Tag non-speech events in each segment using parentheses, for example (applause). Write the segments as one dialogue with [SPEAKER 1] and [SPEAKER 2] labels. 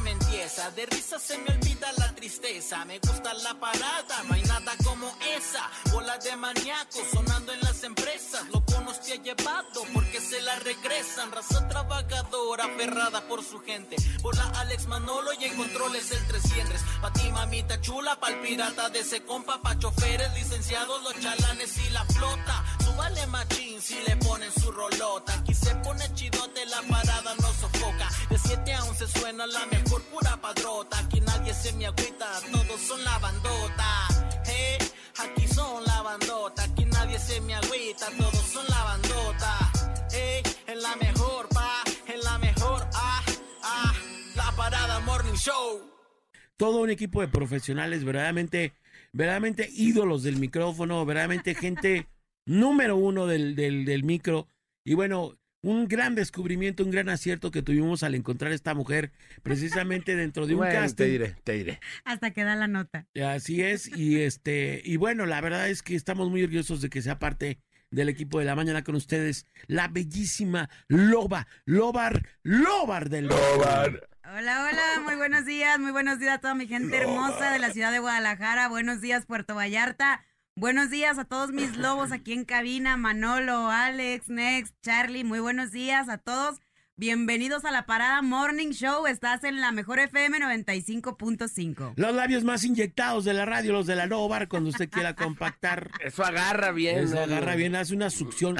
[SPEAKER 1] belleza. De risa se me olvida la tristeza. Me gusta la parada, no hay nada como esa. Bola de maníaco sonando en las empresas. Loco nos te ha llevado porque se la regresan. Raza trabajadora, aferrada por su gente. Bola Alex Manolo y en controles el 300. Pa' ti, mamita chula, pa'l pirata de ese compa. Pa' choferes, licenciados, los chalanes y la flota. Súbale machín si le ponen su rolota. Aquí se pone chidote, la parada no sofoca. De 7 a 11 suena la mejor pura padrota. Aquí nadie se me agüita, todos son la bandota. Hey, aquí son la bandota. Aquí nadie se me agüita, todos son la bandota. Hey, es la mejor, pa, es la mejor, ah, ah. La parada Morning Show.
[SPEAKER 2] Todo un equipo de profesionales, verdaderamente, verdaderamente ídolos del micrófono, verdaderamente
[SPEAKER 3] (laughs)
[SPEAKER 2] gente número uno del, del, del micro. Y bueno, un gran descubrimiento, un gran acierto que tuvimos al encontrar esta mujer precisamente dentro de un
[SPEAKER 3] Bueno,
[SPEAKER 2] casting.
[SPEAKER 3] Te diré, te diré.
[SPEAKER 4] Hasta que da la nota.
[SPEAKER 2] Así es, y este, y bueno, la verdad es que estamos muy orgullosos de que sea parte del equipo de la mañana con ustedes, la bellísima Loba, Lobar, Lobar del Lobar.
[SPEAKER 4] Hola, hola, muy buenos días, muy buenos días a toda mi gente hermosa de la ciudad de Guadalajara. Buenos días, Puerto Vallarta. Buenos días a todos mis lobos aquí en cabina, Manolo, Alex, Next, Charlie. Muy buenos días a todos. Bienvenidos a la parada Morning Show. Estás en la mejor FM 95.5.
[SPEAKER 2] Los labios más inyectados de la radio, los de la Lobar, cuando usted quiera compactar.
[SPEAKER 3] Eso agarra bien.
[SPEAKER 2] Eso
[SPEAKER 3] ¿no?
[SPEAKER 2] agarra bien, hace una succión.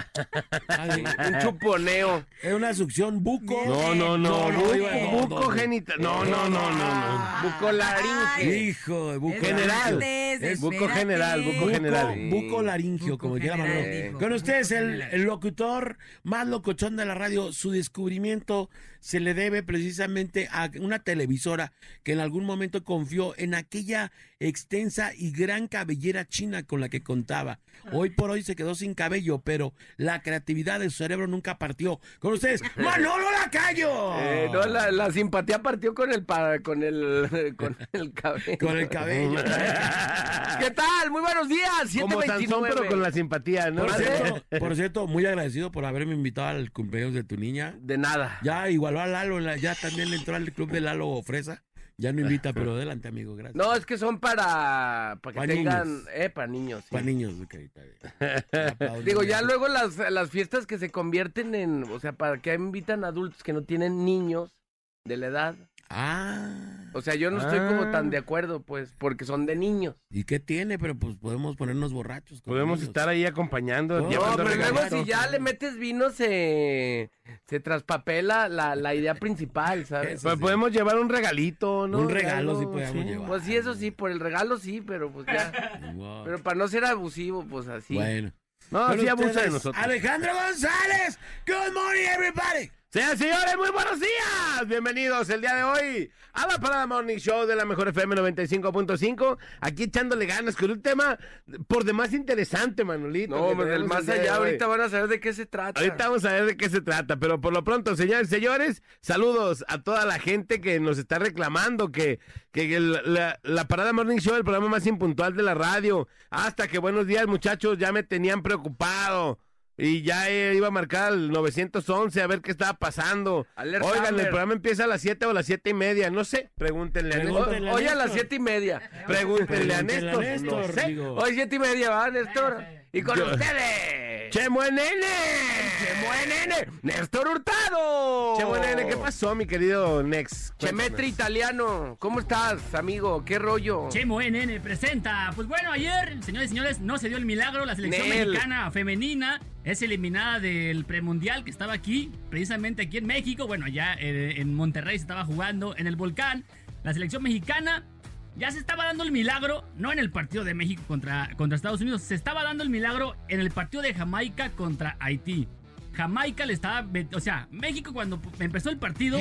[SPEAKER 2] Así,
[SPEAKER 3] Un chuponeo.
[SPEAKER 2] Es una succión buco.
[SPEAKER 3] No, no, no.
[SPEAKER 2] No, no, iba- no,
[SPEAKER 3] Buco,
[SPEAKER 2] no,
[SPEAKER 3] buco
[SPEAKER 2] no.
[SPEAKER 3] genital. No, no, no, no, no. Buco laringe.
[SPEAKER 2] Hijo de buco.
[SPEAKER 3] General.
[SPEAKER 4] Espérate,
[SPEAKER 3] Es buco
[SPEAKER 4] espérate.
[SPEAKER 3] general, buco
[SPEAKER 2] Buco,
[SPEAKER 3] general.
[SPEAKER 2] buco laringio,
[SPEAKER 4] Buco
[SPEAKER 2] como quiera
[SPEAKER 4] general,
[SPEAKER 2] Manolo.
[SPEAKER 4] dijo.
[SPEAKER 2] Con ustedes,
[SPEAKER 4] Buco
[SPEAKER 2] el,
[SPEAKER 4] general.
[SPEAKER 2] el locutor más locochón de la radio. Su descubrimiento se le debe precisamente a una televisora que en algún momento confió en aquella extensa y gran cabellera china con la que contaba.
[SPEAKER 4] Ah.
[SPEAKER 2] Hoy por hoy se quedó sin cabello, pero la creatividad de su cerebro nunca partió. Con
[SPEAKER 4] (laughs)
[SPEAKER 2] ustedes, Manolo Lacayo.
[SPEAKER 3] Eh, no, la, la simpatía partió con el pa- con el (laughs) con el cabello.
[SPEAKER 2] Con el
[SPEAKER 3] (laughs)
[SPEAKER 2] cabello.
[SPEAKER 3] ¿Qué tal? Muy buenos días. 729.
[SPEAKER 5] Como Sansón, pero con la simpatía, ¿no?
[SPEAKER 2] Por
[SPEAKER 3] Órale.
[SPEAKER 2] cierto, por cierto, muy agradecido por haberme invitado al cumpleaños de tu niña. (laughs)
[SPEAKER 3] De nada.
[SPEAKER 2] Ya igualó a Lalo, la- ya también le entró al club de Lalo Fresa. Ya no invita, pero adelante, amigo, gracias.
[SPEAKER 3] No, es que son para, para que
[SPEAKER 2] Pa'
[SPEAKER 3] tengan,
[SPEAKER 2] niños.
[SPEAKER 3] eh, para niños. sí.
[SPEAKER 2] Para niños, ok, está bien. Aplausos.
[SPEAKER 3] Digo, ya luego las, las fiestas que se convierten en, o sea, para que invitan adultos que no tienen niños de la edad.
[SPEAKER 2] Ah,
[SPEAKER 3] O sea, yo no estoy como
[SPEAKER 5] Ah.
[SPEAKER 3] tan de acuerdo, pues, porque son de niños.
[SPEAKER 2] ¿y qué tiene? Pero pues podemos ponernos borrachos. con
[SPEAKER 5] Podemos
[SPEAKER 2] niños.
[SPEAKER 5] estar ahí acompañando.
[SPEAKER 2] No,
[SPEAKER 3] No,
[SPEAKER 5] llevando
[SPEAKER 3] pero luego
[SPEAKER 5] regalitos.
[SPEAKER 3] si ya le metes vino se, se traspapela la, la idea principal, ¿sabes?
[SPEAKER 2] Eso
[SPEAKER 5] Pues
[SPEAKER 2] sí.
[SPEAKER 5] podemos llevar un regalito, ¿no?
[SPEAKER 2] Un regalo
[SPEAKER 5] Algo,
[SPEAKER 2] sí podemos llevar.
[SPEAKER 3] Pues sí, eso sí, por el regalo sí, pero pues
[SPEAKER 5] (laughs)
[SPEAKER 3] ya.
[SPEAKER 2] Wow.
[SPEAKER 3] Pero pues, para no ser abusivo, pues así.
[SPEAKER 2] Bueno.
[SPEAKER 5] No,
[SPEAKER 2] Con
[SPEAKER 5] sí abusa de
[SPEAKER 2] ustedes,
[SPEAKER 5] nosotros.
[SPEAKER 2] Alejandro González, good morning everybody.
[SPEAKER 5] Sean señores, muy buenos días. Bienvenidos el día de hoy a la Parada Morning Show de la Mejor FM 95.5. Aquí echándole ganas con un tema por demás interesante, Manolito.
[SPEAKER 3] No,
[SPEAKER 5] que
[SPEAKER 3] hombre, del
[SPEAKER 5] tenemos
[SPEAKER 3] más
[SPEAKER 5] el día de
[SPEAKER 3] allá,
[SPEAKER 5] hoy.
[SPEAKER 3] ahorita van a saber de qué se trata.
[SPEAKER 5] Ahorita vamos a ver de qué se trata, pero por lo pronto, señores y señores, saludos a toda la gente que nos está reclamando que, que el- la, la Parada Morning Show, el programa más impuntual de la radio, hasta que buenos días muchachos, ya me tenían preocupado y ya eh, iba a marcar al 911 a ver qué estaba pasando.
[SPEAKER 3] Alerta,
[SPEAKER 5] Oigan,
[SPEAKER 3] Amber.
[SPEAKER 5] el programa empieza a las 7 o las 7 y media, no sé, pregúntenle
[SPEAKER 2] Pregúntenle.
[SPEAKER 5] a Néstor.
[SPEAKER 2] Pregúntale a
[SPEAKER 3] Hoy a
[SPEAKER 2] Néstor.
[SPEAKER 3] las siete y media.
[SPEAKER 5] Pregúntenle a
[SPEAKER 2] Pregúntenle a
[SPEAKER 5] Néstor.
[SPEAKER 2] Néstor,
[SPEAKER 5] no sé.
[SPEAKER 2] digo.
[SPEAKER 3] Hoy siete y media, ¿va, Néstor? Y con
[SPEAKER 5] Yo-
[SPEAKER 3] ustedes.
[SPEAKER 5] ¡Chemo el nene!
[SPEAKER 3] Chemo Nene, Néstor Hurtado.
[SPEAKER 5] Chemo el nene, ¿qué pasó, mi querido Nex?
[SPEAKER 3] Chemetri italiano, ¿cómo estás, amigo? ¿Qué rollo?
[SPEAKER 6] Chemo NN presenta. Pues bueno, ayer, señores y señores, no se dio el milagro. La selección
[SPEAKER 3] Nel.
[SPEAKER 6] mexicana femenina es eliminada del premundial que estaba aquí, precisamente aquí en México. Bueno, allá eh, en Monterrey se estaba jugando en el volcán. La selección mexicana ya se estaba dando el milagro, no en el partido de México contra, contra Estados Unidos, se estaba dando el milagro en el partido de Jamaica contra Haití. Jamaica le estaba. met- O sea, México cuando empezó el
[SPEAKER 5] (gasps)
[SPEAKER 6] partido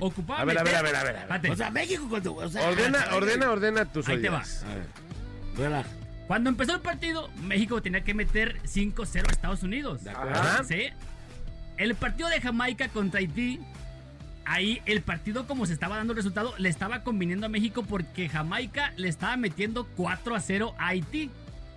[SPEAKER 6] ocupaba.
[SPEAKER 5] A ver, a ver,
[SPEAKER 6] meter-
[SPEAKER 5] a ver, a ver, a ver.
[SPEAKER 6] Espérate.
[SPEAKER 2] O sea, México cuando o sea, (laughs)
[SPEAKER 5] Ordena, ordena, ordena tus
[SPEAKER 6] Ahí te
[SPEAKER 5] oídos.
[SPEAKER 2] A ver, relaja.
[SPEAKER 6] Cuando empezó el partido, México tenía que meter 5-0 a Estados Unidos.
[SPEAKER 2] De acuerdo.
[SPEAKER 5] Ajá.
[SPEAKER 6] ¿Sí? El partido de Jamaica contra Haití, ahí el partido como se estaba dando el resultado, le estaba conviniendo a México porque Jamaica le estaba metiendo 4 a 0 a Haití.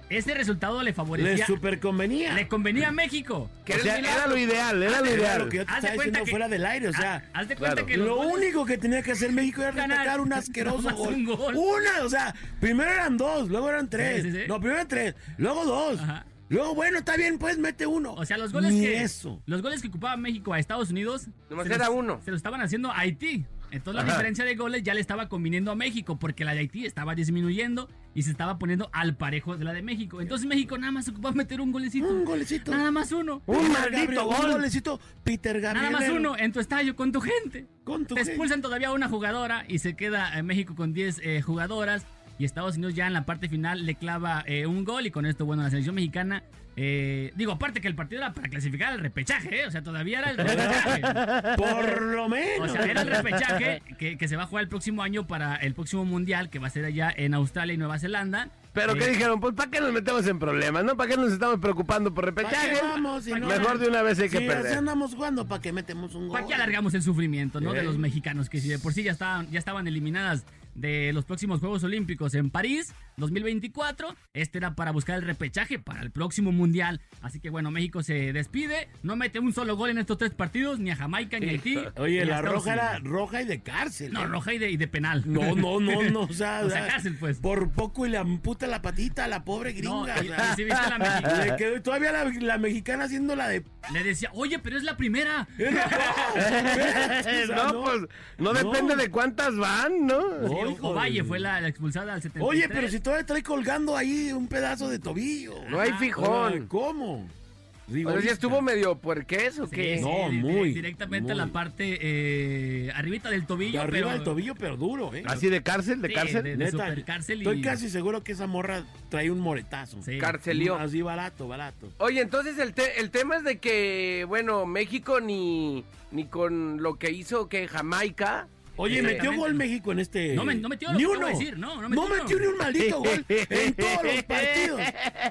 [SPEAKER 6] Ese resultado le
[SPEAKER 2] Le
[SPEAKER 6] favorecía.
[SPEAKER 2] superconvenía.
[SPEAKER 6] Le convenía a México.
[SPEAKER 5] O sea, era lo ideal, era
[SPEAKER 2] Era lo
[SPEAKER 5] lo ideal.
[SPEAKER 2] que yo te
[SPEAKER 6] Haz de
[SPEAKER 2] estaba
[SPEAKER 6] cuenta
[SPEAKER 2] diciendo
[SPEAKER 6] que-
[SPEAKER 2] fuera del aire, o sea.
[SPEAKER 6] Ah, haz de cuenta
[SPEAKER 5] claro.
[SPEAKER 6] que los
[SPEAKER 2] Lo
[SPEAKER 6] goles-
[SPEAKER 2] único que tenía que hacer México era
[SPEAKER 6] Ganar.
[SPEAKER 2] retacar
[SPEAKER 6] (laughs)
[SPEAKER 2] un asqueroso
[SPEAKER 6] Nada más
[SPEAKER 2] gol.
[SPEAKER 6] un gol.
[SPEAKER 2] Una, o sea, primero eran dos, luego eran tres.
[SPEAKER 6] sí, sí.
[SPEAKER 2] No, primero eran tres, luego dos.
[SPEAKER 6] Ajá.
[SPEAKER 2] Luego, bueno, está bien, pues mete uno.
[SPEAKER 6] O sea, los goles
[SPEAKER 2] Ni
[SPEAKER 6] que
[SPEAKER 2] eso.
[SPEAKER 6] los goles que ocupaba México a Estados Unidos
[SPEAKER 3] Nomás
[SPEAKER 6] se
[SPEAKER 3] era
[SPEAKER 6] los-
[SPEAKER 3] uno.
[SPEAKER 6] Se lo estaban haciendo a Haití. Entonces la
[SPEAKER 5] Ajá.
[SPEAKER 6] diferencia de goles ya le estaba conviniendo a México porque la de Haití estaba disminuyendo y se estaba poniendo al parejo de la de México. Entonces México nada más ocupaba meter un golecito.
[SPEAKER 2] Un golecito.
[SPEAKER 6] Nada más uno.
[SPEAKER 2] Peter
[SPEAKER 5] Un maldito
[SPEAKER 2] Gabriel, Un
[SPEAKER 5] gol.
[SPEAKER 2] golecito, Peter Gabriel.
[SPEAKER 6] Nada más uno en tu estadio con tu gente.
[SPEAKER 2] Con tu
[SPEAKER 6] Te
[SPEAKER 2] gen-
[SPEAKER 6] expulsan todavía a una jugadora y se queda eh, México con 10 eh, jugadoras. Y Estados Unidos ya en la parte final le clava eh, un gol. Y con esto, bueno, la selección mexicana. eh, digo, aparte que el partido era para clasificar al repechaje, ¿eh? O sea, todavía era el
[SPEAKER 5] (laughs)
[SPEAKER 6] repechaje.
[SPEAKER 2] Por lo
[SPEAKER 6] O
[SPEAKER 2] menos.
[SPEAKER 6] sea, era el repechaje que, que se va a jugar el próximo año para el próximo mundial que va a ser allá en Australia y Nueva Zelanda.
[SPEAKER 5] Pero
[SPEAKER 6] Eh,
[SPEAKER 5] que dijeron, pues ¿para qué nos metemos en problemas? ¿No? ¿Para qué nos estamos preocupando por
[SPEAKER 2] ¿Para qué
[SPEAKER 5] repechaje?
[SPEAKER 2] vamos si no-
[SPEAKER 5] Mejor de una vez hay que
[SPEAKER 2] Sí, así
[SPEAKER 5] perder.
[SPEAKER 2] andamos jugando para que metemos un gol.
[SPEAKER 6] ¿Para qué alargamos el sufrimiento, no? De
[SPEAKER 5] Sí.
[SPEAKER 2] Eh.
[SPEAKER 6] los mexicanos, que si de por sí ya estaban, ya estaban eliminadas de los próximos Juegos Olímpicos en París 2024. Este era para buscar el repechaje para el próximo Mundial. Así que bueno, México se despide. No mete un solo gol en estos tres partidos, ni a Jamaica, ni a Haití. ni
[SPEAKER 2] Oye,
[SPEAKER 6] a
[SPEAKER 2] la
[SPEAKER 6] Estados
[SPEAKER 2] roja era
[SPEAKER 6] Unidos.
[SPEAKER 2] roja y de cárcel.
[SPEAKER 6] No,
[SPEAKER 2] ¿eh?
[SPEAKER 6] roja y de, y de penal.
[SPEAKER 2] No, no, no, no. O sea,
[SPEAKER 6] O sea, cárcel, pues.
[SPEAKER 2] por poco y le amputa la patita a la pobre gringa.
[SPEAKER 6] (laughs) No,
[SPEAKER 2] o
[SPEAKER 6] y-
[SPEAKER 2] sea,
[SPEAKER 6] y si viste a la mexi-
[SPEAKER 2] le quedó- todavía la, la mexicana haciendo la
[SPEAKER 5] (laughs)
[SPEAKER 2] de.
[SPEAKER 6] le decía, oye, pero es la primera.
[SPEAKER 5] no, pues no depende de cuántas van, ¿no?
[SPEAKER 6] Sí,
[SPEAKER 2] hijo
[SPEAKER 6] Valle
[SPEAKER 2] de-
[SPEAKER 6] fue la, la expulsada al 73.
[SPEAKER 2] Oye, pero si todavía trae colgando ahí un pedazo de tobillo.
[SPEAKER 5] No hay
[SPEAKER 2] Ahora,
[SPEAKER 5] fijón.
[SPEAKER 2] ¿Cómo? Digo,
[SPEAKER 3] Pero sí estuvo medio puerqués o
[SPEAKER 6] Sí,
[SPEAKER 3] qué.
[SPEAKER 6] sí,
[SPEAKER 2] No,
[SPEAKER 6] di- di-
[SPEAKER 2] muy,
[SPEAKER 6] Directamente a la
[SPEAKER 2] muy.
[SPEAKER 6] parte eh, arribita del
[SPEAKER 2] de
[SPEAKER 6] tobillo.
[SPEAKER 2] arriba
[SPEAKER 6] pero,
[SPEAKER 2] del tobillo, pero duro, ¿eh?
[SPEAKER 5] Así de cárcel, de
[SPEAKER 6] Sí,
[SPEAKER 5] cárcel.
[SPEAKER 6] de-
[SPEAKER 2] Neta,
[SPEAKER 6] supercárcel y-
[SPEAKER 2] Estoy casi seguro que esa morra trae un moretazo.
[SPEAKER 6] Sí.
[SPEAKER 3] Carcelió.
[SPEAKER 2] Así barato, barato.
[SPEAKER 3] Oye, entonces el, te- el tema es de que, bueno, México ni, ni con lo que hizo que Jamaica.
[SPEAKER 2] Oye,
[SPEAKER 6] Exactamente.
[SPEAKER 2] metió gol México en este.
[SPEAKER 6] No me- no metió lo
[SPEAKER 2] ni
[SPEAKER 6] que te
[SPEAKER 2] uno.
[SPEAKER 6] voy a decir, no,
[SPEAKER 2] No
[SPEAKER 6] no metió uno.
[SPEAKER 2] metió ni un maldito gol
[SPEAKER 6] (laughs)
[SPEAKER 2] en todos los partidos.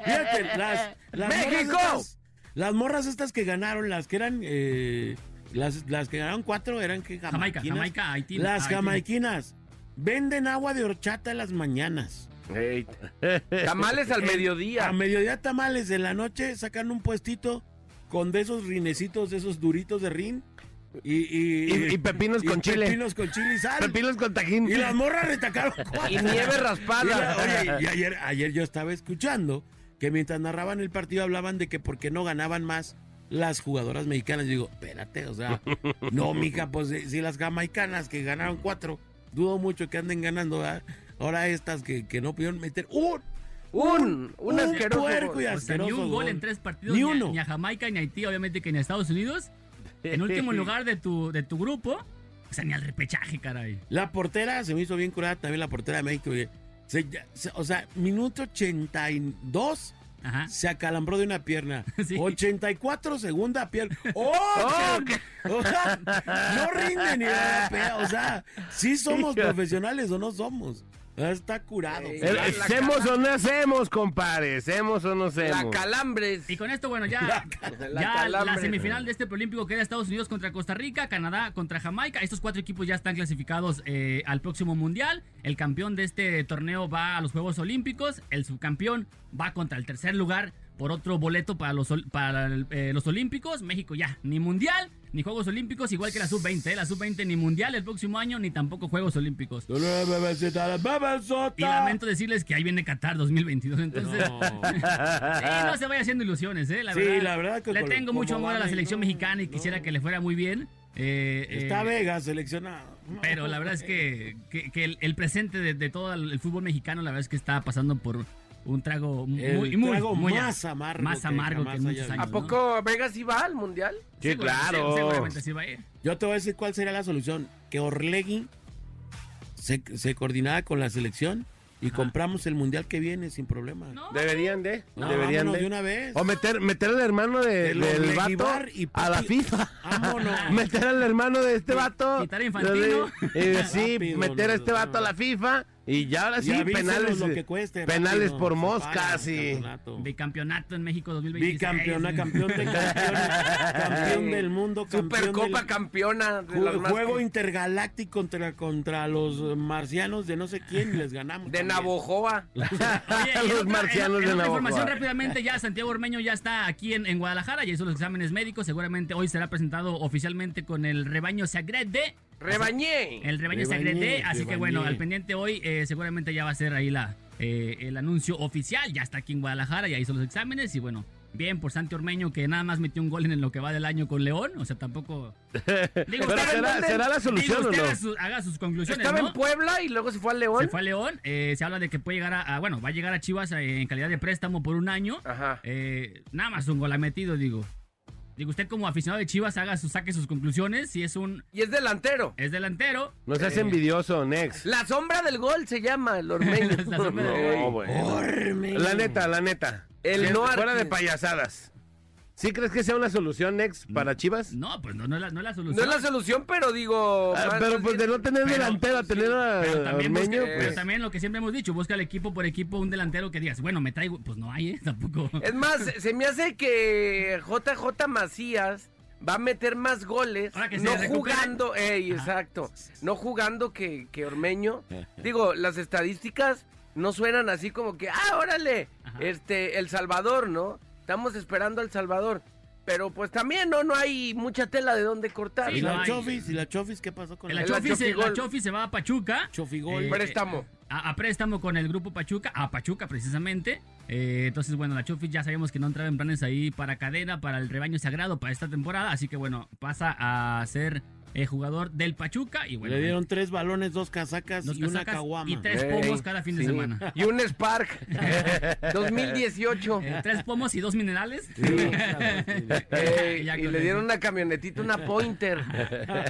[SPEAKER 2] Fíjate, las. las
[SPEAKER 5] ¡México!
[SPEAKER 2] morras estas- las morras estas que ganaron, las que eran. eh, las, las que ganaron cuatro eran que
[SPEAKER 6] Jamaica,
[SPEAKER 2] jamaiquinas.
[SPEAKER 6] Jamaica, Haití,
[SPEAKER 2] Las
[SPEAKER 6] Haití.
[SPEAKER 2] jamaiquinas venden agua de horchata en las mañanas.
[SPEAKER 5] Ey.
[SPEAKER 3] Tamales al mediodía.
[SPEAKER 2] A mediodía tamales de la noche sacan un puestito con de esos rinecitos, de esos duritos de rin. Y, y,
[SPEAKER 5] Y- y pepinos con chile.
[SPEAKER 2] Pepinos con chile y sal.
[SPEAKER 5] Pepinos con tajín.
[SPEAKER 2] Y las morras retacaron cuatro.
[SPEAKER 3] Y nieve
[SPEAKER 2] Y la- oye,
[SPEAKER 3] raspada.
[SPEAKER 2] y ayer, ayer yo estaba escuchando que mientras narraban el partido hablaban de que por qué no ganaban más las jugadoras mexicanas. Yo digo, espérate, o sea, no, mija, pues si, si las jamaicanas que ganaron cuatro, dudo mucho que anden ganando, ¿verdad? Ahora estas que, que no pudieron meter un,
[SPEAKER 3] Un, un asqueroso.
[SPEAKER 2] puerco y
[SPEAKER 3] gol.
[SPEAKER 6] O sea,
[SPEAKER 2] asqueroso
[SPEAKER 6] ni un gol en tres partidos,
[SPEAKER 2] Ni
[SPEAKER 6] ni, a-
[SPEAKER 2] uno.
[SPEAKER 6] ni a Jamaica, ni a Haití, obviamente que ni a Estados Unidos.
[SPEAKER 2] (laughs)
[SPEAKER 6] En último lugar de tu, de tu grupo, o sea, ni al repechaje, caray.
[SPEAKER 2] La portera se me hizo bien curada, también la portera de México. oye. Se- ya- se- o sea, minuto 82
[SPEAKER 6] Ajá.
[SPEAKER 2] se acalambró de una pierna.
[SPEAKER 6] (laughs) Sí.
[SPEAKER 2] 84 segunda
[SPEAKER 6] (laughs)
[SPEAKER 2] pierna. ¡Oh! (laughs) O sea, no rinde ni la pena. O sea, sí somos profesionales o no somos. Está curado.
[SPEAKER 6] Eh,
[SPEAKER 5] El-
[SPEAKER 3] La- la
[SPEAKER 5] ¿Hacemos
[SPEAKER 3] cala-
[SPEAKER 5] Eh, o no hacemos, compadre? ¿Hacemos o no hacemos?
[SPEAKER 3] La calambres.
[SPEAKER 6] Y con esto, bueno, ya ya
[SPEAKER 3] (laughs) la
[SPEAKER 6] la,
[SPEAKER 3] calambre.
[SPEAKER 6] semifinal de este preolímpico queda Estados Unidos contra Costa Rica, Canadá contra Jamaica. Estos cuatro equipos ya están clasificados eh, al próximo mundial. El campeón de este torneo va a los Juegos Olímpicos. El subcampeón va contra el tercer lugar por otro boleto para los, ol- para, el, eh, los Olímpicos. México ya, ni mundial, ni Juegos Olímpicos, igual que la sub-20. eh. La sub-20 ni mundial el próximo año, ni tampoco Juegos Olímpicos. Y lamento decirles que ahí viene Qatar 2022. Entonces,
[SPEAKER 2] (laughs)
[SPEAKER 6] Sí, no se vaya haciendo ilusiones, ¿eh? La
[SPEAKER 2] Sí,
[SPEAKER 6] verdad,
[SPEAKER 2] la verdad que
[SPEAKER 6] le
[SPEAKER 2] con-
[SPEAKER 6] tengo
[SPEAKER 2] como
[SPEAKER 6] mucho amor a la
[SPEAKER 2] van,
[SPEAKER 6] selección
[SPEAKER 2] no,
[SPEAKER 6] mexicana y
[SPEAKER 2] no.
[SPEAKER 6] quisiera que le fuera muy bien. eh, eh,
[SPEAKER 2] Está Vega seleccionado.
[SPEAKER 6] pero la verdad es que, que- que el, el presente de, de todo el, el fútbol mexicano, la verdad es que está pasando por un trago muy,
[SPEAKER 2] El
[SPEAKER 6] muy,
[SPEAKER 2] trago
[SPEAKER 6] muy
[SPEAKER 2] más amargo
[SPEAKER 6] más
[SPEAKER 2] que
[SPEAKER 6] amargo que,
[SPEAKER 2] jamás
[SPEAKER 6] en muchos
[SPEAKER 2] haya
[SPEAKER 6] años.
[SPEAKER 3] ¿A
[SPEAKER 6] ¿no?
[SPEAKER 3] poco Vegas sí va al mundial?
[SPEAKER 5] Sí,
[SPEAKER 6] Seguramente-
[SPEAKER 5] claro.
[SPEAKER 6] Seguramente sí va a ir.
[SPEAKER 2] Yo te voy a decir cuál sería la solución. Que Orlegui se, se coordinara con la selección y compramos el mundial que viene sin problema.
[SPEAKER 6] No,
[SPEAKER 5] Deberían de,
[SPEAKER 2] No,
[SPEAKER 5] deberían
[SPEAKER 2] vámonos
[SPEAKER 5] de.
[SPEAKER 2] de una vez.
[SPEAKER 5] O meter, meter al hermano de-
[SPEAKER 2] De los
[SPEAKER 5] del
[SPEAKER 2] Leguibar
[SPEAKER 5] vato
[SPEAKER 2] y
[SPEAKER 5] a la
[SPEAKER 2] Putin.
[SPEAKER 5] FIFA.
[SPEAKER 2] (laughs) Vámonos.
[SPEAKER 5] (laughs) meter al hermano de este vato.
[SPEAKER 6] Quitar a Infantino.
[SPEAKER 5] Eh, sí,
[SPEAKER 2] Rápido,
[SPEAKER 5] meter a este
[SPEAKER 2] no,
[SPEAKER 5] vato a la FIFA. Y ya ahora sí,
[SPEAKER 2] Y avísenos
[SPEAKER 5] penales.
[SPEAKER 2] lo que cueste,
[SPEAKER 5] penales
[SPEAKER 2] rápido,
[SPEAKER 5] por
[SPEAKER 2] se paga
[SPEAKER 5] mosca,
[SPEAKER 2] el
[SPEAKER 5] sí.
[SPEAKER 2] campeonato.
[SPEAKER 6] Bicampeonato en México 2026.
[SPEAKER 2] Bicampeona, campeón de (laughs) campeones, campeón del mundo, campeón
[SPEAKER 3] Supercopa
[SPEAKER 2] del-
[SPEAKER 3] campeona. de las
[SPEAKER 2] Ju-
[SPEAKER 3] más-
[SPEAKER 2] Juego intergaláctico contra, contra los marcianos de no sé quién y les ganamos.
[SPEAKER 3] De
[SPEAKER 2] también.
[SPEAKER 3] Navojoa.
[SPEAKER 6] Oye, y en
[SPEAKER 5] (laughs) Los
[SPEAKER 6] otra-
[SPEAKER 5] marcianos
[SPEAKER 6] en- en
[SPEAKER 5] de
[SPEAKER 6] otra
[SPEAKER 5] Navajo.
[SPEAKER 6] Información rápidamente, ya Santiago Ormeño ya está aquí en, en Guadalajara, ya hizo los exámenes médicos, seguramente hoy será presentado oficialmente con el rebaño Sagrede.
[SPEAKER 3] Rebañé.
[SPEAKER 6] El
[SPEAKER 2] Rebañé,
[SPEAKER 6] rebaño Sagrede, así que
[SPEAKER 2] rebañé.
[SPEAKER 6] bueno, al pendiente hoy eh, seguramente ya va a ser ahí la, eh, el anuncio oficial, ya está aquí en Guadalajara, ya hizo los exámenes y bueno, bien por Santi Ormeño que nada más metió un gol en lo que va del año con León, o sea,
[SPEAKER 5] (laughs)
[SPEAKER 6] tampoco... Digo,
[SPEAKER 5] Pero
[SPEAKER 6] usted-
[SPEAKER 5] será, será la
[SPEAKER 6] digo,
[SPEAKER 5] solución o
[SPEAKER 6] usted
[SPEAKER 5] no?
[SPEAKER 6] haga, su- haga sus conclusiones,
[SPEAKER 3] Estaba
[SPEAKER 6] ¿no?
[SPEAKER 3] en Puebla y luego se fue al León.
[SPEAKER 6] Se fue a León. eh, se habla de que puede llegar a, a- Bueno, va a llegar a Chivas eh, en calidad de préstamo por un año.
[SPEAKER 3] Ajá.
[SPEAKER 6] Eh, nada más un gol ha metido, digo. Digo, usted como aficionado de Chivas haga sus, saque sus conclusiones. Si es un.
[SPEAKER 3] Y es delantero.
[SPEAKER 6] Es delantero.
[SPEAKER 5] No seas envidioso, Nex.
[SPEAKER 3] La sombra del gol se llama el Ormeño.
[SPEAKER 6] (laughs) La sombra del gol.
[SPEAKER 5] No, bueno. La neta, la neta.
[SPEAKER 3] El
[SPEAKER 5] Sí,
[SPEAKER 3] no
[SPEAKER 5] Fuera
[SPEAKER 3] arqui-
[SPEAKER 5] de payasadas. ¿Sí crees que sea una solución, Nex, para Chivas?
[SPEAKER 6] No, pues no, no, es, la, no es la
[SPEAKER 3] No
[SPEAKER 6] solución.
[SPEAKER 3] es la solución, pero digo.
[SPEAKER 5] Ah,
[SPEAKER 3] más-
[SPEAKER 5] pero
[SPEAKER 3] más
[SPEAKER 5] pues de
[SPEAKER 3] bien-
[SPEAKER 5] no tener
[SPEAKER 6] Pero-
[SPEAKER 5] delantero a tener a
[SPEAKER 6] Pero también, busca-
[SPEAKER 5] Ormeño,
[SPEAKER 6] pero
[SPEAKER 5] pues.
[SPEAKER 6] también lo que siempre hemos dicho, busca el equipo por equipo un delantero que digas, bueno, me traigo. Pues no hay, ¿eh? (laughs) Tampoco.
[SPEAKER 3] Es más, se me hace que JJ Macías va a meter más goles.
[SPEAKER 6] Ahora que se
[SPEAKER 3] no
[SPEAKER 6] recupere.
[SPEAKER 3] jugando, ey,
[SPEAKER 6] Ajá.
[SPEAKER 3] exacto. No jugando que, que Ormeño. Digo, las estadísticas no suenan así como que, ah, órale,
[SPEAKER 6] Ajá.
[SPEAKER 3] este, El Salvador, ¿no? Estamos esperando a El Salvador. Pero pues también, ¿no? No hay mucha tela de dónde cortar.
[SPEAKER 2] ¿Y
[SPEAKER 6] Sí,
[SPEAKER 3] ¿no?
[SPEAKER 6] no
[SPEAKER 2] la
[SPEAKER 6] hay.
[SPEAKER 2] Chofis? ¿Y la Chofis qué pasó con
[SPEAKER 6] El
[SPEAKER 2] la
[SPEAKER 3] Acho-
[SPEAKER 2] Chofis?
[SPEAKER 6] Achofi se,
[SPEAKER 3] Achofigol.
[SPEAKER 6] el Achofi se va a Pachuca.
[SPEAKER 2] Chofigol.
[SPEAKER 6] Eh,
[SPEAKER 3] Préstamo.
[SPEAKER 6] a, a préstamo con el grupo Pachuca, a Pachuca precisamente. Eh, entonces, bueno, la Chofis ya sabemos que no entraba en planes ahí para cadena, para el rebaño sagrado, para esta temporada. Así que, bueno, pasa a ser eh, jugador del Pachuca y bueno. eh,
[SPEAKER 2] Le dieron tres balones, dos casacas
[SPEAKER 6] dos
[SPEAKER 2] y una
[SPEAKER 6] casacas
[SPEAKER 2] caguama.
[SPEAKER 6] y tres
[SPEAKER 3] Ey,
[SPEAKER 6] pomos cada fin de
[SPEAKER 3] sí.
[SPEAKER 6] semana.
[SPEAKER 3] Y un
[SPEAKER 6] (laughs)
[SPEAKER 3] Spark (laughs) 2018.
[SPEAKER 6] Eh, tres pomos y dos minerales. (laughs)
[SPEAKER 3] Ey,
[SPEAKER 6] Ya
[SPEAKER 3] Eh, y
[SPEAKER 6] con
[SPEAKER 3] le
[SPEAKER 6] eso.
[SPEAKER 3] dieron una camionetita, una Pointer.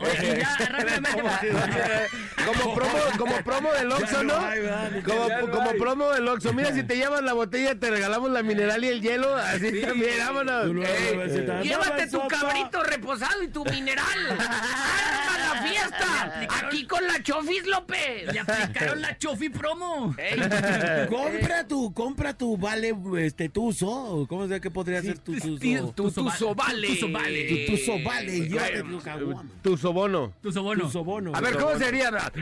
[SPEAKER 6] (laughs) Oye, y ya
[SPEAKER 3] (laughs)
[SPEAKER 6] rápidamente para-
[SPEAKER 5] (laughs) Como promo, como promo del Oxxo, ¿no?
[SPEAKER 2] hay, ¿verdad? Ni
[SPEAKER 5] Como, como promo del Oxxo. Mira, (laughs) si te llevas la botella, te regalamos la mineral y el hielo. Así también, vámonos. Eh,
[SPEAKER 2] Tú luego,
[SPEAKER 5] Ey,
[SPEAKER 2] bebecita,
[SPEAKER 3] Llévate
[SPEAKER 2] dame
[SPEAKER 3] tu
[SPEAKER 2] sopa.
[SPEAKER 3] cabrito reposado y tu mineral. (laughs)
[SPEAKER 6] ¡Ah,
[SPEAKER 3] ¡Arma la fiesta! Aquí con la Chofis López.
[SPEAKER 6] Le aplicaron la Chofi promo.
[SPEAKER 3] Ey,
[SPEAKER 5] Eh,
[SPEAKER 2] Compra tu, compra tu vale, este, tuzo. ¿Cómo se que podría ser tu tuzo?
[SPEAKER 3] tu- tu
[SPEAKER 6] Tuzo
[SPEAKER 3] tuzo vale.
[SPEAKER 6] Tuzo vale.
[SPEAKER 2] Tu tuzo vale,
[SPEAKER 5] Eh,
[SPEAKER 2] y llévate
[SPEAKER 3] Bueno,
[SPEAKER 2] tu caguama.
[SPEAKER 5] Tu sobono.
[SPEAKER 6] Tu sobono.
[SPEAKER 2] Tu sobono.
[SPEAKER 5] A ver, ¿cómo sería? Ra?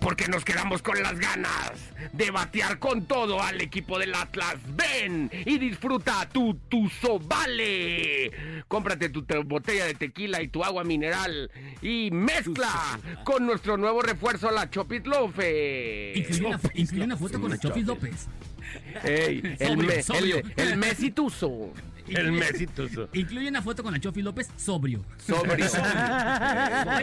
[SPEAKER 3] Porque nos quedamos con las ganas de batear con todo al equipo del Atlas. Ven y disfruta tu tuzo vale. Cómprate tu te- botella de tequila y tu agua mineral y mezcla con nuestro nuevo refuerzo la Chopitlofe.
[SPEAKER 6] Incluye una, incluye una foto con la Chofis López. (laughs)
[SPEAKER 5] Ey,
[SPEAKER 3] El,
[SPEAKER 6] Sobrio,
[SPEAKER 3] me-
[SPEAKER 6] sobrio.
[SPEAKER 3] el- el Messi tuzo.
[SPEAKER 5] el Messi tuzo.
[SPEAKER 6] Incluye una foto con la Chofi López sobrio. (laughs)
[SPEAKER 3] Sobrio.
[SPEAKER 6] Oye,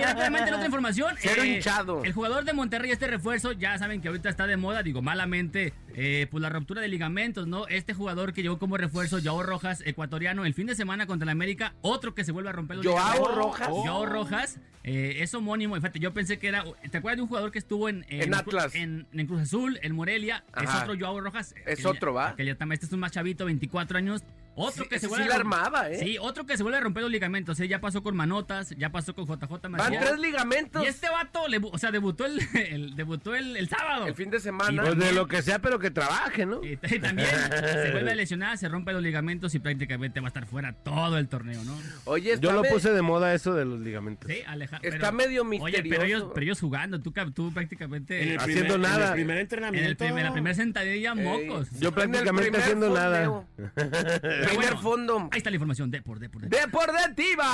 [SPEAKER 6] rápidamente en otra información. eh,
[SPEAKER 3] Cero hinchado.
[SPEAKER 6] El jugador de Monterrey, este refuerzo, ya saben que ahorita está de moda, digo, malamente, eh, pues la ruptura de ligamentos, ¿no? Este jugador que llegó como refuerzo, Joao Rojas, ecuatoriano, el fin de semana contra el América, otro que se vuelve a romper los
[SPEAKER 3] Joao
[SPEAKER 6] ligamentos.
[SPEAKER 3] Rojas. Oh.
[SPEAKER 6] Joao Rojas, eh, es homónimo. Fíjate, yo pensé que era. ¿Te acuerdas de un jugador que estuvo en.
[SPEAKER 3] En Atlas.
[SPEAKER 6] En, en Cruz Azul, en Morelia. Es
[SPEAKER 3] Ajá.
[SPEAKER 6] otro Joao Rojas.
[SPEAKER 3] Es
[SPEAKER 6] Que ya-
[SPEAKER 3] otro, ¿va?
[SPEAKER 6] Que ya también, este es un más chavito, 24 años. Otro
[SPEAKER 3] Sí,
[SPEAKER 6] que
[SPEAKER 3] ese
[SPEAKER 6] se
[SPEAKER 3] sí
[SPEAKER 6] vuelve
[SPEAKER 3] la
[SPEAKER 6] a romper-
[SPEAKER 3] armaba, ¿eh?
[SPEAKER 6] Sí, otro que se vuelve a romper los ligamentos. ¿eh? Ya pasó con Manotas, ya pasó con JJ
[SPEAKER 3] Van
[SPEAKER 6] Macías.
[SPEAKER 3] tres ligamentos
[SPEAKER 6] Y este vato, le bu- o sea, debutó el, el- debutó el, el sábado.
[SPEAKER 3] el fin de semana.
[SPEAKER 5] Pues de lo que sea, pero que trabaje, ¿no?
[SPEAKER 6] Y t- y también se vuelve a lesionar, se rompe los ligamentos y prácticamente va a estar fuera todo el torneo, ¿no?
[SPEAKER 3] Oye,
[SPEAKER 5] Yo
[SPEAKER 3] está
[SPEAKER 5] lo
[SPEAKER 3] me-
[SPEAKER 5] puse de moda eso de los ligamentos.
[SPEAKER 6] Sí, Alejandro.
[SPEAKER 3] Está medio
[SPEAKER 6] Oye, pero ellos,
[SPEAKER 3] misterioso.
[SPEAKER 6] pero ellos jugando, tú, cap- tú prácticamente
[SPEAKER 2] En el
[SPEAKER 6] en,
[SPEAKER 2] primer-
[SPEAKER 5] Haciendo
[SPEAKER 2] En
[SPEAKER 5] nada.
[SPEAKER 2] el primer
[SPEAKER 6] el
[SPEAKER 2] entrenamiento.
[SPEAKER 6] primer- la primera sentadilla,
[SPEAKER 3] Ey,
[SPEAKER 6] mocos.
[SPEAKER 5] Yo
[SPEAKER 3] en el
[SPEAKER 5] prácticamente
[SPEAKER 3] primer
[SPEAKER 5] haciendo nada.
[SPEAKER 3] fondeo. primer
[SPEAKER 6] bueno.
[SPEAKER 3] fondo.
[SPEAKER 6] Ahí está la información, Depor, Depor, Depor.
[SPEAKER 3] Deportiva.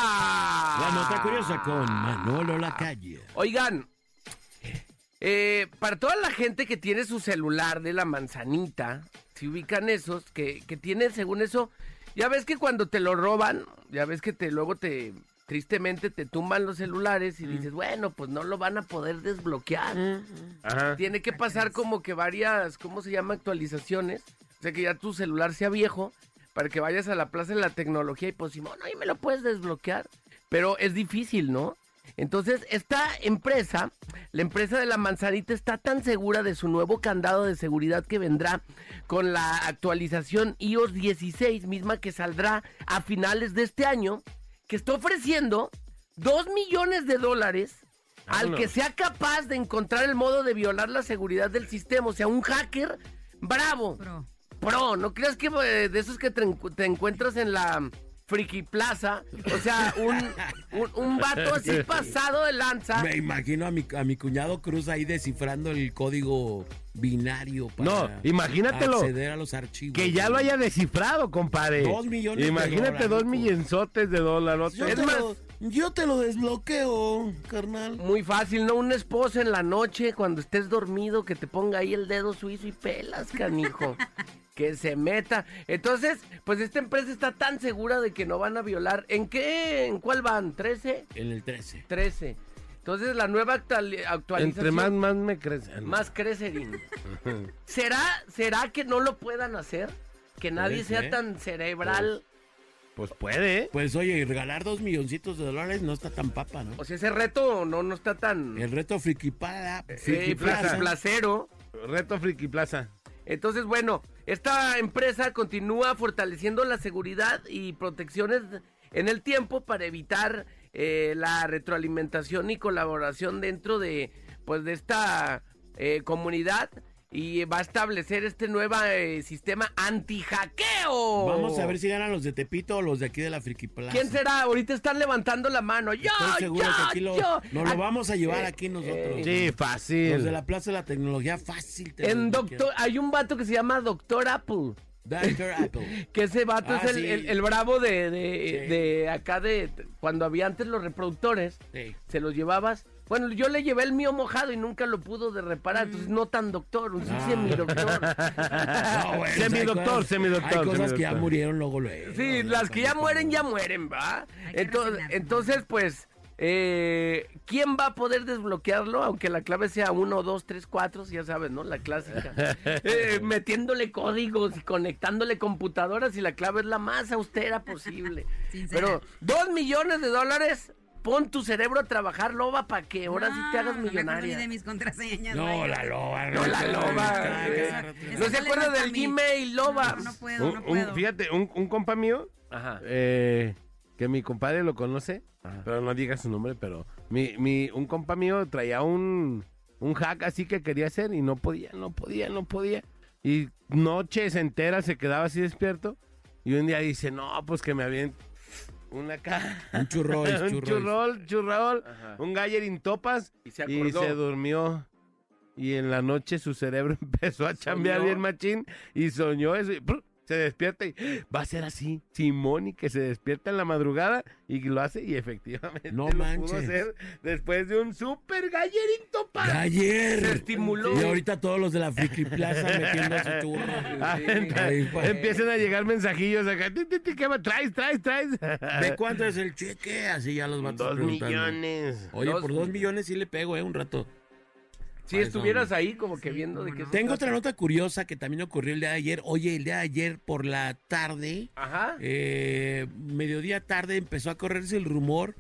[SPEAKER 2] La nota curiosa con Manolo Lacalle.
[SPEAKER 3] Oigan, eh, para toda la gente que tiene su celular de la manzanita, si ubican esos, que, que tienen según eso, ya ves que cuando te lo roban, ya ves que te luego te tristemente te tumban los celulares y dices, bueno, pues no lo van a poder desbloquear.
[SPEAKER 5] Ajá.
[SPEAKER 3] Tiene que pasar como que varias, ¿cómo se llama? Actualizaciones. O sea, que ya tu celular sea viejo para que vayas a la plaza de la tecnología y pues, Simón, ahí me lo puedes desbloquear. Pero es difícil, ¿no? Entonces, esta empresa, la empresa de la manzanita, está tan segura de su nuevo candado de seguridad que vendrá con la actualización iOS 16, misma que saldrá a finales de este año, que está ofreciendo 2 millones de dólares al
[SPEAKER 5] Vámonos.
[SPEAKER 3] que sea capaz de encontrar el modo de violar la seguridad del sistema, o sea, un hacker bravo.
[SPEAKER 4] Pro.
[SPEAKER 3] Bro, ¿no creas que eh, de esos que te, encu- te encuentras en la friki plaza? O sea, un, un, un vato así pasado de lanza.
[SPEAKER 2] Me imagino a mi, a mi cuñado Cruz ahí descifrando el código binario para
[SPEAKER 5] No, imagínatelo.
[SPEAKER 2] acceder a los archivos.
[SPEAKER 5] Que ya lo haya descifrado, compadre.
[SPEAKER 2] Dos millones de
[SPEAKER 5] Imagínate
[SPEAKER 2] dólares, pues.
[SPEAKER 5] dos
[SPEAKER 2] loco.
[SPEAKER 5] millonzotes de dólares.
[SPEAKER 2] Yo,
[SPEAKER 5] Es
[SPEAKER 2] te
[SPEAKER 5] más,
[SPEAKER 2] lo, yo te lo desbloqueo, carnal.
[SPEAKER 3] Muy fácil, ¿no? Un esposo en la noche, cuando estés dormido, que te ponga ahí el dedo suizo y pelas, canijo. que se meta. Entonces, pues esta empresa está tan segura de que no van a violar. ¿En qué? ¿En cuál van? ¿13?
[SPEAKER 2] En el 13.
[SPEAKER 3] 13. Entonces, la nueva actuali- actualización...
[SPEAKER 5] entre más, más me crecen.
[SPEAKER 3] Más crecerín. ¿Será, ¿Será que no lo puedan hacer? Que nadie
[SPEAKER 2] Puede
[SPEAKER 3] sea
[SPEAKER 2] ser.
[SPEAKER 3] tan cerebral.
[SPEAKER 5] Pues puede, ¿eh?
[SPEAKER 2] Pues oye, y regalar dos milloncitos de dólares no está tan papa, ¿no?
[SPEAKER 3] O sea, ese reto no, no está tan
[SPEAKER 2] El reto friquipada,
[SPEAKER 3] eh,
[SPEAKER 5] plaza.
[SPEAKER 3] placero.
[SPEAKER 5] Reto Friki Plaza.
[SPEAKER 3] Entonces, bueno, esta empresa continúa fortaleciendo la seguridad y protecciones en el tiempo para evitar eh, la retroalimentación y colaboración dentro de, pues, de esta eh, comunidad y va a establecer este nuevo sistema anti-hackeo.
[SPEAKER 2] Vamos a ver si ganan los de Tepito o los de aquí de la friquiplaza.
[SPEAKER 3] ¿Quién será? Ahorita están levantando la mano. Yo,
[SPEAKER 2] Estoy seguro
[SPEAKER 3] yo,
[SPEAKER 2] que aquí lo,
[SPEAKER 3] yo.
[SPEAKER 2] nos lo
[SPEAKER 3] Ah,
[SPEAKER 2] vamos a llevar
[SPEAKER 3] eh,
[SPEAKER 2] aquí nosotros.
[SPEAKER 5] Sí,
[SPEAKER 2] Los de
[SPEAKER 5] fácil.
[SPEAKER 2] la Plaza de la Tecnología fácil. te
[SPEAKER 3] En
[SPEAKER 2] lo
[SPEAKER 3] doctor, hay un vato que se llama Doctor Apple.
[SPEAKER 2] quiero. Dr. Apple.
[SPEAKER 3] Que ese vato
[SPEAKER 2] Ah,
[SPEAKER 3] es el,
[SPEAKER 2] sí.
[SPEAKER 3] el- el bravo de, de-
[SPEAKER 2] Sí.
[SPEAKER 3] de acá de cuando había antes los reproductores. (laughs)
[SPEAKER 2] Sí.
[SPEAKER 3] Se los llevabas. Bueno, yo le llevé el mío mojado y nunca lo pudo de reparar. Entonces, no tan doctor, un
[SPEAKER 2] Mm. Ah.
[SPEAKER 3] mi doctor.
[SPEAKER 2] (laughs) No, bueno,
[SPEAKER 5] Semidoctor,
[SPEAKER 2] hay cosas-
[SPEAKER 5] semidoctor,
[SPEAKER 2] Hay cosas que ya
[SPEAKER 5] semidoctor.
[SPEAKER 2] murieron luego luego.
[SPEAKER 3] Sí,
[SPEAKER 2] No,
[SPEAKER 3] las que ya
[SPEAKER 2] tampoco.
[SPEAKER 3] mueren, ya mueren, ¿va?
[SPEAKER 4] Hay que
[SPEAKER 3] Entonces,
[SPEAKER 4] resignarse.
[SPEAKER 3] entonces pues, eh, ¿quién va a poder desbloquearlo? Aunque la clave sea 1, 2, 3, 4, ya sabes, ¿no? La
[SPEAKER 4] (laughs)
[SPEAKER 3] clásica. Eh, metiéndole códigos y conectándole computadoras y la clave es la más austera
[SPEAKER 4] (laughs)
[SPEAKER 3] posible.
[SPEAKER 4] Sincera.
[SPEAKER 3] Pero, dos millones de dólares, pon tu cerebro a trabajar, loba, para que ahora sí te hagas
[SPEAKER 4] No, no me acuerdo ni
[SPEAKER 3] millonaria.
[SPEAKER 4] de mis contraseñas.
[SPEAKER 2] No,
[SPEAKER 4] vaya.
[SPEAKER 2] la loba.
[SPEAKER 3] No, la
[SPEAKER 4] Ah,
[SPEAKER 3] loba.
[SPEAKER 4] esa-
[SPEAKER 3] eh,
[SPEAKER 4] esa
[SPEAKER 3] No se
[SPEAKER 4] sale
[SPEAKER 3] acuerda
[SPEAKER 4] más
[SPEAKER 3] del
[SPEAKER 4] pa' mí.
[SPEAKER 3] Gmail, loba.
[SPEAKER 4] No, no puedo,
[SPEAKER 5] Un-
[SPEAKER 4] no
[SPEAKER 5] un-
[SPEAKER 4] puedo.
[SPEAKER 5] fíjate, un, un compa mío,
[SPEAKER 3] Ajá.
[SPEAKER 5] eh, que mi compadre lo conoce,
[SPEAKER 3] Ajá.
[SPEAKER 5] pero no diga su nombre, pero mi, mi, un compa mío traía un, un hack así que quería hacer y no podía, no podía, no podía. Y noches enteras se quedaba así despierto y un día dice, no, pues que me habían una caja.
[SPEAKER 2] Un churrois,
[SPEAKER 3] (laughs)
[SPEAKER 5] (laughs) un
[SPEAKER 2] churrois.
[SPEAKER 5] churrol, churrol,
[SPEAKER 2] Ah.
[SPEAKER 3] Ajá.
[SPEAKER 5] un gallerín topas
[SPEAKER 3] Ah. Y se
[SPEAKER 5] y
[SPEAKER 3] acordó.
[SPEAKER 5] se durmió. Y en la noche su cerebro (laughs) empezó a chambear
[SPEAKER 3] Soñó.
[SPEAKER 5] bien machín y soñó eso. y ¡prr! se despierta y va a ser así. Simón y que se despierta en la madrugada y lo hace y efectivamente
[SPEAKER 2] No
[SPEAKER 5] lo
[SPEAKER 2] manches.
[SPEAKER 5] pudo hacer después de un super gallerín
[SPEAKER 2] De
[SPEAKER 5] (laughs) topas.
[SPEAKER 2] Ayer.
[SPEAKER 3] Se estimuló.
[SPEAKER 2] Y ahorita todos los de la Friki Plaza metiendo su
[SPEAKER 3] (laughs)
[SPEAKER 2] churro.
[SPEAKER 5] Ah,
[SPEAKER 2] Ahí, pues.
[SPEAKER 5] Empiezan a llegar mensajillos acá. "Ti, ti, ti, ¿Qué va? Traes, traes, traes. (laughs)
[SPEAKER 2] ¿De cuánto es el cheque? Así ya los vatos
[SPEAKER 5] Ah. Dos
[SPEAKER 2] preguntando.
[SPEAKER 5] millones.
[SPEAKER 2] Oye,
[SPEAKER 3] Dos
[SPEAKER 2] por dos millones sí le pego, ¿eh? Un rato.
[SPEAKER 3] Si
[SPEAKER 2] Para eso,
[SPEAKER 3] estuvieras ahí como que
[SPEAKER 4] Sí,
[SPEAKER 3] viendo de
[SPEAKER 4] cómo
[SPEAKER 3] qué se
[SPEAKER 4] no.
[SPEAKER 2] Tengo
[SPEAKER 3] trata.
[SPEAKER 2] otra nota curiosa que también ocurrió el día de ayer. Oye, el día de ayer por la tarde,
[SPEAKER 3] Ajá.
[SPEAKER 2] eh, mediodía tarde, empezó a correrse el rumor.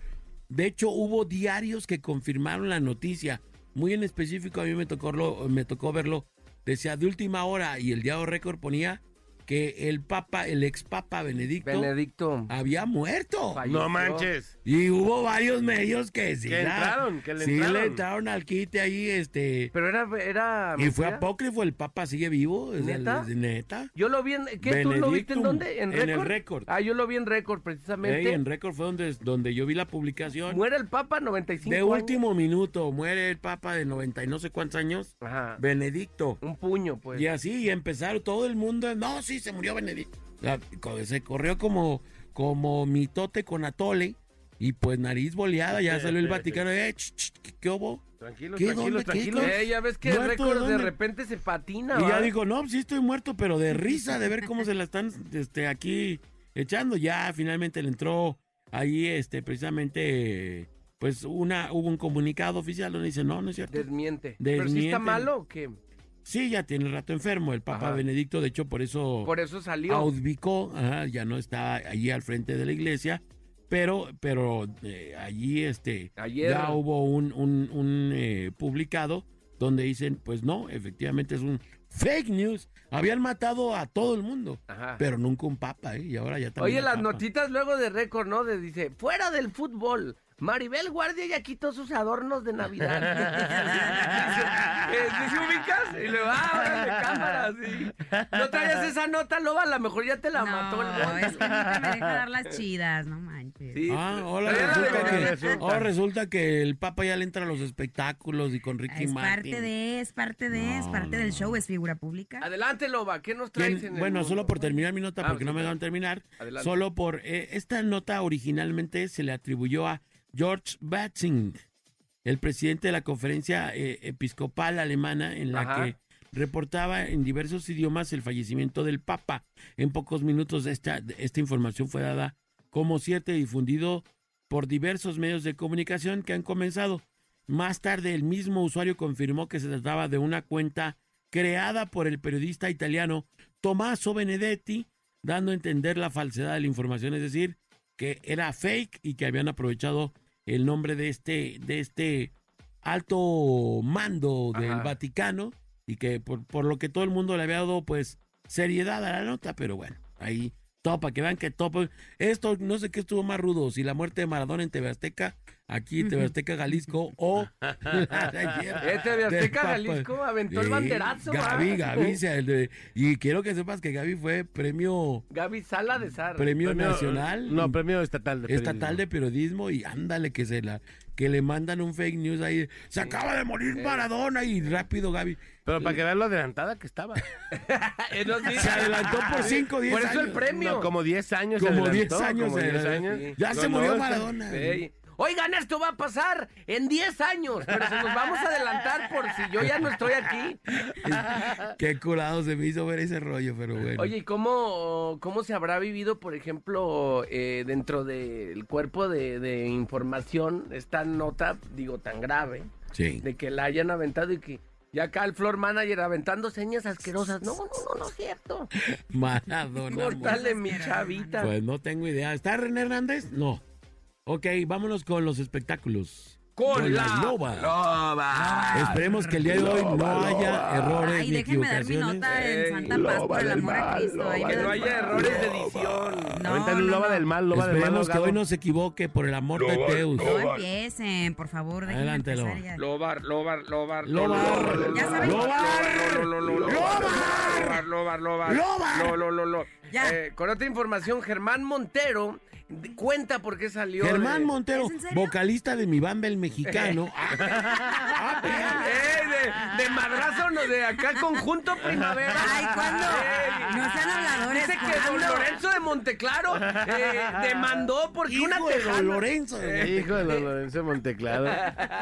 [SPEAKER 2] De hecho, hubo diarios que confirmaron la noticia. Muy en específico, a mí me tocó, lo- me tocó verlo. Decía de última hora y el Diario Récord ponía que el Papa, el ex Papa Benedicto, Ah.
[SPEAKER 3] Benedicto.
[SPEAKER 2] había muerto.
[SPEAKER 3] falleció.
[SPEAKER 5] No manches.
[SPEAKER 2] Y hubo varios medios que sí.
[SPEAKER 5] Que
[SPEAKER 2] la-
[SPEAKER 5] entraron, que le
[SPEAKER 2] sí
[SPEAKER 5] entraron.
[SPEAKER 2] le entraron al quite ahí, este.
[SPEAKER 3] Pero era. era
[SPEAKER 2] Y fue
[SPEAKER 3] mentira.
[SPEAKER 2] apócrifo, el Papa sigue vivo. o sea,
[SPEAKER 3] ¿Neta?
[SPEAKER 2] el- ¿Neta?
[SPEAKER 3] Yo lo vi en. ¿Qué? ¿Tú lo viste
[SPEAKER 2] Benedictum,
[SPEAKER 3] en dónde? ¿En
[SPEAKER 2] en el
[SPEAKER 3] récord?
[SPEAKER 2] Récord.
[SPEAKER 3] Ah, yo lo vi en récord, precisamente.
[SPEAKER 2] Ey, en récord fue donde, donde yo vi la publicación.
[SPEAKER 3] Muere el Papa 95.
[SPEAKER 2] de
[SPEAKER 3] años.
[SPEAKER 2] último minuto, muere el Papa de 90 y no sé cuántos años,
[SPEAKER 3] Ajá.
[SPEAKER 2] Benedicto.
[SPEAKER 3] Un puño, pues.
[SPEAKER 2] Y así, y empezaron todo el mundo, no, sí, se murió Benedicto. La- co- Se corrió como, como mitote con atole y pues nariz boleada, ya salió el Vaticano, eh, ch, ch, ¿qué- ¿qué hubo?
[SPEAKER 5] Tranquilo,
[SPEAKER 2] ¿Qué,
[SPEAKER 5] tranquilo,
[SPEAKER 2] dónde, qué,
[SPEAKER 5] tranquilo.
[SPEAKER 2] cómo?
[SPEAKER 3] Eh, ya ves que el
[SPEAKER 2] ¿Muerto de
[SPEAKER 3] récord de
[SPEAKER 2] dónde?
[SPEAKER 3] repente se patina.
[SPEAKER 2] Y ya
[SPEAKER 3] ¿va?
[SPEAKER 2] dijo, no, sí estoy muerto, pero de risa, de ver cómo se la están este, aquí echando. Ya finalmente le entró ahí, este, precisamente, pues una, hubo un comunicado oficial donde dice, no, no es cierto.
[SPEAKER 3] Desmiente. Pero si está
[SPEAKER 2] Desmienten.
[SPEAKER 3] malo o qué?
[SPEAKER 2] Sí, ya tiene rato enfermo el Papa
[SPEAKER 3] Ajá.
[SPEAKER 2] Benedicto, de hecho, por eso
[SPEAKER 3] Por eso salió.
[SPEAKER 2] audbicó, ajá, ya no está allí al frente de la iglesia. pero, pero eh, allí este,
[SPEAKER 3] Ayer.
[SPEAKER 2] ya hubo un, un- un, eh, publicado donde dicen, pues no, efectivamente es un fake news. Habían matado a todo el mundo,
[SPEAKER 3] Ajá.
[SPEAKER 2] pero nunca un papa, ¿eh? Y ahora ya también
[SPEAKER 3] Oye,
[SPEAKER 2] al
[SPEAKER 3] las
[SPEAKER 2] papa.
[SPEAKER 3] notitas luego de récord, ¿no? De dice, fuera del fútbol. Maribel Guardia ya quitó sus adornos
[SPEAKER 2] (laughs)
[SPEAKER 3] de Navidad. dice, eh, ¿sí se ubicas? Y le va, ahora de cámara, sí. No traigas esa nota, loba, a lo mejor ya te la mató el
[SPEAKER 4] No,
[SPEAKER 3] gol.
[SPEAKER 4] es que nunca me deja dar las chidas, no manches.
[SPEAKER 3] Sí,
[SPEAKER 2] Ah, ahora
[SPEAKER 3] traía la de
[SPEAKER 2] resulta, que,
[SPEAKER 3] Guardia.
[SPEAKER 2] ahora resulta que el papa ya le entra a los espectáculos y con Ricky
[SPEAKER 4] es
[SPEAKER 2] Martin.
[SPEAKER 4] parte de, es parte de, es
[SPEAKER 2] No,
[SPEAKER 4] parte
[SPEAKER 2] no,
[SPEAKER 4] del
[SPEAKER 2] no. Ah,
[SPEAKER 4] show, es figura pública.
[SPEAKER 3] Adelante, loba, ¿qué nos
[SPEAKER 2] Bien,
[SPEAKER 3] traes en el
[SPEAKER 2] bueno,
[SPEAKER 3] mundo?
[SPEAKER 2] solo por terminar mi nota,
[SPEAKER 3] Ah,
[SPEAKER 2] porque
[SPEAKER 3] sí,
[SPEAKER 2] no me
[SPEAKER 3] claro.
[SPEAKER 2] dejan terminar.
[SPEAKER 3] Adelante.
[SPEAKER 2] Solo por. eh, esta nota originalmente se le atribuyó a George Batzing, el presidente de la conferencia eh, episcopal alemana, en la
[SPEAKER 3] Ajá.
[SPEAKER 2] que reportaba en diversos idiomas el fallecimiento del Papa. En pocos minutos, esta, esta información fue dada como cierta y difundido por diversos medios de comunicación que han comenzado. Más tarde, el mismo usuario confirmó que se trataba de una cuenta creada por el periodista italiano Tommaso Benedetti, dando a entender la falsedad de la información, es decir, que era fake y que habían aprovechado el nombre de este, de este alto mando del
[SPEAKER 3] Ajá.
[SPEAKER 2] Vaticano y que por, por lo que todo el mundo le había dado pues seriedad a la nota, pero bueno, ahí topa, que vean que topa. Esto no sé qué estuvo más rudo, si la muerte de Maradona en TV Azteca, aquí en TV Azteca Jalisco
[SPEAKER 3] (laughs)
[SPEAKER 2] o la de ayer
[SPEAKER 3] Este de
[SPEAKER 2] del
[SPEAKER 3] Azteca
[SPEAKER 2] Papa.
[SPEAKER 3] Jalisco aventó el
[SPEAKER 2] Sí,
[SPEAKER 3] banderazo. ¿va?
[SPEAKER 2] Gaby,
[SPEAKER 3] (laughs)
[SPEAKER 2] Gaby, se- el de- y quiero que sepas que Gaby fue premio
[SPEAKER 3] Gaby Sala de Sar.
[SPEAKER 2] premio nacional
[SPEAKER 5] No, premio estatal. de
[SPEAKER 2] estatal de periodismo y ándale que se la que le mandan un fake news ahí se acaba de morir Maradona y rápido Gaby
[SPEAKER 5] Pero para que veas lo adelantada
[SPEAKER 2] (laughs)
[SPEAKER 5] que estaba.
[SPEAKER 3] (laughs) Eh, nos dice-
[SPEAKER 2] se adelantó por 5 10
[SPEAKER 3] Por eso
[SPEAKER 2] años
[SPEAKER 3] el premio.
[SPEAKER 5] No, como 10 años. se
[SPEAKER 2] Como
[SPEAKER 5] adelantó,
[SPEAKER 2] 10 años
[SPEAKER 5] como
[SPEAKER 2] se
[SPEAKER 5] 10
[SPEAKER 2] adelantó.
[SPEAKER 5] años.
[SPEAKER 2] Ya se
[SPEAKER 5] No,
[SPEAKER 2] murió
[SPEAKER 5] no,
[SPEAKER 2] Maradona.
[SPEAKER 3] Ey. Oigan, esto va a pasar en 10 años, pero se nos vamos a adelantar por si yo ya no estoy aquí.
[SPEAKER 4] (laughs)
[SPEAKER 2] qué curado se me hizo ver ese rollo pero bueno
[SPEAKER 3] Oye, ¿y cómo, cómo se habrá vivido, por ejemplo, eh, dentro del cuerpo de, de información esta nota, digo, tan grave,
[SPEAKER 2] sí
[SPEAKER 3] de que la hayan aventado y que ya acá el floor manager aventando señas asquerosas? No, no, no, no es cierto.
[SPEAKER 2] Maradona
[SPEAKER 3] Córtale, mi
[SPEAKER 4] asqueroso,
[SPEAKER 3] chavita.
[SPEAKER 2] Pues no tengo idea. ¿Está René Hernández? No. Ok, vámonos con los espectáculos.
[SPEAKER 3] Con
[SPEAKER 2] la
[SPEAKER 3] la
[SPEAKER 2] loba.
[SPEAKER 3] loba.
[SPEAKER 2] Esperemos que el día de hoy no haya errores
[SPEAKER 4] Ay,
[SPEAKER 2] ni
[SPEAKER 4] déjenme dar mi
[SPEAKER 2] equivocaciones.
[SPEAKER 4] nota
[SPEAKER 3] Ey,
[SPEAKER 4] en Santa Paz por el amor a Cristo. ahí me
[SPEAKER 3] Que no
[SPEAKER 4] dan-
[SPEAKER 3] haya errores de edición.
[SPEAKER 4] No,
[SPEAKER 5] Aventan un
[SPEAKER 4] no,
[SPEAKER 5] loba
[SPEAKER 4] no.
[SPEAKER 5] del mal, loba del mal.
[SPEAKER 2] Esperemos que
[SPEAKER 5] ahogado.
[SPEAKER 2] hoy no se equivoque por el amor de Teus.
[SPEAKER 4] No empiecen, por favor, déjenme
[SPEAKER 2] Adelante,
[SPEAKER 4] empezar
[SPEAKER 2] Loba.
[SPEAKER 4] ya.
[SPEAKER 3] Lobar, lobar, lobar.
[SPEAKER 2] Lobar.
[SPEAKER 4] Ya saben-
[SPEAKER 2] Lobar.
[SPEAKER 3] Lobar, lobar, lobar.
[SPEAKER 2] Lobar.
[SPEAKER 3] Lo, lo, lo, lo.
[SPEAKER 4] Ya.
[SPEAKER 3] Eh, con otra información, Germán Montero de- cuenta por qué salió.
[SPEAKER 2] Germán
[SPEAKER 3] de-
[SPEAKER 2] Montero,
[SPEAKER 4] ¿Es en serio?
[SPEAKER 2] vocalista de mi banda El Mexicano. (laughs) Ah,
[SPEAKER 3] (laughs)
[SPEAKER 2] ah,
[SPEAKER 3] Eh, de, de madrazo, no, de acá conjunto primavera.
[SPEAKER 4] Ay, ¿cuándo?
[SPEAKER 3] Ey.
[SPEAKER 4] No sean habladores.
[SPEAKER 3] Dice que don
[SPEAKER 4] ¿cuándo?
[SPEAKER 3] Lorenzo de Monteclaro eh, demandó porque
[SPEAKER 2] Hijo
[SPEAKER 3] una
[SPEAKER 2] de don
[SPEAKER 3] tejana- Eh.
[SPEAKER 2] Lorenzo.
[SPEAKER 5] Hijo de don
[SPEAKER 2] (laughs)
[SPEAKER 5] Lorenzo Monteclaro.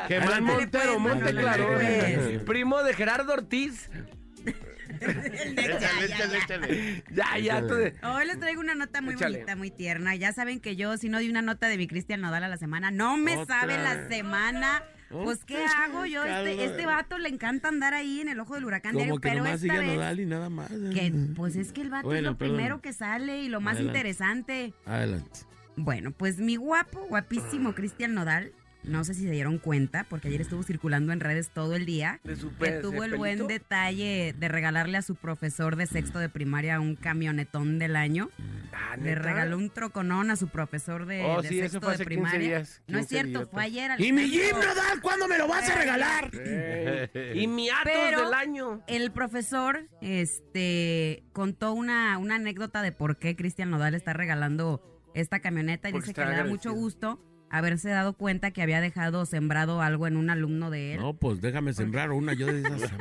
[SPEAKER 5] Germán
[SPEAKER 4] Ándale,
[SPEAKER 5] Montero,
[SPEAKER 4] pues, Manolo,
[SPEAKER 5] Monteclaro.
[SPEAKER 4] ándale,
[SPEAKER 5] Échale,
[SPEAKER 3] Primo de Gerardo Ortiz.
[SPEAKER 4] El de- (laughs) ya, ya, ya.
[SPEAKER 2] (laughs)
[SPEAKER 5] échale, échale.
[SPEAKER 3] Ya, ya. tú de-
[SPEAKER 4] Hoy les traigo una nota muy
[SPEAKER 3] Échale.
[SPEAKER 4] bonita, muy tierna. Ya saben que yo, si no di una nota de mi Cristian Nodal a la semana, no me
[SPEAKER 2] Otra.
[SPEAKER 4] sabe la semana. Pues, ¿qué hago yo?
[SPEAKER 2] Caldo
[SPEAKER 4] Este,
[SPEAKER 2] de-
[SPEAKER 4] este vato le encanta andar ahí en el ojo del huracán
[SPEAKER 2] Como
[SPEAKER 4] diario,
[SPEAKER 2] que
[SPEAKER 4] pero
[SPEAKER 2] nomás
[SPEAKER 4] esta
[SPEAKER 2] siga
[SPEAKER 4] vez...
[SPEAKER 2] Nodal y nada más. eh.
[SPEAKER 4] que, pues es que el vato
[SPEAKER 2] Bueno,
[SPEAKER 4] es lo
[SPEAKER 2] perdón.
[SPEAKER 4] primero que sale y lo más
[SPEAKER 2] Adelante.
[SPEAKER 4] interesante.
[SPEAKER 2] Adelante.
[SPEAKER 4] Bueno, pues mi guapo,
[SPEAKER 5] Ah.
[SPEAKER 4] guapísimo Cristian Nodal, no sé si se dieron cuenta, porque ayer estuvo circulando en redes todo el día,
[SPEAKER 3] De su
[SPEAKER 4] que
[SPEAKER 3] pe-
[SPEAKER 4] tuvo el
[SPEAKER 3] pelito.
[SPEAKER 4] buen detalle de regalarle a su profesor de sexto de primaria un camionetón del año.
[SPEAKER 3] Ah,
[SPEAKER 4] Le
[SPEAKER 3] ¿neta?
[SPEAKER 4] regaló un troconón a su profesor de,
[SPEAKER 5] Oh,
[SPEAKER 4] de
[SPEAKER 5] sí, eso
[SPEAKER 4] sexto
[SPEAKER 5] fue
[SPEAKER 4] de
[SPEAKER 5] hace 15
[SPEAKER 4] primaria.
[SPEAKER 5] días,
[SPEAKER 4] no es
[SPEAKER 5] 15
[SPEAKER 4] cierto,
[SPEAKER 5] idiotas.
[SPEAKER 4] fue ayer.
[SPEAKER 2] Y mi
[SPEAKER 4] Alejandro.
[SPEAKER 2] Jim Nodal, ¿cuándo me lo vas a regalar?
[SPEAKER 4] Eh.
[SPEAKER 3] Ey. Y mi Atos
[SPEAKER 4] Pero-
[SPEAKER 3] del año.
[SPEAKER 4] El profesor este, contó una, una anécdota de por qué Cristian Nodal está regalando esta camioneta y
[SPEAKER 3] Porque
[SPEAKER 4] dice que
[SPEAKER 3] está
[SPEAKER 4] le da
[SPEAKER 3] agradecido.
[SPEAKER 4] mucho gusto haberse dado cuenta que había dejado sembrado algo en un alumno de él.
[SPEAKER 2] No, pues déjame sembrar una yo de esas. eh.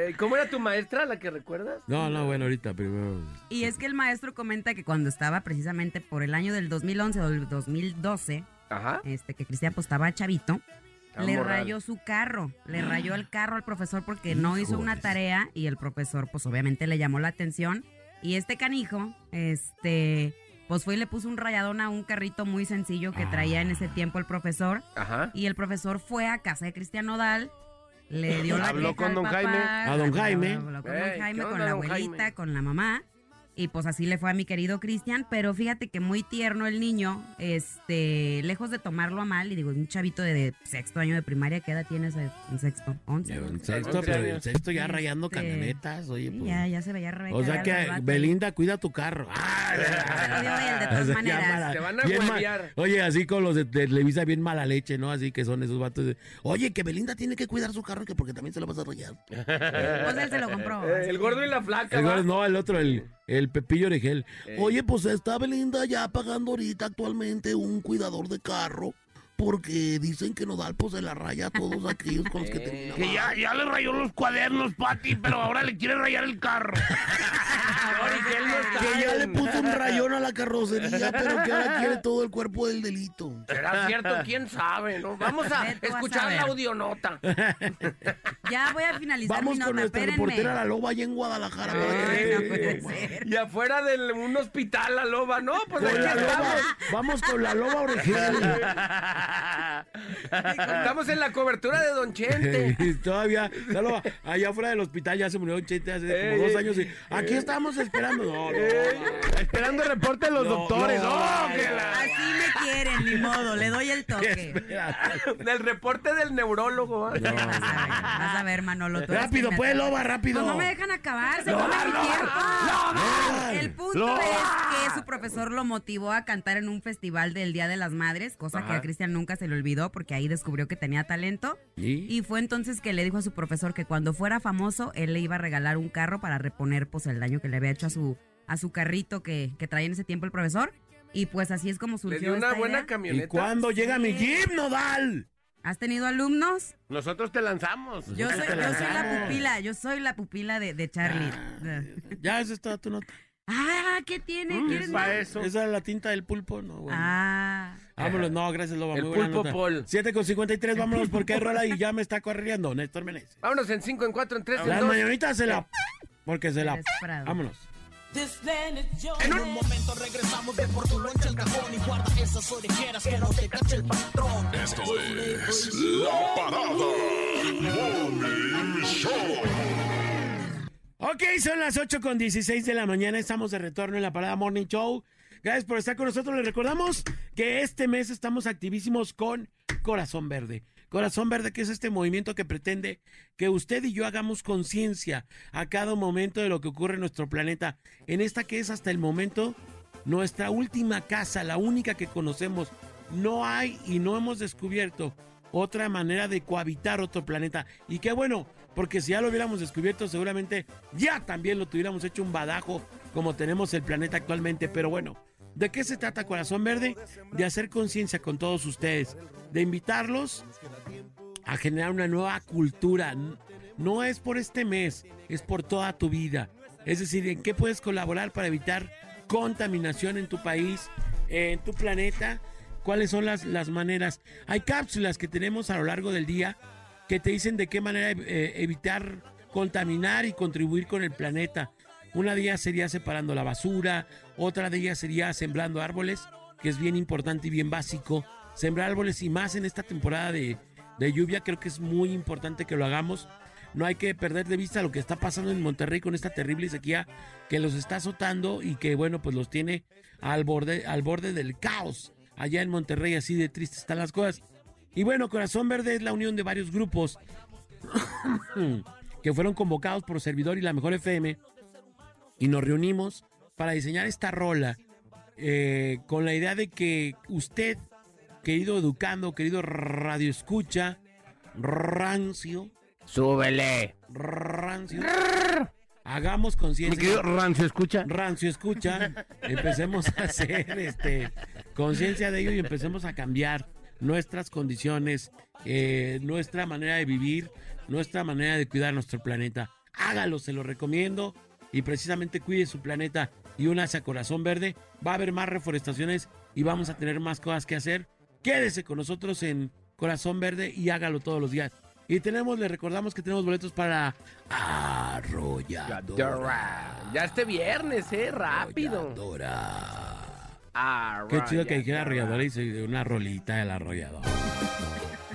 [SPEAKER 3] Ey, Eh, ¿Cómo era tu maestra, la que recuerdas?
[SPEAKER 2] No, no, bueno, ahorita primero.
[SPEAKER 4] Y es que el maestro comenta que cuando estaba precisamente por el año del 2011 o el 2012,
[SPEAKER 3] Ajá.
[SPEAKER 4] este, que Cristian pues estaba chavito,
[SPEAKER 3] Estaba Ah.
[SPEAKER 4] le
[SPEAKER 3] morral.
[SPEAKER 4] rayó su carro, le rayó el carro al profesor porque no hizo
[SPEAKER 2] Híjoles.
[SPEAKER 4] una tarea y el profesor pues obviamente le llamó la atención y este canijo, este, pues fue y le puso un rayadón a un carrito muy sencillo que traía en ese tiempo el profesor
[SPEAKER 3] Ajá.
[SPEAKER 4] y el profesor fue a casa de Cristian Nodal, le dio la
[SPEAKER 5] Habló
[SPEAKER 4] queja
[SPEAKER 5] con
[SPEAKER 4] al
[SPEAKER 5] don
[SPEAKER 4] papá,
[SPEAKER 5] Jaime.
[SPEAKER 2] A don Jaime.
[SPEAKER 4] Habló con
[SPEAKER 3] Ey,
[SPEAKER 4] don
[SPEAKER 3] ¿qué
[SPEAKER 4] Jaime, con
[SPEAKER 3] onda,
[SPEAKER 4] la
[SPEAKER 3] don
[SPEAKER 4] abuelita,
[SPEAKER 3] Jaime?
[SPEAKER 4] con la mamá Y pues así le fue a mi querido Cristian, pero fíjate que muy tierno el niño, este, lejos de tomarlo a mal, y digo, un chavito de, de sexto año de primaria, ¿qué edad tienes en sexto? Once.
[SPEAKER 2] En sexto, pero en sexto ya rayando
[SPEAKER 4] Este,
[SPEAKER 2] camionetas, oye,
[SPEAKER 4] Sí,
[SPEAKER 2] pues.
[SPEAKER 4] ya, ya se veía Rebeca.
[SPEAKER 2] O sea
[SPEAKER 4] ya
[SPEAKER 2] que
[SPEAKER 4] los vatos.
[SPEAKER 2] Belinda cuida tu carro. ¡Ah! (laughs)
[SPEAKER 4] Ay, de todas
[SPEAKER 2] O sea, ya
[SPEAKER 4] maneras.
[SPEAKER 2] mala-
[SPEAKER 3] Te van a
[SPEAKER 2] bien mal-
[SPEAKER 3] huevear.
[SPEAKER 2] Oye, así con los de Televisa bien mala leche, ¿no? Así que son esos vatos de, Oye, que Belinda tiene que cuidar su carro que porque también se lo vas a rayar.
[SPEAKER 4] Pues él se lo compró.
[SPEAKER 3] (laughs) Eh, el gordo y la flaca.
[SPEAKER 2] El
[SPEAKER 3] va.
[SPEAKER 2] gordo- no, el otro, el, el Pepillo Orejel. Oye, pues está Belinda ya pagando ahorita actualmente un cuidador de carro porque dicen que Nodal pues se la raya a todos aquellos con
[SPEAKER 3] (laughs)
[SPEAKER 2] los que tenía.
[SPEAKER 3] Que ya, ya le rayó los cuadernos, Pati, pero ahora le quiere rayar el carro. ahora Ah, que él no está.
[SPEAKER 2] Que ya le
[SPEAKER 3] en-
[SPEAKER 2] puso un rayón a la carrocería, pero que ahora quiere todo el cuerpo del delito.
[SPEAKER 3] ¿Será cierto? ¿Quién sabe? ¿no? Vamos a
[SPEAKER 4] Ve tú a
[SPEAKER 3] escuchar la
[SPEAKER 4] saber.
[SPEAKER 3] audionota.
[SPEAKER 4] Ya voy a finalizar
[SPEAKER 2] Vamos
[SPEAKER 4] mi nota,
[SPEAKER 2] con nuestra
[SPEAKER 4] espérenme.
[SPEAKER 2] reportera Eh, La Loba allá en Guadalajara. ¿verdad?
[SPEAKER 4] Ay, no puede ser.
[SPEAKER 3] Y afuera de un hospital, la loba. No, pues
[SPEAKER 2] Con
[SPEAKER 3] aquí
[SPEAKER 2] la loba,
[SPEAKER 3] estamos.
[SPEAKER 2] vamos con la loba orejel.
[SPEAKER 3] Estamos en la cobertura de Don Chente.
[SPEAKER 2] Y Todavía, la loba, allá afuera del hospital ya se murió un chente hace como
[SPEAKER 5] Ey,
[SPEAKER 2] dos años. y aquí estamos esperando. No, no,
[SPEAKER 5] Esperando el reporte de los
[SPEAKER 2] No,
[SPEAKER 5] doctores.
[SPEAKER 2] no,
[SPEAKER 5] ¡Oh,
[SPEAKER 2] no,
[SPEAKER 5] que
[SPEAKER 2] no.
[SPEAKER 5] la-
[SPEAKER 4] Así
[SPEAKER 2] eh.
[SPEAKER 4] me quieren, ni modo, le doy el toque.
[SPEAKER 2] (laughs) espérate.
[SPEAKER 3] Del reporte del neurólogo. ¿eh?
[SPEAKER 4] Vas a ver, vas a ver, Manolo. tú eres
[SPEAKER 2] Rápido,
[SPEAKER 4] quien me
[SPEAKER 2] pues,
[SPEAKER 4] atrapa.
[SPEAKER 2] loba, rápido.
[SPEAKER 4] No, no me dejan acabar, se
[SPEAKER 2] Loba,
[SPEAKER 4] come mi
[SPEAKER 2] loba,
[SPEAKER 4] tiempo.
[SPEAKER 2] loba.
[SPEAKER 4] El punto
[SPEAKER 5] Loba.
[SPEAKER 4] es que su profesor lo motivó a cantar en un festival del Día de las Madres, cosa que a Cristian nunca se le olvidó porque ahí descubrió que tenía talento.
[SPEAKER 2] ¿Y?
[SPEAKER 4] Y fue entonces que le dijo a su profesor que cuando fuera famoso, él le iba a regalar un carro para reponer pues, el daño que le había hecho a su, a su carrito que, que traía en ese tiempo el profesor. Y pues así es como
[SPEAKER 3] Le
[SPEAKER 4] surgió
[SPEAKER 3] dio una
[SPEAKER 4] esta
[SPEAKER 3] buena
[SPEAKER 4] idea.
[SPEAKER 2] ¿Y
[SPEAKER 3] camioneta.
[SPEAKER 2] cuándo llega mi jeep, Nodal?
[SPEAKER 4] ¿Has tenido alumnos?
[SPEAKER 5] Nosotros te lanzamos.
[SPEAKER 3] Pues
[SPEAKER 4] Yo soy,
[SPEAKER 2] te
[SPEAKER 4] yo soy
[SPEAKER 2] lanzamos.
[SPEAKER 4] la pupila, yo soy la pupila de, de Charlie.
[SPEAKER 2] Ya, esa está tu nota.
[SPEAKER 4] Ah, ¿qué tiene? ¿Quieres
[SPEAKER 5] Es para
[SPEAKER 4] más?
[SPEAKER 5] eso.
[SPEAKER 2] Esa es la tinta del pulpo, no, bueno.
[SPEAKER 4] Ah,
[SPEAKER 2] Vámonos, no, gracias, Loba.
[SPEAKER 3] El
[SPEAKER 2] muy buena
[SPEAKER 3] pulpo
[SPEAKER 2] nota.
[SPEAKER 3] Paul.
[SPEAKER 2] 7 con 53, vámonos porque hay rola y ya me está corriendo, Néstor Meneses.
[SPEAKER 3] Vámonos en 5, en 4, en 3, en
[SPEAKER 2] Las
[SPEAKER 3] 2.
[SPEAKER 2] mañanitas se la. Porque se la.
[SPEAKER 4] Eres Prado.
[SPEAKER 2] Vámonos.
[SPEAKER 1] En un momento regresamos de por tu loncha al cajón y guarda esas orejeras que no te cache el patrón.
[SPEAKER 7] Esto es La Parada Morning Show.
[SPEAKER 2] Ok, son las 8 con 16 de la mañana. Estamos de retorno en la parada Morning Show. Gracias por estar con nosotros. Les recordamos que este mes estamos activísimos con Corazón Verde. Corazón Verde, que es este movimiento que pretende que usted y yo hagamos conciencia a cada momento de lo que ocurre en nuestro planeta, en esta que es hasta el momento nuestra última casa, la única que conocemos. No hay y no hemos descubierto otra manera de cohabitar otro planeta. Y qué bueno, porque si ya lo hubiéramos descubierto, seguramente ya también lo tuviéramos hecho un badajo como tenemos el planeta actualmente. Pero bueno, ¿de qué se trata Corazón Verde? De hacer conciencia con todos ustedes, de invitarlos a generar una nueva cultura. N- No es por este mes, es por toda tu vida. Es decir, ¿en qué puedes colaborar para evitar contaminación en tu país, en tu planeta? ¿Cuáles son las, las maneras? Hay cápsulas que tenemos a lo largo del día que te dicen de qué manera eh, evitar contaminar y contribuir con el planeta. Una de ellas sería separando la basura, otra de ellas sería sembrando árboles, que es bien importante y bien básico. Sembrar árboles y más en esta temporada de, de lluvia creo que es muy importante que lo hagamos. No hay que perder de vista lo que está pasando en Monterrey con esta terrible sequía que los está azotando y que bueno, pues los tiene al borde, al borde del caos. Allá en Monterrey así de triste están las cosas. Y bueno, Corazón Verde es la unión de varios grupos que fueron convocados por Servidor y la Mejor FM y nos reunimos para diseñar esta rola eh, con la idea de que usted, querido educando, querido radio escucha, rancio,
[SPEAKER 5] Súbele.
[SPEAKER 2] rancio, hagamos
[SPEAKER 5] Mi
[SPEAKER 2] conciencia.
[SPEAKER 5] querido Rancio, escucha.
[SPEAKER 2] Rancio, escucha, empecemos a hacer este conciencia de ello y empecemos a cambiar nuestras condiciones, eh, nuestra manera de vivir, nuestra manera de cuidar nuestro planeta. Hágalo, se lo recomiendo y precisamente cuide su planeta y únase a Corazón Verde. Va a haber más reforestaciones y vamos a tener más cosas que hacer. Quédese con nosotros en Corazón Verde y hágalo todos los días. Y tenemos, le recordamos que tenemos boletos para Arrolladora.
[SPEAKER 3] Ya este viernes, eh, rápido.
[SPEAKER 2] Arrolladora.
[SPEAKER 3] Ah,
[SPEAKER 2] Qué chido
[SPEAKER 3] raya.
[SPEAKER 2] que dijera arrolladora y se de una rolita del arrollador.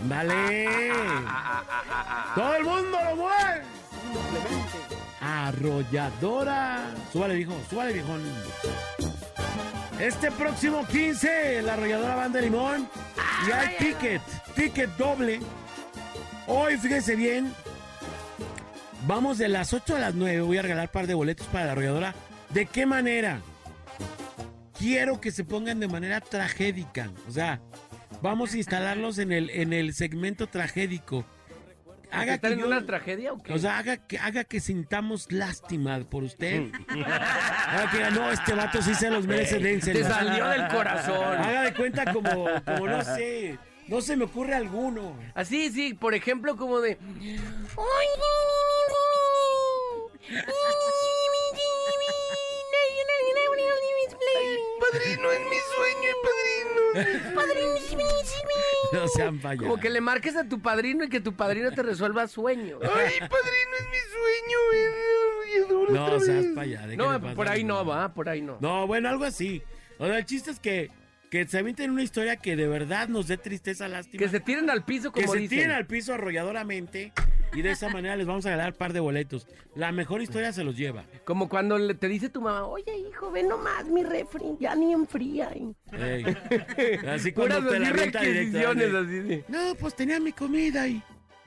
[SPEAKER 2] Dale.
[SPEAKER 3] Ah, ah, ah, ah, ah.
[SPEAKER 2] Todo el mundo lo mueve. arrolladora. Súbale, viejo, súbale, viejón. Este próximo 15, la arrolladora Banda Limón. Y hay ticket, ticket doble. Hoy, fíjese bien, vamos de las 8 a las 9. Voy a regalar par de boletos para la arrolladora. ¿De qué manera? Quiero que se pongan de manera tragédica. O sea, vamos a instalarlos en el, en el segmento tragédico. Haga
[SPEAKER 3] ¿Están
[SPEAKER 2] que
[SPEAKER 3] en
[SPEAKER 2] yo-
[SPEAKER 3] una tragedia o qué?
[SPEAKER 2] o sea, haga que, haga que sintamos lástima por usted.
[SPEAKER 3] Mm.
[SPEAKER 2] (laughs) haga que diga, no, este vato sí se los merece,
[SPEAKER 3] Eh, te
[SPEAKER 2] dénselo.
[SPEAKER 3] salió del corazón.
[SPEAKER 2] Haga de cuenta como, como no sé, no se me ocurre
[SPEAKER 3] (laughs)
[SPEAKER 2] alguno.
[SPEAKER 3] Así, sí, por ejemplo, como de. Padrino es mi sueño, padrino.
[SPEAKER 2] No sean payasos.
[SPEAKER 3] Como que le marques a tu padrino y que tu padrino te resuelva sueños.
[SPEAKER 5] Ay, padrino, es mi sueño.
[SPEAKER 2] No seas payaso. ¿qué le
[SPEAKER 3] No,
[SPEAKER 2] pasa?
[SPEAKER 3] por ahí no va, por ahí no.
[SPEAKER 2] No, bueno, algo así. O sea, el chiste es que, que se avienten una historia que de verdad nos dé tristeza, lástima.
[SPEAKER 3] Que se tiren al piso,
[SPEAKER 2] que
[SPEAKER 3] como
[SPEAKER 2] se
[SPEAKER 3] dicen.
[SPEAKER 2] tiren al piso arrolladoramente. Y de esa manera les vamos a ganar par de boletos. La mejor historia se los lleva.
[SPEAKER 3] Como cuando le- te dice tu mamá, oye, hijo, ve nomás mi refri, ya ni enfría. y-
[SPEAKER 2] Ey. Así
[SPEAKER 3] Puras
[SPEAKER 2] cuando te la
[SPEAKER 3] así
[SPEAKER 2] avienta
[SPEAKER 3] requisiciones,
[SPEAKER 2] directamente.
[SPEAKER 3] así de,
[SPEAKER 2] No, pues tenía mi comida y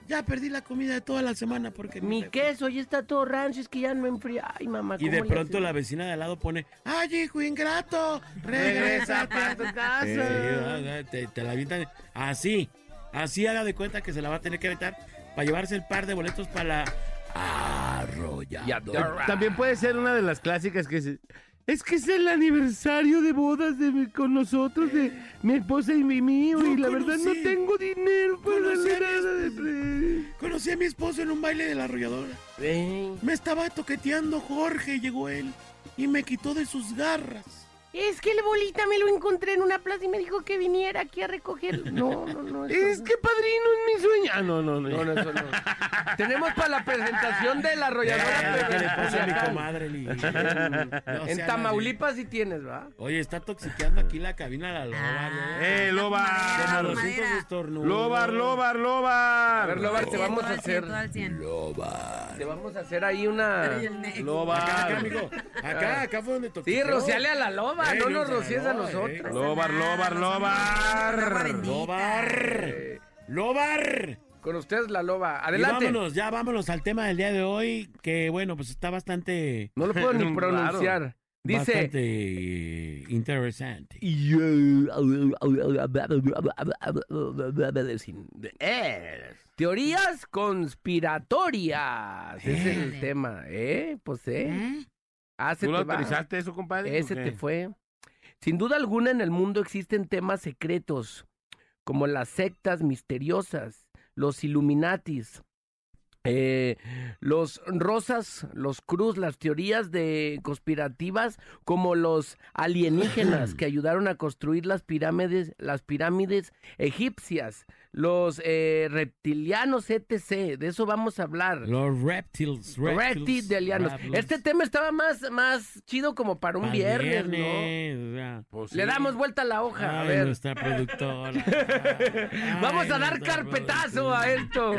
[SPEAKER 2] ya perdí la comida de toda la semana porque...
[SPEAKER 3] Mi
[SPEAKER 2] me-
[SPEAKER 3] queso ya está todo rancho, es que ya no enfría. Ay, mamá,
[SPEAKER 2] Y de
[SPEAKER 3] ¿cómo le
[SPEAKER 2] pronto
[SPEAKER 3] haces?
[SPEAKER 2] la vecina de al lado pone, ¡ay, hijo ingrato!
[SPEAKER 3] Regresa
[SPEAKER 2] ¡Regrésate
[SPEAKER 3] para
[SPEAKER 2] a
[SPEAKER 3] tu
[SPEAKER 2] tu
[SPEAKER 3] casa.
[SPEAKER 2] casa! Te, te la avientan así, así haga de cuenta que se la va a tener que aventar para llevarse el par de boletos para la arrolladora.
[SPEAKER 5] También puede ser una de las clásicas que se- Es que es el aniversario de bodas de mi- con nosotros, de mi esposa y mi mío,
[SPEAKER 2] Yo
[SPEAKER 5] y la verdad no
[SPEAKER 2] conocí-
[SPEAKER 5] tengo dinero para
[SPEAKER 2] conocí a
[SPEAKER 5] la
[SPEAKER 2] mi
[SPEAKER 5] nada de pre-
[SPEAKER 2] Conocí a mi esposo en un baile de la arrolladora.
[SPEAKER 3] Ey,
[SPEAKER 2] Me estaba toqueteando Jorge, llegó él y me quitó de sus garras.
[SPEAKER 3] Es que el bolita me lo encontré en una plaza y me dijo que viniera aquí a recogerlo. No, no, no. eso
[SPEAKER 5] Es
[SPEAKER 3] no.
[SPEAKER 5] que padrino es mi sueño. Ah, no, no, no.
[SPEAKER 3] No, no, eso no. Tenemos para la presentación de la arrolladora.
[SPEAKER 2] Eh,
[SPEAKER 3] pero
[SPEAKER 2] ¿Qué
[SPEAKER 3] en
[SPEAKER 2] le pasa a mi
[SPEAKER 3] Culiacán.
[SPEAKER 2] comadre,
[SPEAKER 3] (laughs)
[SPEAKER 2] Lili? No
[SPEAKER 3] En
[SPEAKER 2] sea
[SPEAKER 3] Tamaulipas sí tienes, ¿verdad?
[SPEAKER 2] nadie. Oye, está toxiqueando aquí la cabina la
[SPEAKER 4] Ah.
[SPEAKER 2] loba. ¿no?
[SPEAKER 5] ¡Eh,
[SPEAKER 2] Como
[SPEAKER 5] Lobar!
[SPEAKER 4] la
[SPEAKER 2] 200
[SPEAKER 4] madera.
[SPEAKER 2] estornudos.
[SPEAKER 5] ¡Lobar, Lobar,
[SPEAKER 3] A
[SPEAKER 5] Lobar!
[SPEAKER 3] ver, Lobar, te vamos a
[SPEAKER 4] Todo al cien,
[SPEAKER 3] hacer.
[SPEAKER 4] todo al cien.
[SPEAKER 3] Te vamos a hacer ahí una.
[SPEAKER 4] Y el next.
[SPEAKER 2] Acá, acá,
[SPEAKER 5] Lobar,
[SPEAKER 2] amigo. Acá, acá fue donde toqué.
[SPEAKER 3] Sí, rociale a la loba,
[SPEAKER 2] Eh,
[SPEAKER 3] no nos
[SPEAKER 2] no,
[SPEAKER 3] rocies a
[SPEAKER 2] no, eh.
[SPEAKER 3] nosotros.
[SPEAKER 5] Lobar, Lobar,
[SPEAKER 4] Agua
[SPEAKER 5] Lobar.
[SPEAKER 4] bendita.
[SPEAKER 2] Lobar. Lobar.
[SPEAKER 3] Con ustedes la loba.
[SPEAKER 2] Y
[SPEAKER 3] Adelante.
[SPEAKER 2] vámonos, ya vámonos al tema del día de hoy, que bueno, pues está bastante,
[SPEAKER 3] No lo puedo ni
[SPEAKER 5] Claro.
[SPEAKER 3] pronunciar. Dice.
[SPEAKER 2] bastante eh, interesante.
[SPEAKER 3] Y yo- Eh, (laughs) Teorías conspiratorias. Ese es el
[SPEAKER 4] Eh.
[SPEAKER 3] tema, ¿eh? Pues, ¿eh?
[SPEAKER 4] ¿Eh?
[SPEAKER 3] Ah, se
[SPEAKER 5] ¿Tú lo
[SPEAKER 3] te va.
[SPEAKER 5] autorizaste eso, compadre?
[SPEAKER 3] Ese
[SPEAKER 5] ¿O qué?
[SPEAKER 3] te fue. Sin duda alguna en el mundo existen temas secretos, como las sectas misteriosas, los Illuminatis, eh, los Rosas, los Cruz, las teorías de conspirativas, como los alienígenas que ayudaron a construir las pirámides, las pirámides egipcias, los eh, reptilianos, etc. De eso vamos a hablar.
[SPEAKER 2] Los reptiles, reptiles.
[SPEAKER 3] Reptilianos. Este tema estaba más, más chido como para un viernes, ¿no?
[SPEAKER 5] Pues
[SPEAKER 3] Le
[SPEAKER 5] sí.
[SPEAKER 3] damos vuelta a la hoja, a ver.
[SPEAKER 2] nuestra productora. Ay,
[SPEAKER 3] (laughs) Vamos a dar
[SPEAKER 2] nuestra
[SPEAKER 3] carpetazo
[SPEAKER 2] productora.
[SPEAKER 3] a
[SPEAKER 2] (laughs)
[SPEAKER 3] esto.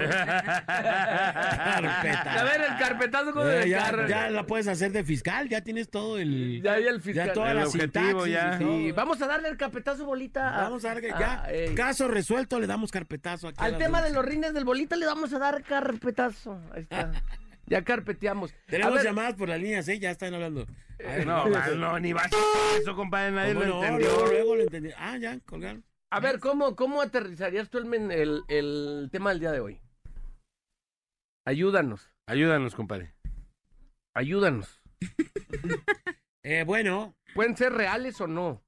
[SPEAKER 2] Carpeta.
[SPEAKER 3] A ver, el carpetazo con
[SPEAKER 2] Ya,
[SPEAKER 3] el
[SPEAKER 2] Eh, ya,
[SPEAKER 3] carro.
[SPEAKER 2] ya la puedes hacer de fiscal, ya tienes todo el...
[SPEAKER 3] Ya hay el fiscal.
[SPEAKER 2] Ya toda
[SPEAKER 5] El
[SPEAKER 2] la
[SPEAKER 5] objetivo,
[SPEAKER 2] sintaxis
[SPEAKER 5] ya.
[SPEAKER 2] y todo.
[SPEAKER 3] Sí, vamos a darle el carpetazo bolita. a-
[SPEAKER 2] Vamos a ver que ya.
[SPEAKER 3] a- eh,
[SPEAKER 2] caso resuelto, le damos carpetazo aquí. a
[SPEAKER 3] al
[SPEAKER 2] las
[SPEAKER 3] tema de
[SPEAKER 2] dulces.
[SPEAKER 3] los rines del bolita le vamos a dar carpetazo.
[SPEAKER 2] (laughs)
[SPEAKER 3] Ahí está. Ya carpeteamos. A
[SPEAKER 2] Tenemos
[SPEAKER 3] ver,
[SPEAKER 2] llamadas por las líneas, ¿eh? Ya están hablando. A ver,
[SPEAKER 5] Eh, No,
[SPEAKER 2] ¿cómo
[SPEAKER 5] no, ni va a eso, compadre, nadie
[SPEAKER 2] no?
[SPEAKER 5] lo
[SPEAKER 2] Luego,
[SPEAKER 5] entendió.
[SPEAKER 2] luego lo entendí. Ah, ya, colgaron.
[SPEAKER 3] a ver, ¿cómo, cómo aterrizarías tú el, men- el- el tema del día de hoy? Ayúdanos,
[SPEAKER 5] Ayúdanos, compadre.
[SPEAKER 3] ayúdanos.
[SPEAKER 2] Eh, bueno,
[SPEAKER 3] Pueden ser reales o no.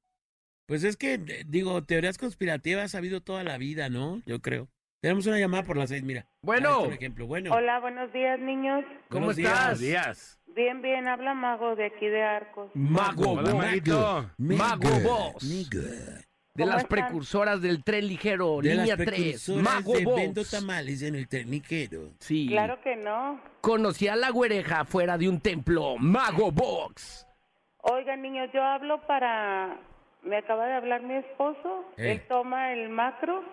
[SPEAKER 2] pues es que, eh, digo, teorías conspirativas ha habido toda la vida, ¿no? Yo creo. Tenemos una llamada por las seis, mira.
[SPEAKER 3] Bueno.
[SPEAKER 2] Por ejemplo, bueno.
[SPEAKER 8] Hola, buenos días, niños.
[SPEAKER 3] ¿Cómo
[SPEAKER 2] buenos
[SPEAKER 3] estás?
[SPEAKER 5] Buenos días.
[SPEAKER 8] Bien, bien, habla Mago de aquí de Arcos.
[SPEAKER 3] Mago,
[SPEAKER 5] Hola,
[SPEAKER 3] Bo-
[SPEAKER 5] Maguito.
[SPEAKER 3] Mago Boss. De
[SPEAKER 8] ¿Cómo
[SPEAKER 3] las
[SPEAKER 8] están?
[SPEAKER 3] precursoras del tren ligero,
[SPEAKER 2] De las
[SPEAKER 3] línea 3,
[SPEAKER 2] precursoras
[SPEAKER 3] Mago
[SPEAKER 2] de Vendo
[SPEAKER 3] Boss.
[SPEAKER 2] tamales en el terniquero.
[SPEAKER 3] Sí.
[SPEAKER 8] Claro que no.
[SPEAKER 3] Conocí a la güereja fuera de un templo, Mago Box.
[SPEAKER 8] Oigan, niños, yo hablo para... Me acaba de hablar mi esposo.
[SPEAKER 2] Eh.
[SPEAKER 8] Él toma el macro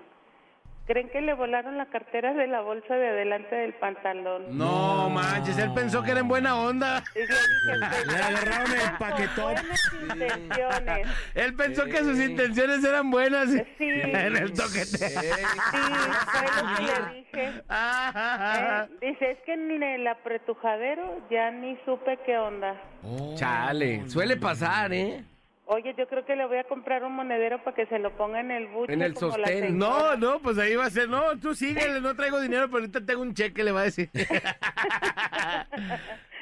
[SPEAKER 8] ¿Creen que le volaron la cartera de la bolsa de adelante del pantalón?
[SPEAKER 5] No, manches, él pensó que era en buena onda.
[SPEAKER 8] Y yo dije,
[SPEAKER 2] Ah, Le agarraron el paquetón.
[SPEAKER 8] Buenas intenciones.
[SPEAKER 5] Él pensó que sus intenciones eran buenas
[SPEAKER 8] Sí,
[SPEAKER 5] en el toquete.
[SPEAKER 8] sí, fue lo que le dije. Eh, Dice, es que en el apretujadero ya ni supe qué onda.
[SPEAKER 5] Oh,
[SPEAKER 3] Chale, suele pasar, ¿eh?
[SPEAKER 8] Oye, yo creo que le voy a comprar un monedero para que se lo ponga en el buche.
[SPEAKER 3] En el
[SPEAKER 8] como la
[SPEAKER 3] sostén.
[SPEAKER 8] señora.
[SPEAKER 5] No, (laughs) no, pues ahí va a ser. No, tú síguele, no traigo dinero, pero ahorita tengo un cheque, le va a decir. (laughs)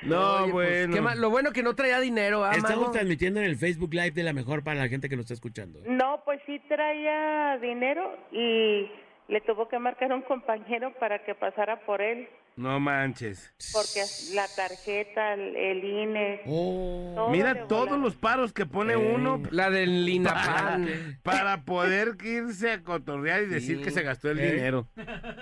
[SPEAKER 5] No,
[SPEAKER 3] Oye, pues,
[SPEAKER 5] bueno.
[SPEAKER 3] qué mal- Lo bueno que no traía dinero, ¿ah,
[SPEAKER 2] Estamos
[SPEAKER 3] mago?
[SPEAKER 2] transmitiendo en el Facebook Live de la mejor para la gente que nos está escuchando. ¿eh?
[SPEAKER 8] No, pues sí traía dinero y le tuvo que marcar un compañero para que pasara por él,
[SPEAKER 5] No manches.
[SPEAKER 8] porque la tarjeta, el, el INE.
[SPEAKER 3] Oh.
[SPEAKER 8] todo le
[SPEAKER 5] Mira todos
[SPEAKER 8] volaron.
[SPEAKER 5] los paros que pone uno
[SPEAKER 3] La del
[SPEAKER 5] para,
[SPEAKER 3] Linapan.
[SPEAKER 5] para poder irse a cotorrear y decir
[SPEAKER 3] Sí.
[SPEAKER 5] que se gastó el
[SPEAKER 2] Eh.
[SPEAKER 5] dinero.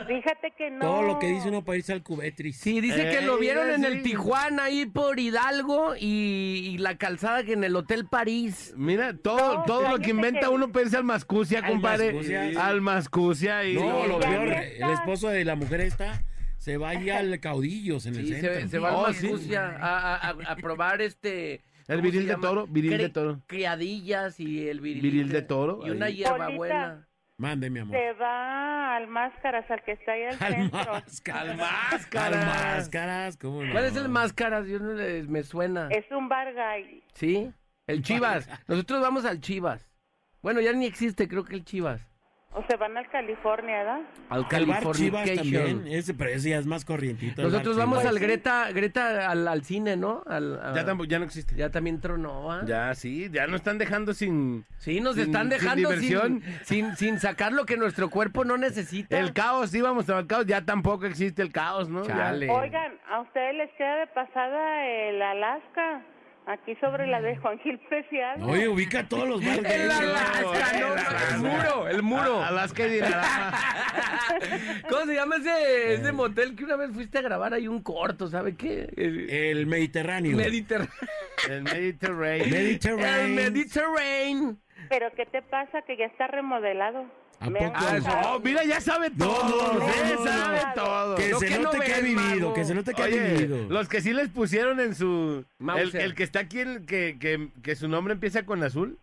[SPEAKER 8] Fíjate que no.
[SPEAKER 2] Todo lo que dice uno para irse al cubetris.
[SPEAKER 3] Sí, dice que lo
[SPEAKER 5] Ey,
[SPEAKER 3] vieron en
[SPEAKER 5] Eh, sí.
[SPEAKER 3] el Tijuana, ahí por Hidalgo, y, y la calzada que en el Hotel París.
[SPEAKER 5] Mira, todo,
[SPEAKER 8] No,
[SPEAKER 5] todo lo
[SPEAKER 8] cállate
[SPEAKER 5] que inventa
[SPEAKER 8] que-
[SPEAKER 5] uno piensa al mascucia,
[SPEAKER 2] Al
[SPEAKER 5] compadre.
[SPEAKER 2] mascucia.
[SPEAKER 5] Al mascucia y
[SPEAKER 2] No, lo
[SPEAKER 8] ya
[SPEAKER 2] vio.
[SPEAKER 8] no
[SPEAKER 2] El esposo de la mujer esta se va ahí al caudillos en el
[SPEAKER 3] Sí, se,
[SPEAKER 2] centro.
[SPEAKER 3] se va al
[SPEAKER 5] Oh,
[SPEAKER 3] Mascucia
[SPEAKER 5] sí.
[SPEAKER 3] a, a- a- a probar este...
[SPEAKER 5] (laughs) El
[SPEAKER 3] ¿cómo
[SPEAKER 5] viril
[SPEAKER 3] se
[SPEAKER 5] de
[SPEAKER 3] llama?
[SPEAKER 5] toro, viril de
[SPEAKER 3] Cre-
[SPEAKER 5] toro.
[SPEAKER 3] Criadillas y el viril,
[SPEAKER 5] Viril de toro,
[SPEAKER 3] Y una
[SPEAKER 5] ahí.
[SPEAKER 3] hierbabuena.
[SPEAKER 2] Mande, mi amor.
[SPEAKER 8] Se va al máscaras, al que está ahí al
[SPEAKER 2] (laughs) Al
[SPEAKER 8] centro.
[SPEAKER 2] máscaras. Al
[SPEAKER 5] máscaras.
[SPEAKER 2] máscaras, ¿cómo no?
[SPEAKER 3] ¿Cuál es el máscaras? Yo no les- me suena.
[SPEAKER 8] Es un bargay.
[SPEAKER 3] ¿Sí? El Chivas. Nosotros vamos al Chivas. Bueno, ya ni existe, creo que el Chivas.
[SPEAKER 8] O se van al California, ¿verdad?
[SPEAKER 3] Al
[SPEAKER 2] El bar Chivas también.
[SPEAKER 3] Californication.
[SPEAKER 2] Ese, pero ese ya es más corrientito. el
[SPEAKER 3] Nosotros
[SPEAKER 2] bar
[SPEAKER 3] vamos
[SPEAKER 2] Chivas.
[SPEAKER 3] al
[SPEAKER 8] Pues,
[SPEAKER 3] Greta, Greta al, al cine, ¿no? Al- a-
[SPEAKER 5] Ya, tampoco, ya no existe.
[SPEAKER 3] ya también tronó, ¿ah?
[SPEAKER 5] Ya, sí, ya nos están dejando sin
[SPEAKER 3] Sí, nos
[SPEAKER 5] Sin-
[SPEAKER 3] están
[SPEAKER 5] sin
[SPEAKER 3] dejando sin,
[SPEAKER 5] diversión.
[SPEAKER 3] sin- sin sacar lo que nuestro cuerpo no necesita.
[SPEAKER 5] el caos, íbamos al caos, ya tampoco existe el caos, ¿no? Ya.
[SPEAKER 3] Chale.
[SPEAKER 8] Oigan, a ustedes les queda de pasada el Alaska, aquí sobre la de Juan Gil Preciado.
[SPEAKER 2] No, Oye, ubica todos los bares.
[SPEAKER 3] El Alaska, no, el muro, el muro.
[SPEAKER 5] A- Alaska y
[SPEAKER 2] (laughs)
[SPEAKER 5] Dinarama.
[SPEAKER 3] ¿Cómo se llama ese, ese motel que una vez fuiste a grabar ahí un corto, ¿sabe qué? El,
[SPEAKER 2] El Mediterráneo.
[SPEAKER 3] Mediterráneo.
[SPEAKER 5] el Mediterráneo.
[SPEAKER 3] El
[SPEAKER 2] Mediterráneo.
[SPEAKER 3] Mediterráneo.
[SPEAKER 8] Pero ¿qué te pasa? Que ya está remodelado.
[SPEAKER 2] ¿A
[SPEAKER 8] Me han
[SPEAKER 2] poco? Ah,
[SPEAKER 8] contado.
[SPEAKER 5] Oh, mira, ya sabe todo.
[SPEAKER 2] no, no,
[SPEAKER 5] ya
[SPEAKER 2] no,
[SPEAKER 5] sabe
[SPEAKER 8] no.
[SPEAKER 5] todo.
[SPEAKER 2] Que
[SPEAKER 3] Lo
[SPEAKER 2] se
[SPEAKER 3] que no
[SPEAKER 2] note que ha
[SPEAKER 3] ves, mago.
[SPEAKER 2] vivido, que se note Este que ha
[SPEAKER 5] Oye,
[SPEAKER 2] vivido.
[SPEAKER 5] los que sí les pusieron en su... El,
[SPEAKER 3] Mauser.
[SPEAKER 5] el que está aquí, el que, que, que su nombre empieza con azul.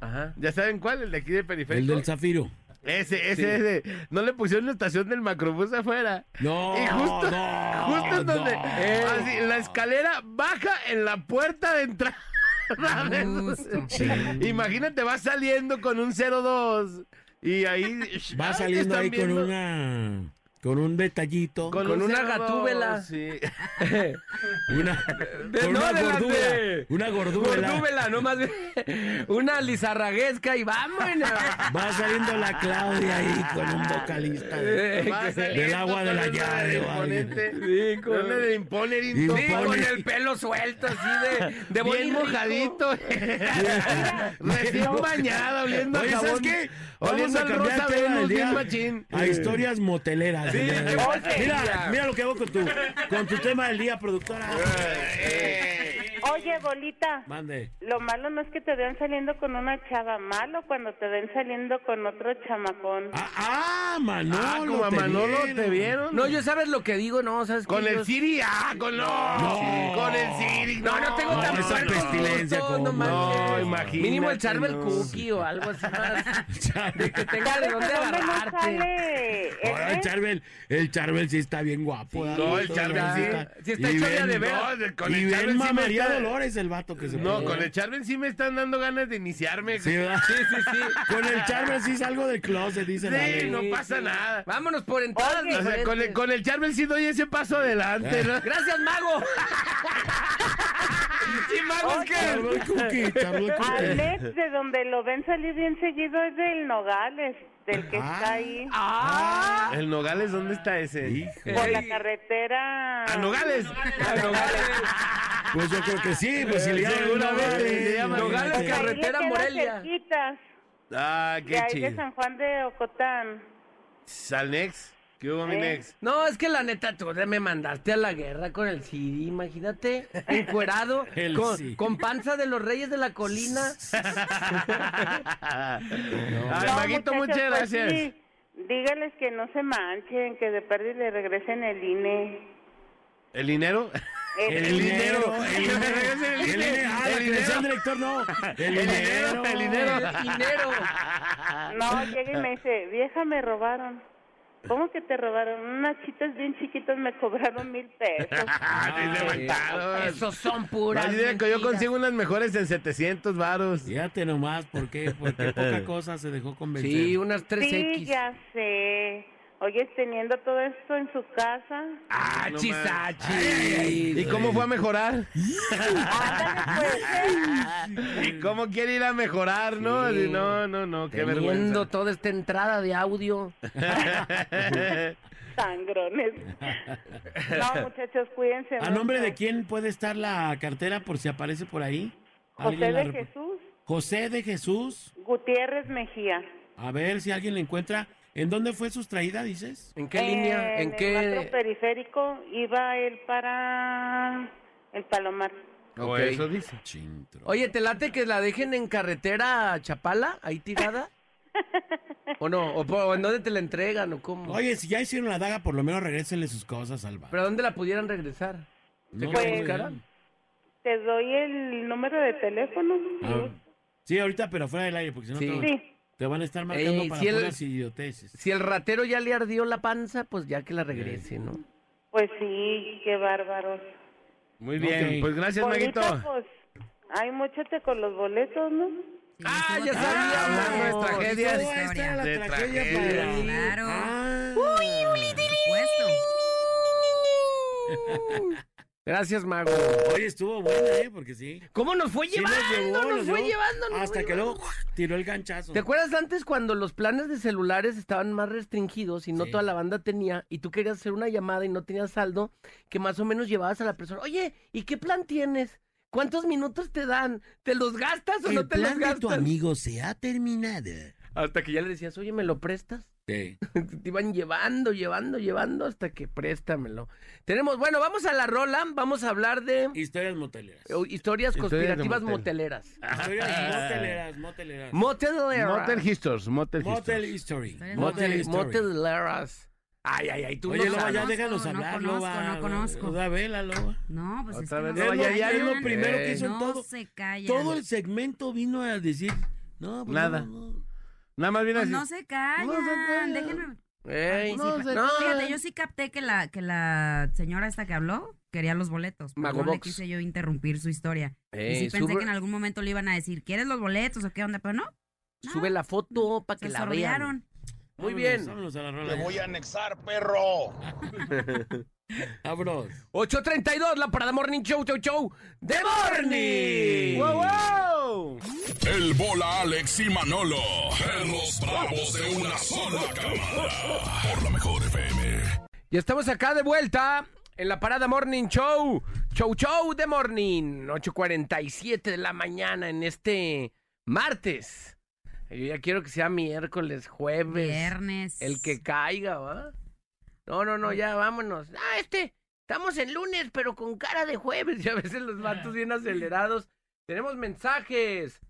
[SPEAKER 3] Ajá.
[SPEAKER 5] ¿Ya saben cuál? El de aquí de
[SPEAKER 2] El
[SPEAKER 5] Periférico.
[SPEAKER 2] del Zafiro.
[SPEAKER 5] Ese, ese, ese. No le pusieron la estación del macrobús afuera.
[SPEAKER 2] No,
[SPEAKER 5] Y justo,
[SPEAKER 2] no,
[SPEAKER 5] justo en donde...
[SPEAKER 2] no. Eh.
[SPEAKER 5] así, la escalera baja en la puerta de entrada.
[SPEAKER 3] Mm,
[SPEAKER 5] Imagínate, vas saliendo con un 02 y ahí...
[SPEAKER 2] Va
[SPEAKER 5] Ay,
[SPEAKER 2] saliendo
[SPEAKER 5] están
[SPEAKER 2] ahí con
[SPEAKER 5] viendo-
[SPEAKER 2] una. Con un detallito. Con
[SPEAKER 3] con
[SPEAKER 5] un
[SPEAKER 3] una
[SPEAKER 5] 02,
[SPEAKER 3] gatúbela.
[SPEAKER 5] Sí.
[SPEAKER 2] una. con
[SPEAKER 3] no,
[SPEAKER 2] una
[SPEAKER 3] de las
[SPEAKER 2] gordura.
[SPEAKER 3] de-
[SPEAKER 2] Una gordura.
[SPEAKER 3] Gordúbela, no más. (laughs) Una lizarraguesca y vámonos.
[SPEAKER 2] Va saliendo la Claudia ahí con un vocalista. de-
[SPEAKER 3] Eh,
[SPEAKER 5] Va saliendo
[SPEAKER 2] Del agua de
[SPEAKER 5] con
[SPEAKER 2] la
[SPEAKER 5] una
[SPEAKER 2] llave,
[SPEAKER 5] del
[SPEAKER 2] vale.
[SPEAKER 5] imponente.
[SPEAKER 3] Sí, con-
[SPEAKER 5] Una del imponer
[SPEAKER 2] Sí,
[SPEAKER 3] Sí,
[SPEAKER 5] imponente.
[SPEAKER 3] con el pelo suelto así de, de
[SPEAKER 5] Bien
[SPEAKER 3] boli rico.
[SPEAKER 5] mojadito. Recién bañada, oliendo a
[SPEAKER 2] Oye, ¿sabes
[SPEAKER 5] jabón.
[SPEAKER 2] qué? Vamos
[SPEAKER 5] Oliendo
[SPEAKER 2] a
[SPEAKER 5] al
[SPEAKER 2] cambiar
[SPEAKER 5] rosa
[SPEAKER 2] el tema
[SPEAKER 5] Venus,
[SPEAKER 2] del
[SPEAKER 5] bien
[SPEAKER 2] día
[SPEAKER 5] machín.
[SPEAKER 2] a historias moteleras. señores.
[SPEAKER 3] oye,
[SPEAKER 2] mira,
[SPEAKER 3] ya.
[SPEAKER 2] mira lo que hago con tu, con tu tema del día, productora.
[SPEAKER 8] Oye, bolita.
[SPEAKER 2] Mande.
[SPEAKER 8] Lo malo no es que te vean saliendo con una chava, malo cuando te ven saliendo con otro chamacón.
[SPEAKER 2] Ah, ah,
[SPEAKER 5] Ah,
[SPEAKER 2] Manolo.
[SPEAKER 5] como a
[SPEAKER 2] te
[SPEAKER 5] Manolo,
[SPEAKER 2] vieron. (laughs)
[SPEAKER 5] ¿te vieron?
[SPEAKER 3] No, yo sabes lo que digo, no, sabes
[SPEAKER 5] Con
[SPEAKER 3] qué?
[SPEAKER 5] el
[SPEAKER 3] Yo-
[SPEAKER 5] Siri, ah, con no.
[SPEAKER 2] No.
[SPEAKER 5] Con el Siri.
[SPEAKER 3] No, no tengo tan
[SPEAKER 2] esa
[SPEAKER 3] fuerte
[SPEAKER 2] pestilencia,
[SPEAKER 3] gusto,
[SPEAKER 2] ¿cómo?
[SPEAKER 3] no
[SPEAKER 5] No,
[SPEAKER 3] manches.
[SPEAKER 5] imagínate,
[SPEAKER 3] Mínimo echarme el
[SPEAKER 5] no.
[SPEAKER 3] cookie o algo así
[SPEAKER 5] (laughs)
[SPEAKER 3] más. de que tenga de
[SPEAKER 8] ¿Sabes
[SPEAKER 3] dónde
[SPEAKER 8] a dónde no
[SPEAKER 3] agarrarte.
[SPEAKER 8] sale?
[SPEAKER 2] Ahora el
[SPEAKER 8] Ernest?
[SPEAKER 2] Charbel, el Charbel sí está bien guapo. ¿eh?
[SPEAKER 5] no, el
[SPEAKER 2] Todo
[SPEAKER 5] Charbel
[SPEAKER 2] bien,
[SPEAKER 5] sí.
[SPEAKER 3] Sí está
[SPEAKER 2] y
[SPEAKER 3] hecho
[SPEAKER 2] bien-
[SPEAKER 3] ya de veras.
[SPEAKER 5] No, de- con
[SPEAKER 2] y
[SPEAKER 5] el
[SPEAKER 2] bien
[SPEAKER 5] Charbel sí me
[SPEAKER 2] mamaría
[SPEAKER 5] está-
[SPEAKER 2] Dolores el vato que se
[SPEAKER 5] No,
[SPEAKER 2] puso.
[SPEAKER 5] con el Charvel sí me están dando ganas de iniciarme.
[SPEAKER 2] Sí, ¿verdad?
[SPEAKER 3] Sí, sí, sí.
[SPEAKER 2] Con el Charbel sí salgo del closet, dice la
[SPEAKER 5] Sí,
[SPEAKER 2] ley.
[SPEAKER 5] no pasa nada.
[SPEAKER 3] Vámonos por entradas
[SPEAKER 5] O sea, con, el,
[SPEAKER 3] diferentes.
[SPEAKER 5] con el Charvel sí doy ese paso
[SPEAKER 3] (laughs)
[SPEAKER 5] adelante, ¿no? (laughs)
[SPEAKER 3] Gracias, mago.
[SPEAKER 5] Sí, magos, ¿qué?
[SPEAKER 2] Charbel Cookie, Charbel Cookie.
[SPEAKER 5] (laughs)
[SPEAKER 8] Alex, de donde lo ven salir bien seguido es del Nogales, del que
[SPEAKER 2] Ah.
[SPEAKER 8] está ahí.
[SPEAKER 3] (laughs) Ah,
[SPEAKER 5] ¿El Nogales dónde está ese?
[SPEAKER 2] Hijo.
[SPEAKER 8] Por la
[SPEAKER 3] Ey.
[SPEAKER 8] carretera.
[SPEAKER 5] ¿A Nogales?
[SPEAKER 3] a Nogales.
[SPEAKER 2] Pues yo creo que sí, pues si
[SPEAKER 5] Eh,
[SPEAKER 2] le llaman
[SPEAKER 5] seguramente,
[SPEAKER 2] Nogales,
[SPEAKER 5] le llaman
[SPEAKER 2] imagínate.
[SPEAKER 3] Nogales,
[SPEAKER 8] Ahí le
[SPEAKER 3] carretera
[SPEAKER 8] queda
[SPEAKER 3] Morelia.
[SPEAKER 8] cerquitas,
[SPEAKER 5] Ah,
[SPEAKER 8] de
[SPEAKER 5] qué
[SPEAKER 8] ahí de
[SPEAKER 5] chido.
[SPEAKER 8] San Juan de Ocotán.
[SPEAKER 5] ¿Al Nex? ¿Qué hubo, mi
[SPEAKER 8] Eh.
[SPEAKER 5] Nex?
[SPEAKER 3] No, es que la neta, tú ya me mandaste a la guerra con el CD, imagínate,
[SPEAKER 5] (laughs)
[SPEAKER 3] encuerado,
[SPEAKER 2] El
[SPEAKER 3] con,
[SPEAKER 2] CD.
[SPEAKER 3] con panza de los reyes de la colina.
[SPEAKER 5] Al
[SPEAKER 8] No,
[SPEAKER 5] Maguito,
[SPEAKER 8] muchachos,
[SPEAKER 5] muchas
[SPEAKER 8] pues
[SPEAKER 5] gracias.
[SPEAKER 8] sí, Dígales que no se manchen, que de perdi le regresen el INE.
[SPEAKER 5] ¿El dinero?
[SPEAKER 2] El dinero, el
[SPEAKER 5] Que me
[SPEAKER 2] dinero,
[SPEAKER 5] regresen
[SPEAKER 2] el
[SPEAKER 5] INE,
[SPEAKER 2] dinero, ah, la
[SPEAKER 5] el
[SPEAKER 2] credencial,
[SPEAKER 5] dinero.
[SPEAKER 2] director, no, el
[SPEAKER 5] El
[SPEAKER 2] dinero,
[SPEAKER 5] dinero, el dinero.
[SPEAKER 3] dinero.
[SPEAKER 8] No, llega y me dice, vieja, me robaron. ¿Cómo que te robaron? Unas chitas bien chiquitas me cobraron mil
[SPEAKER 5] (laughs)
[SPEAKER 8] pesos.
[SPEAKER 5] Ah, sí, se mataron.
[SPEAKER 3] Esos son
[SPEAKER 5] No,
[SPEAKER 3] puras.
[SPEAKER 5] yo diría que yo
[SPEAKER 3] mentiras.
[SPEAKER 5] consigo unas mejores en 700 varos.
[SPEAKER 2] Fíjate nomás, ¿por qué? Porque poca cosa se dejó convencer.
[SPEAKER 3] Sí, unas 3X.
[SPEAKER 8] Sí, ya sé. Oye, teniendo todo esto en su casa.
[SPEAKER 3] Ah,
[SPEAKER 5] No
[SPEAKER 3] chis,
[SPEAKER 5] más.
[SPEAKER 3] ah, chis.
[SPEAKER 5] ¿Y cómo fue a mejorar?
[SPEAKER 8] Ándale, pues.
[SPEAKER 5] ¿Y cómo quiere ir a mejorar, no?
[SPEAKER 3] Sí.
[SPEAKER 5] Así, No, no, no, qué
[SPEAKER 3] Teniendo
[SPEAKER 5] vergüenza.
[SPEAKER 3] toda esta entrada de audio.
[SPEAKER 8] Sangrones. No, muchachos, cuídense.
[SPEAKER 2] ¿A nombre de
[SPEAKER 8] mucho.
[SPEAKER 2] quién puede estar la cartera por si aparece por ahí?
[SPEAKER 8] José
[SPEAKER 2] ¿Alguien la
[SPEAKER 8] de
[SPEAKER 2] rep-
[SPEAKER 8] Jesús
[SPEAKER 2] José de Jesús.
[SPEAKER 8] Gutiérrez Mejía.
[SPEAKER 2] A ver si alguien la encuentra. ¿En dónde fue sustraída, dices?
[SPEAKER 3] ¿En qué línea? ¿En
[SPEAKER 8] el metro
[SPEAKER 3] qué?
[SPEAKER 8] periférico iba él para el Palomar.
[SPEAKER 5] O
[SPEAKER 2] Pues
[SPEAKER 3] Ok.
[SPEAKER 5] eso dice.
[SPEAKER 2] Chintro.
[SPEAKER 3] Oye, ¿te late que la dejen en carretera a Chapala, ahí
[SPEAKER 8] (laughs)
[SPEAKER 3] tirada? ¿O no? ¿O, po- o en dónde te la entregan o cómo?
[SPEAKER 2] Oye, si ya hicieron la daga, por lo menos regrésenle sus cosas, Alba.
[SPEAKER 3] ¿Pero a dónde la pudieran regresar?
[SPEAKER 2] No,
[SPEAKER 8] Pues-
[SPEAKER 2] no, no.
[SPEAKER 3] buscarán?
[SPEAKER 8] Te doy el número de teléfono.
[SPEAKER 2] Ah, sí, ahorita, pero fuera del aire, porque si no
[SPEAKER 3] Sí.
[SPEAKER 2] te,
[SPEAKER 8] Sí.
[SPEAKER 2] te van a estar marcando
[SPEAKER 3] Ey,
[SPEAKER 2] para
[SPEAKER 3] si el-
[SPEAKER 2] puras idioteces.
[SPEAKER 3] Si el ratero ya le ardió la panza, pues ya que la regrese, ¿no?
[SPEAKER 8] Pues sí, qué bárbaros.
[SPEAKER 5] Muy bien,
[SPEAKER 2] Ok.
[SPEAKER 5] pues gracias, Maguito.
[SPEAKER 8] Bonita, pues, hay muchachos con los boletos, ¿no?
[SPEAKER 3] ¡Ah, ya
[SPEAKER 5] hablando
[SPEAKER 3] sabíamos!
[SPEAKER 5] de tragedias.
[SPEAKER 4] Toda esta era
[SPEAKER 5] la De tragedia tragedia.
[SPEAKER 2] para-
[SPEAKER 4] Claro.
[SPEAKER 2] Ah.
[SPEAKER 4] Por supuesto.
[SPEAKER 3] Gracias, mago.
[SPEAKER 2] Oye, estuvo buena, ¿eh? Porque sí.
[SPEAKER 3] ¿Cómo nos fue
[SPEAKER 2] Sí nos
[SPEAKER 3] llevando?
[SPEAKER 2] llevó,
[SPEAKER 3] nos,
[SPEAKER 2] nos
[SPEAKER 3] fue
[SPEAKER 2] llevó.
[SPEAKER 3] llevando. nos
[SPEAKER 2] Hasta
[SPEAKER 3] fue
[SPEAKER 2] que
[SPEAKER 3] llevando.
[SPEAKER 2] luego tiró el ganchazo.
[SPEAKER 3] ¿Te acuerdas antes cuando los planes de celulares estaban más restringidos y no
[SPEAKER 2] Sí.
[SPEAKER 3] toda la banda tenía y tú querías hacer una llamada y no tenías saldo, que más o menos llevabas a la persona, oye, ¿y qué plan tienes? ¿Cuántos minutos te dan? ¿Te los gastas o no te los gastas?
[SPEAKER 2] amigo se ha terminado.
[SPEAKER 3] Hasta que ya le decías, oye, ¿me lo prestas? (laughs)
[SPEAKER 2] Sí.
[SPEAKER 3] te iban llevando, llevando, llevando hasta que préstamelo. Tenemos, bueno, vamos a la rola, vamos a hablar de
[SPEAKER 2] Historias moteleras.
[SPEAKER 3] eh, historias
[SPEAKER 5] de
[SPEAKER 3] conspirativas
[SPEAKER 5] motel.
[SPEAKER 3] moteleras.
[SPEAKER 2] Ah. Historias moteleras, moteleras.
[SPEAKER 3] Moteleras.
[SPEAKER 5] Motel Histors, Motel
[SPEAKER 2] Motel
[SPEAKER 5] Histors.
[SPEAKER 2] History.
[SPEAKER 4] Historias
[SPEAKER 2] Motel
[SPEAKER 3] Motel,
[SPEAKER 2] History.
[SPEAKER 3] moteleras. Ay, ay, ay, tú
[SPEAKER 2] Oye,
[SPEAKER 3] no
[SPEAKER 2] Loba, ya
[SPEAKER 3] sabes.
[SPEAKER 2] déjanos
[SPEAKER 4] No
[SPEAKER 2] hablar,
[SPEAKER 4] conozco,
[SPEAKER 2] Loba.
[SPEAKER 4] no conozco.
[SPEAKER 2] Loba, vela, Loba.
[SPEAKER 4] No, pues
[SPEAKER 5] Otra
[SPEAKER 4] es
[SPEAKER 5] vez
[SPEAKER 2] Es
[SPEAKER 4] que no,
[SPEAKER 5] no
[SPEAKER 4] se
[SPEAKER 2] lo,
[SPEAKER 5] vaya, ya
[SPEAKER 2] es lo
[SPEAKER 4] callan.
[SPEAKER 2] primero que
[SPEAKER 3] Ey.
[SPEAKER 2] hizo en
[SPEAKER 4] No
[SPEAKER 2] todo.
[SPEAKER 4] se callan.
[SPEAKER 2] Todo el segmento vino a decir... No, pues
[SPEAKER 5] Nada.
[SPEAKER 2] no, no.
[SPEAKER 5] Nada más viene
[SPEAKER 4] Pues
[SPEAKER 5] así.
[SPEAKER 4] no se callan.
[SPEAKER 5] callan.
[SPEAKER 4] Déjenme.
[SPEAKER 3] Ey,
[SPEAKER 4] participa.
[SPEAKER 3] no,
[SPEAKER 4] Fíjate, yo sí capté que la, que la señora esta que habló quería los boletos. pero
[SPEAKER 3] Mago
[SPEAKER 4] no le
[SPEAKER 3] Box.
[SPEAKER 4] quise yo interrumpir su historia. y sí
[SPEAKER 3] Ey,
[SPEAKER 4] pensé
[SPEAKER 3] sube,
[SPEAKER 4] que en algún momento le iban a decir, ¿quieres los boletos o qué onda? Pero no, no.
[SPEAKER 3] sube la foto para que
[SPEAKER 4] se
[SPEAKER 3] la vean.
[SPEAKER 4] sordearon.
[SPEAKER 3] Muy
[SPEAKER 2] Vámonos,
[SPEAKER 3] bien.
[SPEAKER 2] Vámonos a la rola.
[SPEAKER 7] a anexar, perro.
[SPEAKER 2] Vámonos.
[SPEAKER 3] 8.32, la parada Morning Show, show, show. ¡De Morning!
[SPEAKER 5] ¡Wow, wow!
[SPEAKER 7] El bola Alex y Manolo. En los bravos de una sola cámara. Por la mejor FM.
[SPEAKER 3] Y estamos acá de vuelta en la parada Morning Show. Show Show de Morning. 8.47 de la mañana en este martes. Yo ya quiero que sea miércoles, jueves.
[SPEAKER 4] Viernes.
[SPEAKER 3] Pues, El que caiga, ¿va? No, no, no, ya vámonos. Ah, este, estamos en lunes, pero con cara de jueves. (laughs) Y a veces los vatos bien acelerados. Tenemos mensajes.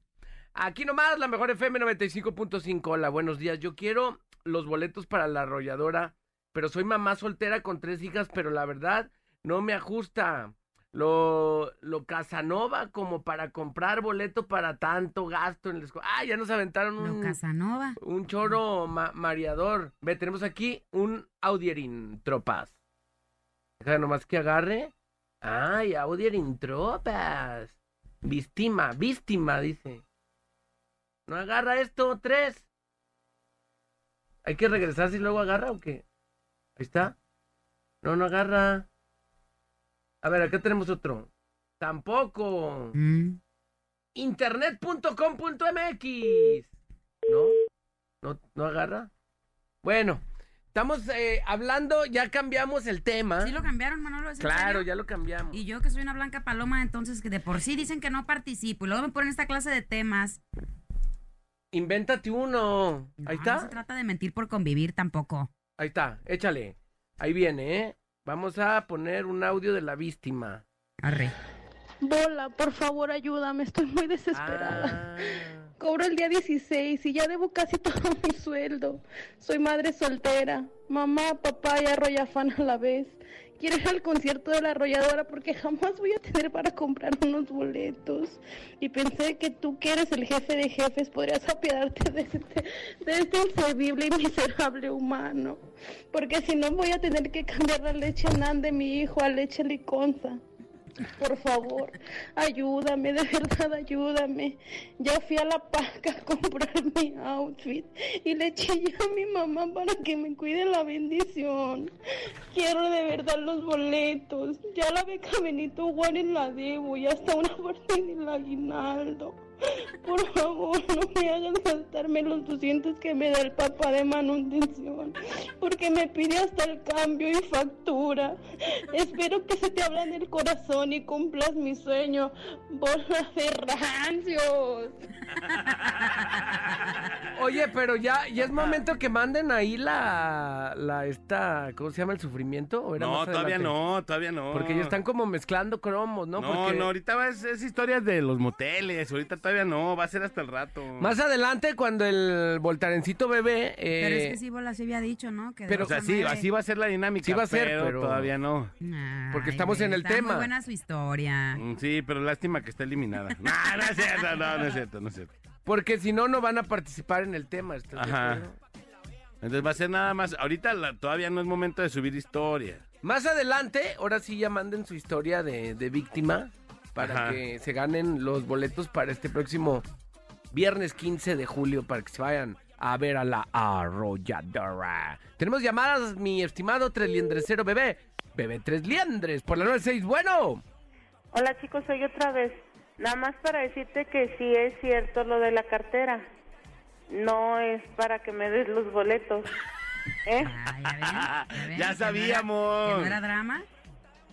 [SPEAKER 3] Aquí nomás, la mejor FM 95.5. Hola, buenos días. Yo quiero los boletos para la arrolladora, pero soy mamá soltera con tres hijas, pero la verdad no me ajusta. Lo, lo Casanova como para comprar boleto para tanto gasto en la escuela. Ah, ya nos aventaron
[SPEAKER 4] Lo
[SPEAKER 3] un...
[SPEAKER 4] Casanova.
[SPEAKER 3] Un choro ma- mareador. Ve, tenemos aquí un Audierin Tropas. Deja nomás que agarre. Ay, Audierin Tropas. Víctima, víctima, dice. ¿No agarra esto? Tres. ¿Hay que regresar si luego agarra o qué? Ahí está. No, no agarra. A ver, acá tenemos otro. Tampoco.
[SPEAKER 4] Mm.
[SPEAKER 3] Internet.com.mx. ¿No? ¿No, no agarra? Bueno, estamos eh, hablando, ya cambiamos el tema.
[SPEAKER 4] Sí lo cambiaron, Manolo. ¿es en
[SPEAKER 3] claro,
[SPEAKER 4] serio?
[SPEAKER 3] ya lo cambiamos.
[SPEAKER 4] Y yo que soy una blanca paloma, entonces que de por sí dicen que no participo. Y luego me ponen esta clase de temas.
[SPEAKER 3] Invéntate uno.
[SPEAKER 4] No,
[SPEAKER 3] Ahí
[SPEAKER 4] Ah, No se
[SPEAKER 3] está.
[SPEAKER 4] trata de mentir por convivir tampoco.
[SPEAKER 3] Ahí está, échale. Ahí viene, ¿eh? Vamos a poner un audio de la víctima.
[SPEAKER 4] Arre.
[SPEAKER 3] (laughs)
[SPEAKER 9] Bola, por favor, ayúdame, estoy muy desesperada.
[SPEAKER 3] Ah.
[SPEAKER 9] Cobro el día 16 y ya debo casi (laughs) todo mi sueldo. Soy madre soltera, mamá, papá y arroyafán a la vez. Quiero ir al concierto de la arrolladora porque jamás voy a tener para comprar unos boletos. Y pensé que tú que eres el jefe de jefes podrías apiadarte de este, de este inservible y miserable humano. Porque si no voy a tener que cambiar la leche nan de mi hijo a leche liconza. Por favor, ayúdame, de verdad, ayúdame. Ya fui a la paca a comprar mi outfit y le chillé a mi mamá para que me cuide la bendición. Quiero de verdad los boletos. Ya la beca Benito Juárez la debo y hasta una parte del aguinaldo. Por favor, no me hagas gastarme los 200 que me da el papá de manutención, porque me pide hasta el cambio y factura. Espero que se te habla en el corazón y cumplas mi sueño. Bola de rancios.
[SPEAKER 3] Ah. Oye, pero ya, ya es momento que manden ahí la, la esta, ¿cómo se llama? ¿El sufrimiento? ¿O era
[SPEAKER 5] No,
[SPEAKER 3] más
[SPEAKER 5] todavía
[SPEAKER 3] adelante?
[SPEAKER 5] no, todavía no.
[SPEAKER 3] Porque ellos están como mezclando cromos, ¿no?
[SPEAKER 5] No, no,
[SPEAKER 3] Porque
[SPEAKER 5] ahorita va- es, es historias de los moteles. Ahorita todavía no, va a ser hasta el rato.
[SPEAKER 3] Más adelante, cuando el voltarencito bebé... eh,
[SPEAKER 4] Pero es que sí, Bola, se había dicho, ¿no? Que de
[SPEAKER 3] pero-
[SPEAKER 5] o
[SPEAKER 4] ocho
[SPEAKER 5] sea,
[SPEAKER 4] a
[SPEAKER 5] sí,
[SPEAKER 4] nueve.
[SPEAKER 5] así va a ser la dinámica.
[SPEAKER 3] Sí va a ser, pero-
[SPEAKER 5] todavía no.
[SPEAKER 3] porque
[SPEAKER 4] Ay,
[SPEAKER 3] estamos
[SPEAKER 4] güey,
[SPEAKER 3] en el
[SPEAKER 4] está
[SPEAKER 3] tema.
[SPEAKER 4] Muy buena su historia.
[SPEAKER 5] Mm, Sí, pero lástima que está eliminada. (laughs) No, no es cierto, no, no es cierto, no es cierto.
[SPEAKER 3] Porque si no, no van a participar en el tema. ¿estás de
[SPEAKER 5] Ajá.
[SPEAKER 3] acuerdo?
[SPEAKER 5] Entonces va a ser nada más. Ahorita la- todavía no es momento de subir historia.
[SPEAKER 3] Más adelante, ahora sí ya manden su historia de, de víctima para
[SPEAKER 5] Ajá.
[SPEAKER 3] que se ganen los boletos para este próximo viernes 15 de julio para que se vayan a ver a la arrolladora. Tenemos llamadas, mi estimado tres liendresero bebé. Bebé tres liendres por la 96. Bueno,
[SPEAKER 8] Hola chicos, soy otra vez. Nada más para decirte que sí es cierto lo de la cartera. No es para que me des los
[SPEAKER 5] (laughs)
[SPEAKER 8] boletos. ¿Eh?
[SPEAKER 4] Ah, ya ven, ya ven,
[SPEAKER 5] Ya
[SPEAKER 4] que no
[SPEAKER 5] sabíamos.
[SPEAKER 4] era- que no era drama.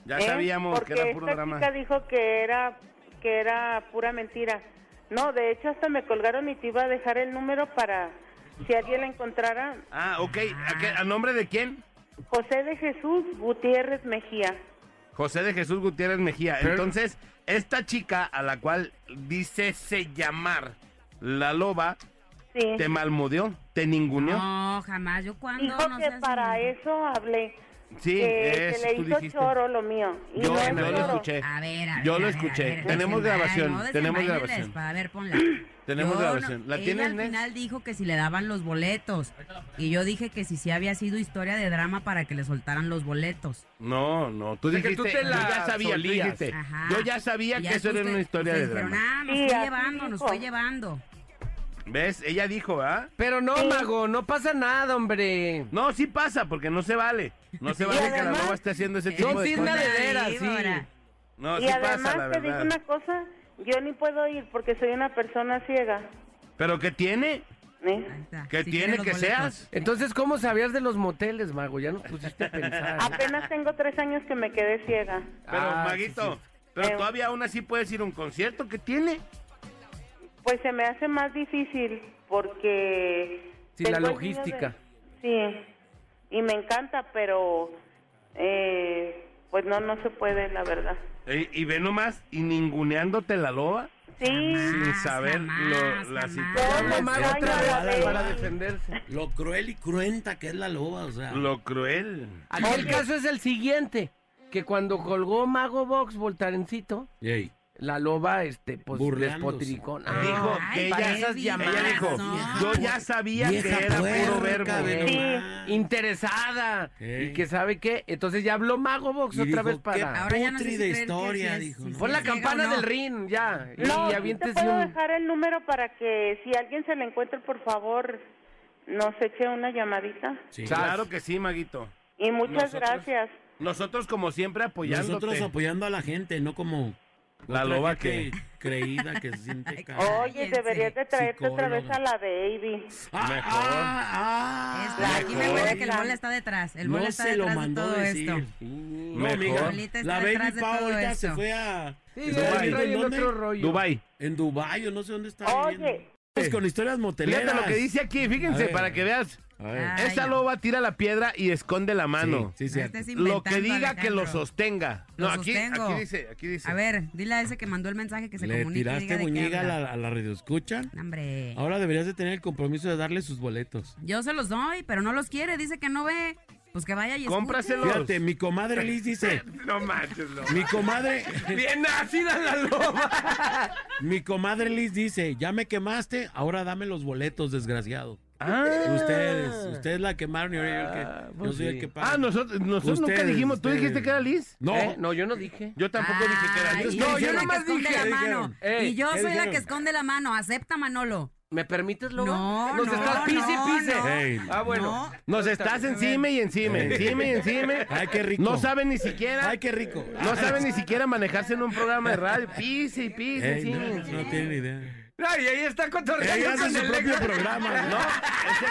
[SPEAKER 5] Ya
[SPEAKER 8] ¿Eh?
[SPEAKER 5] sabíamos
[SPEAKER 8] Porque
[SPEAKER 5] que era puro
[SPEAKER 8] esta
[SPEAKER 5] drama.
[SPEAKER 8] chica dijo que era que era pura mentira. No, de hecho hasta me colgaron y te iba a dejar el número para si alguien la encontrara.
[SPEAKER 5] Ah, ok. ¿A, qué- a nombre de quién?
[SPEAKER 8] José de Jesús Gutiérrez Mejía.
[SPEAKER 5] José de Jesús Gutiérrez Mejía. Entonces, esta chica a la cual dice se llamar la loba,
[SPEAKER 8] Sí.
[SPEAKER 5] te malmudeó, te ninguneó.
[SPEAKER 4] No, jamás. Yo cuando
[SPEAKER 8] Dijo
[SPEAKER 4] no
[SPEAKER 8] que
[SPEAKER 4] seas
[SPEAKER 8] para
[SPEAKER 4] mamón.
[SPEAKER 8] eso hablé.
[SPEAKER 5] Sí,
[SPEAKER 8] que, que
[SPEAKER 5] eso
[SPEAKER 8] le
[SPEAKER 5] tú
[SPEAKER 8] hizo
[SPEAKER 5] dijiste.
[SPEAKER 8] choro lo mío. Y
[SPEAKER 5] Yo,
[SPEAKER 8] no es
[SPEAKER 5] yo lo
[SPEAKER 8] choro.
[SPEAKER 5] escuché.
[SPEAKER 4] A ver, a ver. a
[SPEAKER 5] Yo lo
[SPEAKER 4] ver, a
[SPEAKER 5] escuché.
[SPEAKER 4] ver,
[SPEAKER 5] Tenemos
[SPEAKER 4] desenvaina-
[SPEAKER 5] grabación,
[SPEAKER 4] no,
[SPEAKER 5] tenemos
[SPEAKER 4] desenvaina la
[SPEAKER 5] grabación.
[SPEAKER 4] espada. A ver, ponla.
[SPEAKER 5] (clears throat) Tenemos
[SPEAKER 4] Yo
[SPEAKER 5] grabación. ¿La
[SPEAKER 4] ella
[SPEAKER 5] tienes,
[SPEAKER 4] al
[SPEAKER 5] Nex?
[SPEAKER 4] final dijo que si le daban los boletos. Y yo dije que si sí había sido historia de drama para que le soltaran los boletos.
[SPEAKER 5] No, no, tú
[SPEAKER 3] O sea, que
[SPEAKER 5] dijiste,
[SPEAKER 3] tú te la
[SPEAKER 5] yo ya sabía, tú
[SPEAKER 3] solías.
[SPEAKER 5] dijiste,
[SPEAKER 4] Ajá.
[SPEAKER 5] yo ya sabía
[SPEAKER 4] Y
[SPEAKER 5] que eso era
[SPEAKER 4] ustedes-
[SPEAKER 5] una historia de
[SPEAKER 4] ustedes
[SPEAKER 5] drama.
[SPEAKER 4] dijeron, ah, nos
[SPEAKER 8] Sí,
[SPEAKER 4] estoy
[SPEAKER 8] así
[SPEAKER 4] llevando, nos
[SPEAKER 8] dijo.
[SPEAKER 4] estoy llevando.
[SPEAKER 5] ¿Ves? Ella dijo, ¿ah?
[SPEAKER 3] pero no, mago, no pasa nada, hombre.
[SPEAKER 5] No, sí pasa, porque no se vale. No se
[SPEAKER 8] Y
[SPEAKER 5] vale que la
[SPEAKER 8] además-
[SPEAKER 5] loba esté haciendo ese
[SPEAKER 4] Eh,
[SPEAKER 5] tipo
[SPEAKER 3] No
[SPEAKER 5] de
[SPEAKER 3] tiene
[SPEAKER 5] cosas.
[SPEAKER 3] de veras, sí.
[SPEAKER 4] víbora.
[SPEAKER 5] No,
[SPEAKER 8] y
[SPEAKER 5] sí
[SPEAKER 8] además
[SPEAKER 5] pasa, la
[SPEAKER 8] te digo
[SPEAKER 5] verdad.
[SPEAKER 8] una cosa, yo ni puedo ir porque soy una persona ciega.
[SPEAKER 5] ¿Pero qué tiene?
[SPEAKER 8] ¿eh?
[SPEAKER 4] Ahí está.
[SPEAKER 5] ¿Qué
[SPEAKER 4] Sí
[SPEAKER 5] tiene
[SPEAKER 4] los
[SPEAKER 5] que
[SPEAKER 4] boletos.
[SPEAKER 5] seas?
[SPEAKER 3] Entonces, ¿cómo sabías de los moteles, mago? Ya nos pusiste a pensar.
[SPEAKER 5] (laughs)
[SPEAKER 8] Apenas tengo tres años que me quedé ciega.
[SPEAKER 5] Pero,
[SPEAKER 3] Ah,
[SPEAKER 5] Maguito,
[SPEAKER 3] sí,
[SPEAKER 5] pero
[SPEAKER 8] Eh.
[SPEAKER 5] todavía aún así puedes ir a un concierto. ¿Qué tiene?
[SPEAKER 8] Pues se me hace más difícil porque...
[SPEAKER 3] Sí, la
[SPEAKER 8] tengo el
[SPEAKER 3] logística.
[SPEAKER 8] niño de- sí, y me encanta, pero eh, pues no, no se puede, la verdad.
[SPEAKER 5] Eh, y ve nomás, y ninguneándote la loba,
[SPEAKER 8] Sí,
[SPEAKER 5] sin
[SPEAKER 4] Jamás,
[SPEAKER 5] saber
[SPEAKER 4] jamás,
[SPEAKER 5] lo- la
[SPEAKER 4] jamás.
[SPEAKER 5] situación.
[SPEAKER 3] No, mago,
[SPEAKER 8] Ay,
[SPEAKER 3] otra
[SPEAKER 8] no la
[SPEAKER 3] vez
[SPEAKER 8] veo.
[SPEAKER 3] para defenderse.
[SPEAKER 2] Lo cruel y cruenta que es la loba, o sea.
[SPEAKER 5] Lo cruel.
[SPEAKER 3] Aquí el caso es el siguiente, que cuando colgó Mago Box Voltarencito,
[SPEAKER 2] Ey.
[SPEAKER 3] la loba, este, pues,
[SPEAKER 2] Burlándose.
[SPEAKER 3] despotricó.
[SPEAKER 5] Ah, dijo
[SPEAKER 4] Ay,
[SPEAKER 5] que
[SPEAKER 3] para
[SPEAKER 5] ella,
[SPEAKER 3] esas
[SPEAKER 5] ella
[SPEAKER 3] llamadas,
[SPEAKER 5] dijo,
[SPEAKER 4] no.
[SPEAKER 5] yo ya sabía que
[SPEAKER 2] Vieja
[SPEAKER 5] era puro
[SPEAKER 2] puerca,
[SPEAKER 5] verbo.
[SPEAKER 2] ve
[SPEAKER 3] Sí.
[SPEAKER 2] nomás.
[SPEAKER 3] interesada,
[SPEAKER 2] Ey.
[SPEAKER 3] y que sabe qué, entonces ya habló Mago Box
[SPEAKER 2] Y
[SPEAKER 3] otra
[SPEAKER 2] dijo,
[SPEAKER 3] vez
[SPEAKER 2] ¿qué
[SPEAKER 3] para...
[SPEAKER 4] Ahora ya no sé
[SPEAKER 2] Putri
[SPEAKER 4] si
[SPEAKER 2] de
[SPEAKER 4] creer que
[SPEAKER 2] historia,
[SPEAKER 4] sí es-
[SPEAKER 2] dijo,
[SPEAKER 4] sí,
[SPEAKER 2] ¿no?
[SPEAKER 4] sí,
[SPEAKER 3] Pon la
[SPEAKER 4] sí, llega o
[SPEAKER 3] campana
[SPEAKER 4] no.
[SPEAKER 3] del ring, ya, y,
[SPEAKER 8] no,
[SPEAKER 3] y
[SPEAKER 8] sí te
[SPEAKER 3] avientes
[SPEAKER 8] puedo
[SPEAKER 3] un-
[SPEAKER 8] dejar el número para que si alguien se le encuentre, por favor, nos eche una llamadita.
[SPEAKER 2] Sí.
[SPEAKER 5] Claro que sí, Maguito.
[SPEAKER 8] Y muchas
[SPEAKER 5] Nosotros-
[SPEAKER 8] gracias.
[SPEAKER 5] Nosotros, como siempre, apoyándote.
[SPEAKER 2] Nosotros apoyando a la gente, no como
[SPEAKER 5] La
[SPEAKER 2] otra
[SPEAKER 5] loba
[SPEAKER 2] gente
[SPEAKER 5] que-
[SPEAKER 2] creída que se siente
[SPEAKER 4] (laughs)
[SPEAKER 2] cara.
[SPEAKER 8] Oye,
[SPEAKER 4] Cállense,
[SPEAKER 8] deberías de traerte otra vez
[SPEAKER 2] psicóloga.
[SPEAKER 8] a la baby.
[SPEAKER 2] Ah,
[SPEAKER 5] Mejor.
[SPEAKER 2] ah, ah,
[SPEAKER 4] Esto, aquí me
[SPEAKER 8] mejor.
[SPEAKER 4] huele que el bola está detrás. El bola
[SPEAKER 2] no
[SPEAKER 4] está
[SPEAKER 2] se lo
[SPEAKER 4] detrás de
[SPEAKER 2] mandó
[SPEAKER 4] todo
[SPEAKER 2] decir.
[SPEAKER 4] esto.
[SPEAKER 5] Sí,
[SPEAKER 2] No, amiga,
[SPEAKER 5] mejor.
[SPEAKER 4] Lolita está
[SPEAKER 2] la
[SPEAKER 4] detrás
[SPEAKER 2] baby
[SPEAKER 4] de
[SPEAKER 2] Pau
[SPEAKER 4] todo
[SPEAKER 2] ahorita se
[SPEAKER 4] esto.
[SPEAKER 2] fue a...
[SPEAKER 3] Sí,
[SPEAKER 5] Dubái.
[SPEAKER 3] ya traen
[SPEAKER 2] ¿En dónde?
[SPEAKER 3] otro rollo.
[SPEAKER 5] Dubai.
[SPEAKER 2] En Dubái, yo no sé dónde está
[SPEAKER 8] Oye.
[SPEAKER 2] viviendo. Es con historias moteleras.
[SPEAKER 5] Fíjate lo que dice aquí,
[SPEAKER 2] A
[SPEAKER 5] fíjense,
[SPEAKER 2] ver.
[SPEAKER 5] para que veas.
[SPEAKER 2] A Ay.
[SPEAKER 4] Ay,
[SPEAKER 5] Esa
[SPEAKER 4] no.
[SPEAKER 5] loba tira la piedra y esconde la mano.
[SPEAKER 2] Sí, sí, cierto.
[SPEAKER 4] Estés
[SPEAKER 5] Lo que
[SPEAKER 4] Este inventando,
[SPEAKER 5] diga que lo
[SPEAKER 4] Alejandro.
[SPEAKER 5] sostenga.
[SPEAKER 4] Lo
[SPEAKER 5] No, aquí,
[SPEAKER 4] sostengo.
[SPEAKER 5] aquí dice, aquí dice.
[SPEAKER 4] A ver, dile a ese que mandó el mensaje que se
[SPEAKER 2] ¿Le
[SPEAKER 4] comunique. y
[SPEAKER 2] tiraste
[SPEAKER 4] diga de qué
[SPEAKER 2] muñeca a
[SPEAKER 4] habla.
[SPEAKER 2] la, a la radioescucha?
[SPEAKER 4] No, Hombre.
[SPEAKER 5] Ah.
[SPEAKER 2] Ahora deberías de tener el compromiso de darle sus boletos.
[SPEAKER 4] Yo se los doy, pero no los quiere. Dice que no ve. Pues que vaya y escuche.
[SPEAKER 5] Cómpraselo.
[SPEAKER 2] Fíjate, mi comadre Liz dice,
[SPEAKER 5] No manches, no.
[SPEAKER 2] mi comadre,
[SPEAKER 5] (laughs) Bien ácida la loba.
[SPEAKER 2] (laughs) mi comadre Liz dice, ya me quemaste, ahora dame los boletos, desgraciado.
[SPEAKER 5] Ah.
[SPEAKER 2] Ustedes, ustedes la quemaron y ahora yo el que,
[SPEAKER 3] Ah,
[SPEAKER 2] yo
[SPEAKER 3] pues
[SPEAKER 2] soy el
[SPEAKER 3] sí.
[SPEAKER 2] que paga.
[SPEAKER 5] Ah, nosotros, nosotros nunca
[SPEAKER 2] Ustedes,
[SPEAKER 5] dijimos. ¿Tú
[SPEAKER 2] ustedes.
[SPEAKER 5] dijiste que era Liz?
[SPEAKER 2] No,
[SPEAKER 3] ¿Eh? No, yo no dije.
[SPEAKER 5] Yo tampoco dije que era
[SPEAKER 4] Ay,
[SPEAKER 5] Liz.
[SPEAKER 4] y
[SPEAKER 5] No,
[SPEAKER 4] soy
[SPEAKER 5] yo
[SPEAKER 4] la que
[SPEAKER 5] nomás
[SPEAKER 4] esconde
[SPEAKER 5] dije.
[SPEAKER 4] la mano.
[SPEAKER 3] Ey,
[SPEAKER 4] y yo
[SPEAKER 2] ¿qué
[SPEAKER 4] soy la que
[SPEAKER 2] dijeron?
[SPEAKER 4] esconde la mano. Acepta, Manolo.
[SPEAKER 3] ¿Me permites, Lobo?
[SPEAKER 4] No,
[SPEAKER 3] Nos
[SPEAKER 4] no,
[SPEAKER 3] estás pise,
[SPEAKER 4] no,
[SPEAKER 3] pise.
[SPEAKER 4] no.
[SPEAKER 2] Ey.
[SPEAKER 3] Ah, bueno.
[SPEAKER 4] No.
[SPEAKER 5] Nos estás encima y encima,
[SPEAKER 2] Eh.
[SPEAKER 5] encima y encima.
[SPEAKER 2] Ay, qué rico.
[SPEAKER 5] No saben ni siquiera.
[SPEAKER 2] Ay, qué rico.
[SPEAKER 5] No saben ni siquiera manejarse en un programa de radio. Pise y pise.
[SPEAKER 2] (laughs) Ey,
[SPEAKER 5] sí.
[SPEAKER 2] no, no tiene ni idea.
[SPEAKER 3] Ay, ahí está
[SPEAKER 2] Ella
[SPEAKER 3] cotorreando
[SPEAKER 2] hace
[SPEAKER 3] con
[SPEAKER 2] su
[SPEAKER 3] el
[SPEAKER 2] propio
[SPEAKER 3] ex.
[SPEAKER 2] programa.
[SPEAKER 5] No, es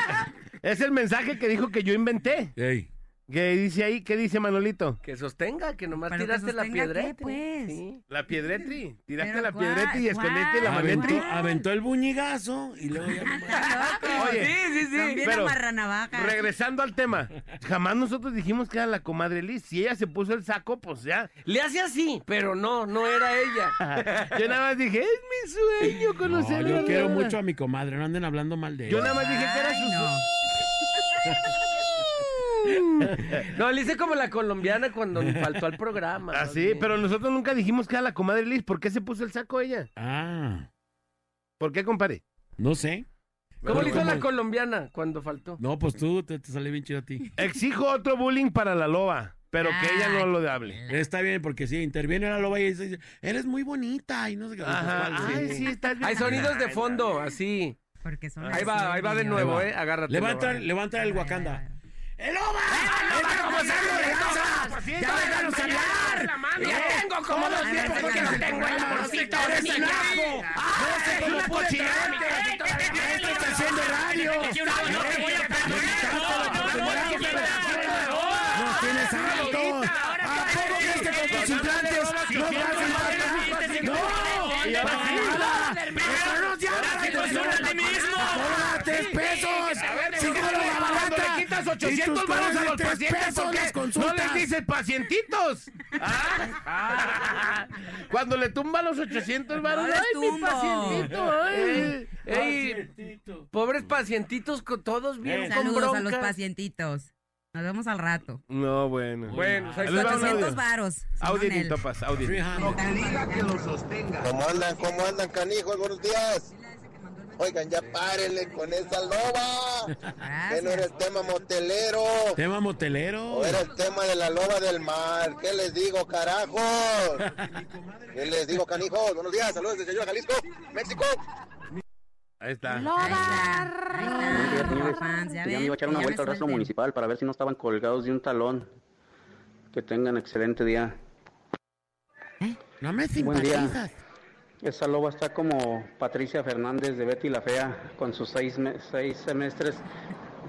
[SPEAKER 5] el, es el mensaje que dijo que yo inventé.
[SPEAKER 2] Ey,
[SPEAKER 5] Que dice ahí, ¿qué dice Manolito?
[SPEAKER 3] (laughs) Que sostenga, que nomás
[SPEAKER 4] Pero que
[SPEAKER 3] tiraste la
[SPEAKER 4] sostenga, ¿qué,
[SPEAKER 3] piedra.
[SPEAKER 4] pues?
[SPEAKER 5] La piedretri. Tiraste
[SPEAKER 4] Pero
[SPEAKER 5] la
[SPEAKER 4] ¿cuál?
[SPEAKER 5] piedretri y escondiste la
[SPEAKER 4] ¿Cuál?
[SPEAKER 5] manetri.
[SPEAKER 2] aventó, aventó el buñigazo y luego ya
[SPEAKER 5] (laughs)
[SPEAKER 2] nomás-
[SPEAKER 5] (laughs) Oye,
[SPEAKER 4] sí, sí. También
[SPEAKER 5] pero-
[SPEAKER 4] amarranavajas.
[SPEAKER 5] Regresando al tema, jamás nosotros dijimos que era la comadre Liz. Si ella se puso el saco, pues ya.
[SPEAKER 3] Le hace así, pero no, no era
[SPEAKER 2] (laughs)
[SPEAKER 3] ella.
[SPEAKER 5] Yo nada más dije, es mi sueño
[SPEAKER 2] No,
[SPEAKER 5] conocer
[SPEAKER 2] yo quiero mucho a mi comadre, no anden hablando mal de
[SPEAKER 5] Yo
[SPEAKER 2] ella.
[SPEAKER 5] nada más dije que era
[SPEAKER 4] Ay,
[SPEAKER 5] su
[SPEAKER 4] no.
[SPEAKER 3] No, le hice como la colombiana cuando faltó al programa.
[SPEAKER 2] Ah,
[SPEAKER 3] más
[SPEAKER 5] Así,
[SPEAKER 3] bien.
[SPEAKER 5] Ah, pero nosotros nunca dijimos que era la comadre Liz. ¿Por qué se puso el saco ella?
[SPEAKER 2] (laughs) Ah,
[SPEAKER 5] ¿Por qué, compadre?
[SPEAKER 2] no sé.
[SPEAKER 3] ¿Cómo le hizo
[SPEAKER 2] ¿Cómo?
[SPEAKER 3] la colombiana cuando faltó?
[SPEAKER 2] No, pues tú te, te sale bien chido a ti.
[SPEAKER 5] Exijo otro bullying para la loba, pero que ella no lo hable.
[SPEAKER 2] Está bien, porque si interviene la loba y dice, eres muy bonita y no sé qué.
[SPEAKER 5] Ajá.
[SPEAKER 2] Pues, ¿cuál?
[SPEAKER 5] Ay,
[SPEAKER 2] Sí.
[SPEAKER 5] sí, estás bien.
[SPEAKER 3] Hay sonidos de fondo, así.
[SPEAKER 4] Porque son
[SPEAKER 3] Ahí
[SPEAKER 4] así,
[SPEAKER 3] va, ahí va de
[SPEAKER 4] niño.
[SPEAKER 3] nuevo, eh. Agárrate.
[SPEAKER 2] Levanta,
[SPEAKER 3] Loba.
[SPEAKER 2] levanta el
[SPEAKER 4] Ay,
[SPEAKER 2] Wakanda.
[SPEAKER 4] ay,
[SPEAKER 2] ¡El loba! ¡Esta como salgo pues de pues, cosas! ¡Ya déjanos hablar! ¡Ya tengo como dos tiempos porque no tengo el amorcito de mi Ah, nabo! ¡No sé cómo pude traerte! ¡Esta estación de radio!
[SPEAKER 10] no te voy a
[SPEAKER 2] ¡No tienes alto! ¿A poco crees que con tus implantes no vas a matar? ¡No! ¡Y ahora sí! ¡Pero no te hagas!
[SPEAKER 10] ¡Consúltate a ti mismo!
[SPEAKER 2] ¡Ahora tres pesos! ¡Si no la
[SPEAKER 5] Cuando
[SPEAKER 2] barata!
[SPEAKER 5] le quitas 800 varos a los pacientes, ¿por qué no les
[SPEAKER 2] dices?
[SPEAKER 5] dices pacientitos? Ah. Cuando le tumba los 800 varos,
[SPEAKER 4] les
[SPEAKER 5] ay, mi
[SPEAKER 4] tumbo.
[SPEAKER 5] pacientito, ay.
[SPEAKER 3] eh. Ey, pobres pacientitos, co- todos bien con
[SPEAKER 4] Saludos a los
[SPEAKER 3] broncas.
[SPEAKER 4] pacientitos. Nos vemos al rato.
[SPEAKER 5] No, bueno.
[SPEAKER 3] Bueno, o sea,
[SPEAKER 5] Les va un
[SPEAKER 4] 800
[SPEAKER 5] audio.
[SPEAKER 4] varos.
[SPEAKER 5] Audio,
[SPEAKER 4] sin él.
[SPEAKER 5] Topas, audio.
[SPEAKER 11] ¿Cómo andan? ¿Cómo andan, canijos? Buenos días. Oigan, ya párenle con esa loba. Que no
[SPEAKER 4] Gracias.
[SPEAKER 11] era el tema motelero.
[SPEAKER 2] Tema motelero.
[SPEAKER 11] O era el tema de la loba del mar. ¿Qué les digo, carajo? ¿Qué les digo, canijos? Buenos días. Saludos desde Señor Jalisco, México.
[SPEAKER 5] Ahí está.
[SPEAKER 4] Ahí está, ahí está, guapans, ya
[SPEAKER 11] Ya
[SPEAKER 4] ven,
[SPEAKER 11] me iba a echar una
[SPEAKER 4] ya me
[SPEAKER 11] vuelta al rastro
[SPEAKER 4] suelten.
[SPEAKER 11] municipal para ver si no estaban colgados de un talón. Que tengan excelente día.
[SPEAKER 2] No me
[SPEAKER 11] Buen día.
[SPEAKER 2] simpatizas.
[SPEAKER 11] Esa loba está como Patricia Fernández de Betty la Fea, con sus seis, me- seis semestres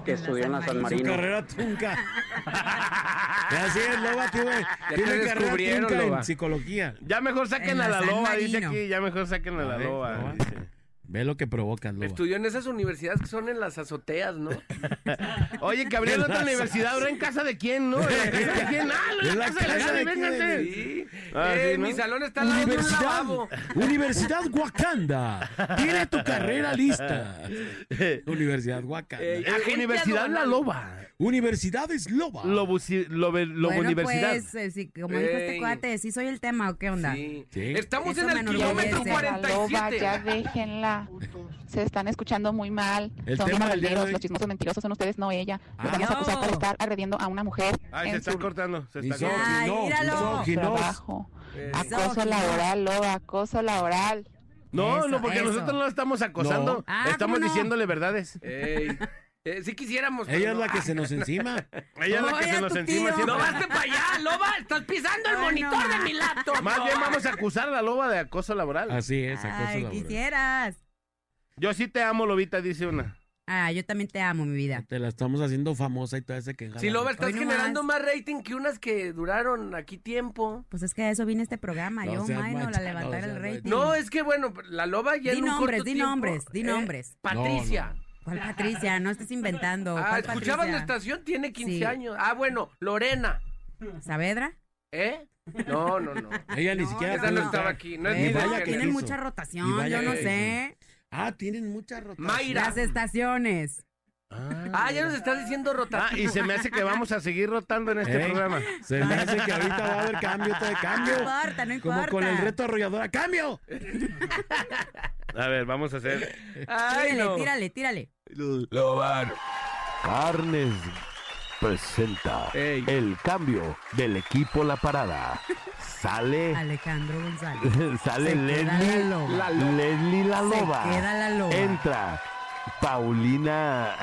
[SPEAKER 11] que
[SPEAKER 4] En la
[SPEAKER 11] estudió en la San
[SPEAKER 2] Su
[SPEAKER 11] Marino.
[SPEAKER 2] carrera trunca. Así es, Loba, tiene,
[SPEAKER 3] te
[SPEAKER 2] tiene carrera
[SPEAKER 3] descubrieron,
[SPEAKER 2] trunca
[SPEAKER 3] Loba.
[SPEAKER 2] en psicología.
[SPEAKER 5] Ya mejor saquen
[SPEAKER 4] En
[SPEAKER 5] a
[SPEAKER 4] la
[SPEAKER 5] la
[SPEAKER 4] San
[SPEAKER 5] loba, dice
[SPEAKER 4] Marino.
[SPEAKER 5] aquí. Ya mejor saquen a la
[SPEAKER 2] A ver,
[SPEAKER 5] loba.
[SPEAKER 2] loba.
[SPEAKER 5] dice.
[SPEAKER 2] Ve lo que provocas, Loba.
[SPEAKER 3] Estudió en esas universidades que son en las azoteas,
[SPEAKER 2] (laughs)
[SPEAKER 3] ¿no?
[SPEAKER 5] Oye, que abrieron otra universidad. Ahora en casa de quién, ¿no? ¿En la casa de quién? Ah, en la casa de la Gaby, vénganse.
[SPEAKER 3] Sí.
[SPEAKER 5] Ah,
[SPEAKER 3] Eh,
[SPEAKER 5] sí, ¿no?
[SPEAKER 3] Mi
[SPEAKER 5] (laughs)
[SPEAKER 3] salón está al lado de un
[SPEAKER 2] Universidad,
[SPEAKER 3] lavabo.
[SPEAKER 2] Universidad Wakanda. Tiene tu carrera lista. Universidad Wakanda.
[SPEAKER 3] Ey.
[SPEAKER 5] Ah,
[SPEAKER 3] Agente
[SPEAKER 5] Eh, Universidad La
[SPEAKER 3] aduanal.
[SPEAKER 5] Loba.
[SPEAKER 2] Universidades Loba.
[SPEAKER 5] Lobuci- Lobe- Lobuniversidad.
[SPEAKER 4] Bueno, pues, eh, sí, como dijo este
[SPEAKER 3] Ey.
[SPEAKER 4] cuate, sí soy el tema, ¿o qué onda?
[SPEAKER 3] Sí.
[SPEAKER 2] Sí.
[SPEAKER 3] Estamos
[SPEAKER 4] Eso
[SPEAKER 3] en
[SPEAKER 4] me
[SPEAKER 3] el kilómetro
[SPEAKER 4] enorgullece.
[SPEAKER 8] La loba, ya
[SPEAKER 3] 47.
[SPEAKER 8] déjenla. Se están escuchando muy mal.
[SPEAKER 2] El
[SPEAKER 8] son
[SPEAKER 2] tema del día de
[SPEAKER 8] gabarderos,
[SPEAKER 2] hoy.
[SPEAKER 8] los chismosos mentirosos son ustedes, no ella.
[SPEAKER 2] Ah.
[SPEAKER 8] Los vamos a acusar
[SPEAKER 4] No.
[SPEAKER 8] por estar agrediendo a una mujer
[SPEAKER 5] Ay, se
[SPEAKER 8] en
[SPEAKER 5] está
[SPEAKER 8] su
[SPEAKER 5] cortando. Se está
[SPEAKER 2] Misógino,
[SPEAKER 5] cortando.
[SPEAKER 4] Ay, míralo.
[SPEAKER 2] misóginos.
[SPEAKER 8] trabajo.
[SPEAKER 3] Eh,
[SPEAKER 4] Pues,
[SPEAKER 8] Acoso laboral, loba, acoso laboral.
[SPEAKER 5] No,
[SPEAKER 4] Eso,
[SPEAKER 5] no, porque
[SPEAKER 4] eso.
[SPEAKER 5] nosotros no la estamos acosando.
[SPEAKER 2] No.
[SPEAKER 4] Ah,
[SPEAKER 5] estamos
[SPEAKER 4] ¿cómo no?
[SPEAKER 5] diciéndole verdades.
[SPEAKER 3] Ey. Eh, sí quisiéramos. pero
[SPEAKER 2] Ella es
[SPEAKER 3] no. Ah,
[SPEAKER 2] la que se nos encima.
[SPEAKER 5] Ella es la que
[SPEAKER 4] Oye,
[SPEAKER 5] se nos
[SPEAKER 4] tu
[SPEAKER 5] encima.
[SPEAKER 4] tío.
[SPEAKER 5] así,
[SPEAKER 3] No
[SPEAKER 5] no,
[SPEAKER 3] baste para allá, loba. Estás pisando el
[SPEAKER 4] Ay, no,
[SPEAKER 3] monitor de
[SPEAKER 4] ma.
[SPEAKER 3] mi laptop.
[SPEAKER 5] Más
[SPEAKER 3] loba.
[SPEAKER 5] bien vamos a acusar a la loba de acoso laboral.
[SPEAKER 2] Así es, acoso
[SPEAKER 4] Ay,
[SPEAKER 2] laboral.
[SPEAKER 4] quisieras.
[SPEAKER 5] Yo sí te amo, lobita, dice una.
[SPEAKER 4] Ah, yo también te amo, mi vida.
[SPEAKER 2] Te la estamos haciendo famosa y toda esa queja.
[SPEAKER 3] Si loba, estás
[SPEAKER 4] Hoy no
[SPEAKER 3] generando más rating que unas que duraron aquí tiempo.
[SPEAKER 4] Pues es que a eso vine este programa,
[SPEAKER 2] No
[SPEAKER 4] yo,
[SPEAKER 2] seas
[SPEAKER 4] Maino, la
[SPEAKER 2] machado,
[SPEAKER 4] levantar
[SPEAKER 2] o
[SPEAKER 4] el
[SPEAKER 2] sea,
[SPEAKER 4] rating.
[SPEAKER 3] No, es que bueno, la loba ya
[SPEAKER 4] Di
[SPEAKER 3] en un
[SPEAKER 4] nombres,
[SPEAKER 3] corto
[SPEAKER 4] di
[SPEAKER 3] tiempo,
[SPEAKER 4] nombres, di
[SPEAKER 3] eh,
[SPEAKER 4] nombres.
[SPEAKER 3] Patricia.
[SPEAKER 2] No, no.
[SPEAKER 4] ¿Cuál Patricia? No estés inventando.
[SPEAKER 12] Ah,
[SPEAKER 4] ¿Cuál
[SPEAKER 12] escuchabas
[SPEAKER 4] Patricia?
[SPEAKER 12] la estación, tiene 15
[SPEAKER 4] Sí.
[SPEAKER 12] años. Ah, bueno, Lorena.
[SPEAKER 4] ¿Saavedra?
[SPEAKER 12] ¿Eh? No, no,
[SPEAKER 4] (laughs)
[SPEAKER 12] no.
[SPEAKER 2] Ella ni siquiera.
[SPEAKER 12] Esa
[SPEAKER 2] pudo
[SPEAKER 12] no
[SPEAKER 2] entrar.
[SPEAKER 12] estaba aquí. No es
[SPEAKER 2] Ni
[SPEAKER 12] ni
[SPEAKER 2] Eh, vaya
[SPEAKER 12] de
[SPEAKER 2] que
[SPEAKER 4] Tienen
[SPEAKER 2] quiso.
[SPEAKER 4] mucha rotación,
[SPEAKER 2] Ni vaya
[SPEAKER 4] yo no
[SPEAKER 2] que
[SPEAKER 4] sé.
[SPEAKER 2] Ah, tienen mucha rotación.
[SPEAKER 12] Mayra.
[SPEAKER 4] Las estaciones.
[SPEAKER 12] Ah, ya nos estás diciendo
[SPEAKER 5] Ah,
[SPEAKER 12] rotación.
[SPEAKER 5] y se me hace que vamos a seguir rotando en este
[SPEAKER 2] Ey,
[SPEAKER 5] programa.
[SPEAKER 2] Se me hace que ahorita va a haber cambio, todo de cambio.
[SPEAKER 4] No importa, no
[SPEAKER 2] Como
[SPEAKER 4] importa.
[SPEAKER 2] con el reto arrolladora. ¡Cambio!
[SPEAKER 5] A ver, vamos a hacer.
[SPEAKER 12] Ay,
[SPEAKER 4] Tírale,
[SPEAKER 12] no.
[SPEAKER 4] tírale, tírale.
[SPEAKER 13] Lobar Carnes presenta
[SPEAKER 5] Ey.
[SPEAKER 13] el cambio del equipo La Parada. Sale, (laughs)
[SPEAKER 4] Alejandro González.
[SPEAKER 13] sale
[SPEAKER 4] Se queda
[SPEAKER 13] Leslie,
[SPEAKER 4] la loba.
[SPEAKER 13] Leslie la
[SPEAKER 4] Se
[SPEAKER 13] Loba.
[SPEAKER 4] queda la loba.
[SPEAKER 13] Entra Paulina.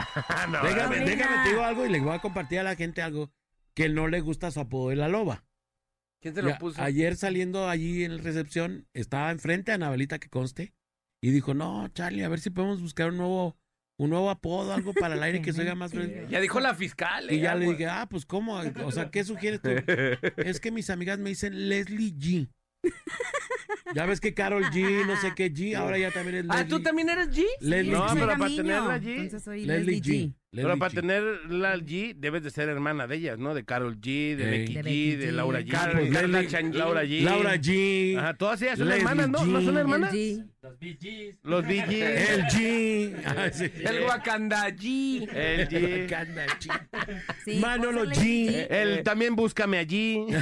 [SPEAKER 13] No,
[SPEAKER 2] Déjame,
[SPEAKER 4] Paulina.
[SPEAKER 2] déjame, te digo algo y le voy a compartir a la gente algo que no le gusta su apodo de la loba.
[SPEAKER 12] ¿Quién se lo
[SPEAKER 2] Ya,
[SPEAKER 12] puso?
[SPEAKER 2] Ayer saliendo allí en la recepción, estaba enfrente a Anabelita que conste, y dijo, no, Charlie, a ver si podemos buscar un nuevo, un nuevo apodo, algo para el aire que se oiga más fresco.
[SPEAKER 12] Ya dijo la fiscal.
[SPEAKER 2] Y
[SPEAKER 12] eh,
[SPEAKER 2] ya le
[SPEAKER 12] güey.
[SPEAKER 2] dije, ah, pues cómo, o sea,
[SPEAKER 12] (laughs)
[SPEAKER 2] ¿qué sugieres tú? Es que mis amigas me dicen Leslie G. Ya ves que Carol G, no sé qué G, ahora ya también es Leslie.
[SPEAKER 12] Ah, ¿tú también eres G?
[SPEAKER 2] Leslie
[SPEAKER 5] No,
[SPEAKER 2] G.
[SPEAKER 5] pero para
[SPEAKER 4] Gamiño,
[SPEAKER 5] tenerla allí-
[SPEAKER 4] Entonces soy
[SPEAKER 2] Leslie G.
[SPEAKER 5] Pero
[SPEAKER 2] Leslie
[SPEAKER 5] para
[SPEAKER 2] G.
[SPEAKER 5] tener la G, debes de ser hermana de ellas, ¿no? De Carol G, de
[SPEAKER 2] Ey.
[SPEAKER 5] Becky
[SPEAKER 4] De
[SPEAKER 5] G,
[SPEAKER 4] Becky
[SPEAKER 5] de
[SPEAKER 4] G.
[SPEAKER 5] Laura G.
[SPEAKER 2] Carol,
[SPEAKER 5] Pues,
[SPEAKER 2] Carla
[SPEAKER 5] Leslie,
[SPEAKER 12] Chan G.
[SPEAKER 5] Laura G.
[SPEAKER 2] Laura G.
[SPEAKER 5] Ajá, todas ellas son
[SPEAKER 2] Leslie
[SPEAKER 5] hermanas, ¿no? ¿No son
[SPEAKER 2] G.
[SPEAKER 5] hermanas?
[SPEAKER 4] El G.
[SPEAKER 6] Los BGs.
[SPEAKER 5] Los BG.
[SPEAKER 2] El G. Ah, sí.
[SPEAKER 12] El Wakanda G.
[SPEAKER 5] El G.
[SPEAKER 2] Wakanda G.
[SPEAKER 4] Sí, pues,
[SPEAKER 2] Manolo
[SPEAKER 4] puedo ser Leslie
[SPEAKER 2] G.
[SPEAKER 5] El también búscame allí.
[SPEAKER 12] Ey,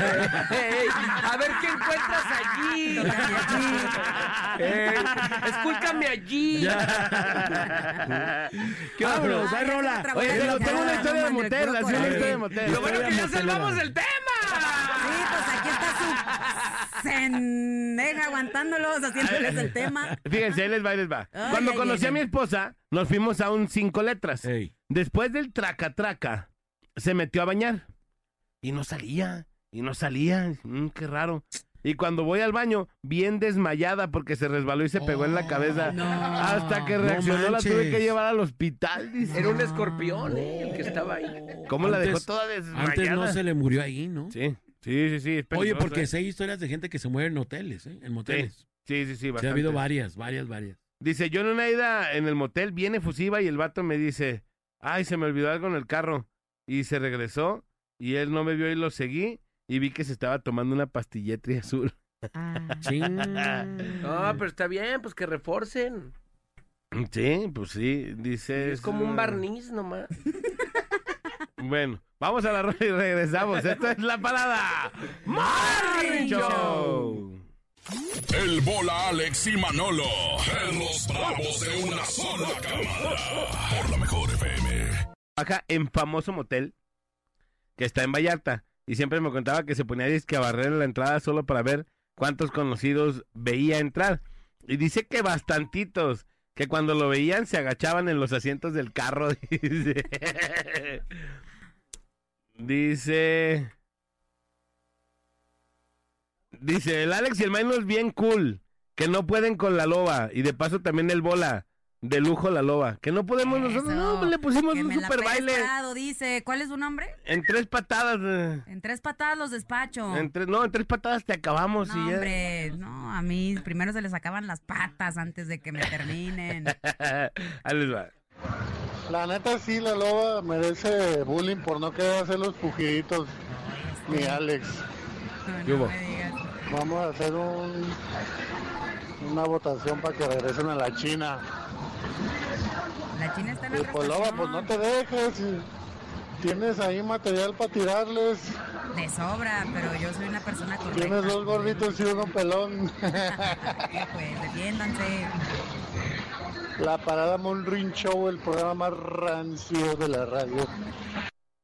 [SPEAKER 12] a ver qué encuentras allí. Ey,
[SPEAKER 5] (laughs)
[SPEAKER 12] Escúlcame allí.
[SPEAKER 5] ¿Qué onda, bro?
[SPEAKER 2] Vámonos, hay rola.
[SPEAKER 4] otra
[SPEAKER 5] Oye,
[SPEAKER 4] Oye,
[SPEAKER 5] pero
[SPEAKER 4] ya,
[SPEAKER 5] tengo una
[SPEAKER 4] ya,
[SPEAKER 5] historia de
[SPEAKER 4] no manches,
[SPEAKER 5] motel,
[SPEAKER 4] puro
[SPEAKER 5] así una
[SPEAKER 4] coraje.
[SPEAKER 5] historia de motel.
[SPEAKER 12] Lo bueno que ya
[SPEAKER 2] Motelera.
[SPEAKER 12] salvamos el
[SPEAKER 4] Sí,
[SPEAKER 12] tema.
[SPEAKER 4] pues aquí está su sendeja aguantándolos, haciéndoles el tema.
[SPEAKER 5] Fíjense, ahí les va, ahí les va.
[SPEAKER 4] Ay,
[SPEAKER 5] Cuando
[SPEAKER 4] ay,
[SPEAKER 5] conocí
[SPEAKER 4] ay,
[SPEAKER 5] a mi
[SPEAKER 4] ay.
[SPEAKER 5] esposa, nos fuimos a un cinco letras.
[SPEAKER 2] Ey.
[SPEAKER 5] Después del traca-traca, se metió a bañar. Y no salía, y no salía. Mm, qué raro. Y cuando voy al baño, bien desmayada porque se resbaló y se pegó en la cabeza.
[SPEAKER 4] no.
[SPEAKER 5] Hasta que
[SPEAKER 2] Oh, No
[SPEAKER 5] reaccionó, la tuve que
[SPEAKER 2] manches.
[SPEAKER 5] llevar al hospital. dice.
[SPEAKER 12] Era un escorpión eh, el que estaba ahí.
[SPEAKER 5] ¿Cómo la dejó
[SPEAKER 2] Antes-
[SPEAKER 5] toda desmayada?
[SPEAKER 2] Antes no se le murió ahí, ¿no?
[SPEAKER 5] Sí, sí, sí. sí
[SPEAKER 2] Oye,
[SPEAKER 5] es peligroso,
[SPEAKER 2] porque
[SPEAKER 5] ¿eh?
[SPEAKER 2] sí hay historias de gente que se muere en hoteles, ¿eh? En moteles.
[SPEAKER 5] Sí, sí, sí,
[SPEAKER 2] Sí, ha habido
[SPEAKER 5] bastante.
[SPEAKER 2] varias, varias, varias.
[SPEAKER 5] Dice, yo en una ida en el motel bien efusiva y el vato me dice, ay, se me olvidó algo en el carro. Y se regresó y él no me vio y lo seguí y vi que se estaba tomando una pastilla (laughs) azul.
[SPEAKER 4] Ah,
[SPEAKER 2] Ching.
[SPEAKER 5] (laughs)
[SPEAKER 12] No, pero está bien, pues que reforcen.
[SPEAKER 5] Sí, pues sí, dice...
[SPEAKER 12] Es como un
[SPEAKER 5] "Ah".
[SPEAKER 12] barniz nomás.
[SPEAKER 5] Bueno, vamos a la rola y regresamos. Esta es la parada. Morning Show.
[SPEAKER 7] El bola Alex y Manolo, en los bravos de una sola cámara. Por la mejor FM.
[SPEAKER 5] Baja en famoso motel que está en Vallarta y siempre me contaba que se ponía disque a barrer en la entrada solo para ver cuántos conocidos veía entrar. Y dice que bastantitos, que cuando lo veían se agachaban en los asientos del carro. (laughs) Dice. Dice. Dice, el Alex y el Magnus bien cool, que no pueden con la loba. Y de paso también el bola, de lujo la loba. Que no podemos nosotros, no, pues
[SPEAKER 4] Eso,
[SPEAKER 5] le pusimos
[SPEAKER 4] que
[SPEAKER 5] un
[SPEAKER 4] me la
[SPEAKER 5] super
[SPEAKER 4] pelas
[SPEAKER 5] baile.
[SPEAKER 4] parado, dice, ¿cuál es su nombre?
[SPEAKER 5] En tres patadas. eh,
[SPEAKER 4] En tres patadas los despacho.
[SPEAKER 5] en tres- no, en tres patadas te acabamos
[SPEAKER 4] No,
[SPEAKER 5] y pues ya.
[SPEAKER 4] hombre, no, a mí primero se les sacaban las patas antes de que me terminen.
[SPEAKER 5] (laughs) Ahí les va.
[SPEAKER 14] La neta sí, la loba merece bullying por no querer hacer los pujiditos, mi Alex.
[SPEAKER 4] No,
[SPEAKER 5] ¿Qué hubo?
[SPEAKER 4] me digas.
[SPEAKER 14] Vamos a hacer un, una votación para que regresen a la China.
[SPEAKER 4] La china está en
[SPEAKER 14] Y
[SPEAKER 4] otra
[SPEAKER 14] pues loba, pues no
[SPEAKER 4] estación.
[SPEAKER 14] te dejes. Tienes ahí material para tirarles.
[SPEAKER 4] De sobra, pero yo soy una persona correcta.
[SPEAKER 14] Tienes dos gorditos y uno pelón.
[SPEAKER 4] Sí, pues, defiéndanse.
[SPEAKER 14] la parada Monrin Show, el programa más rancio de la radio.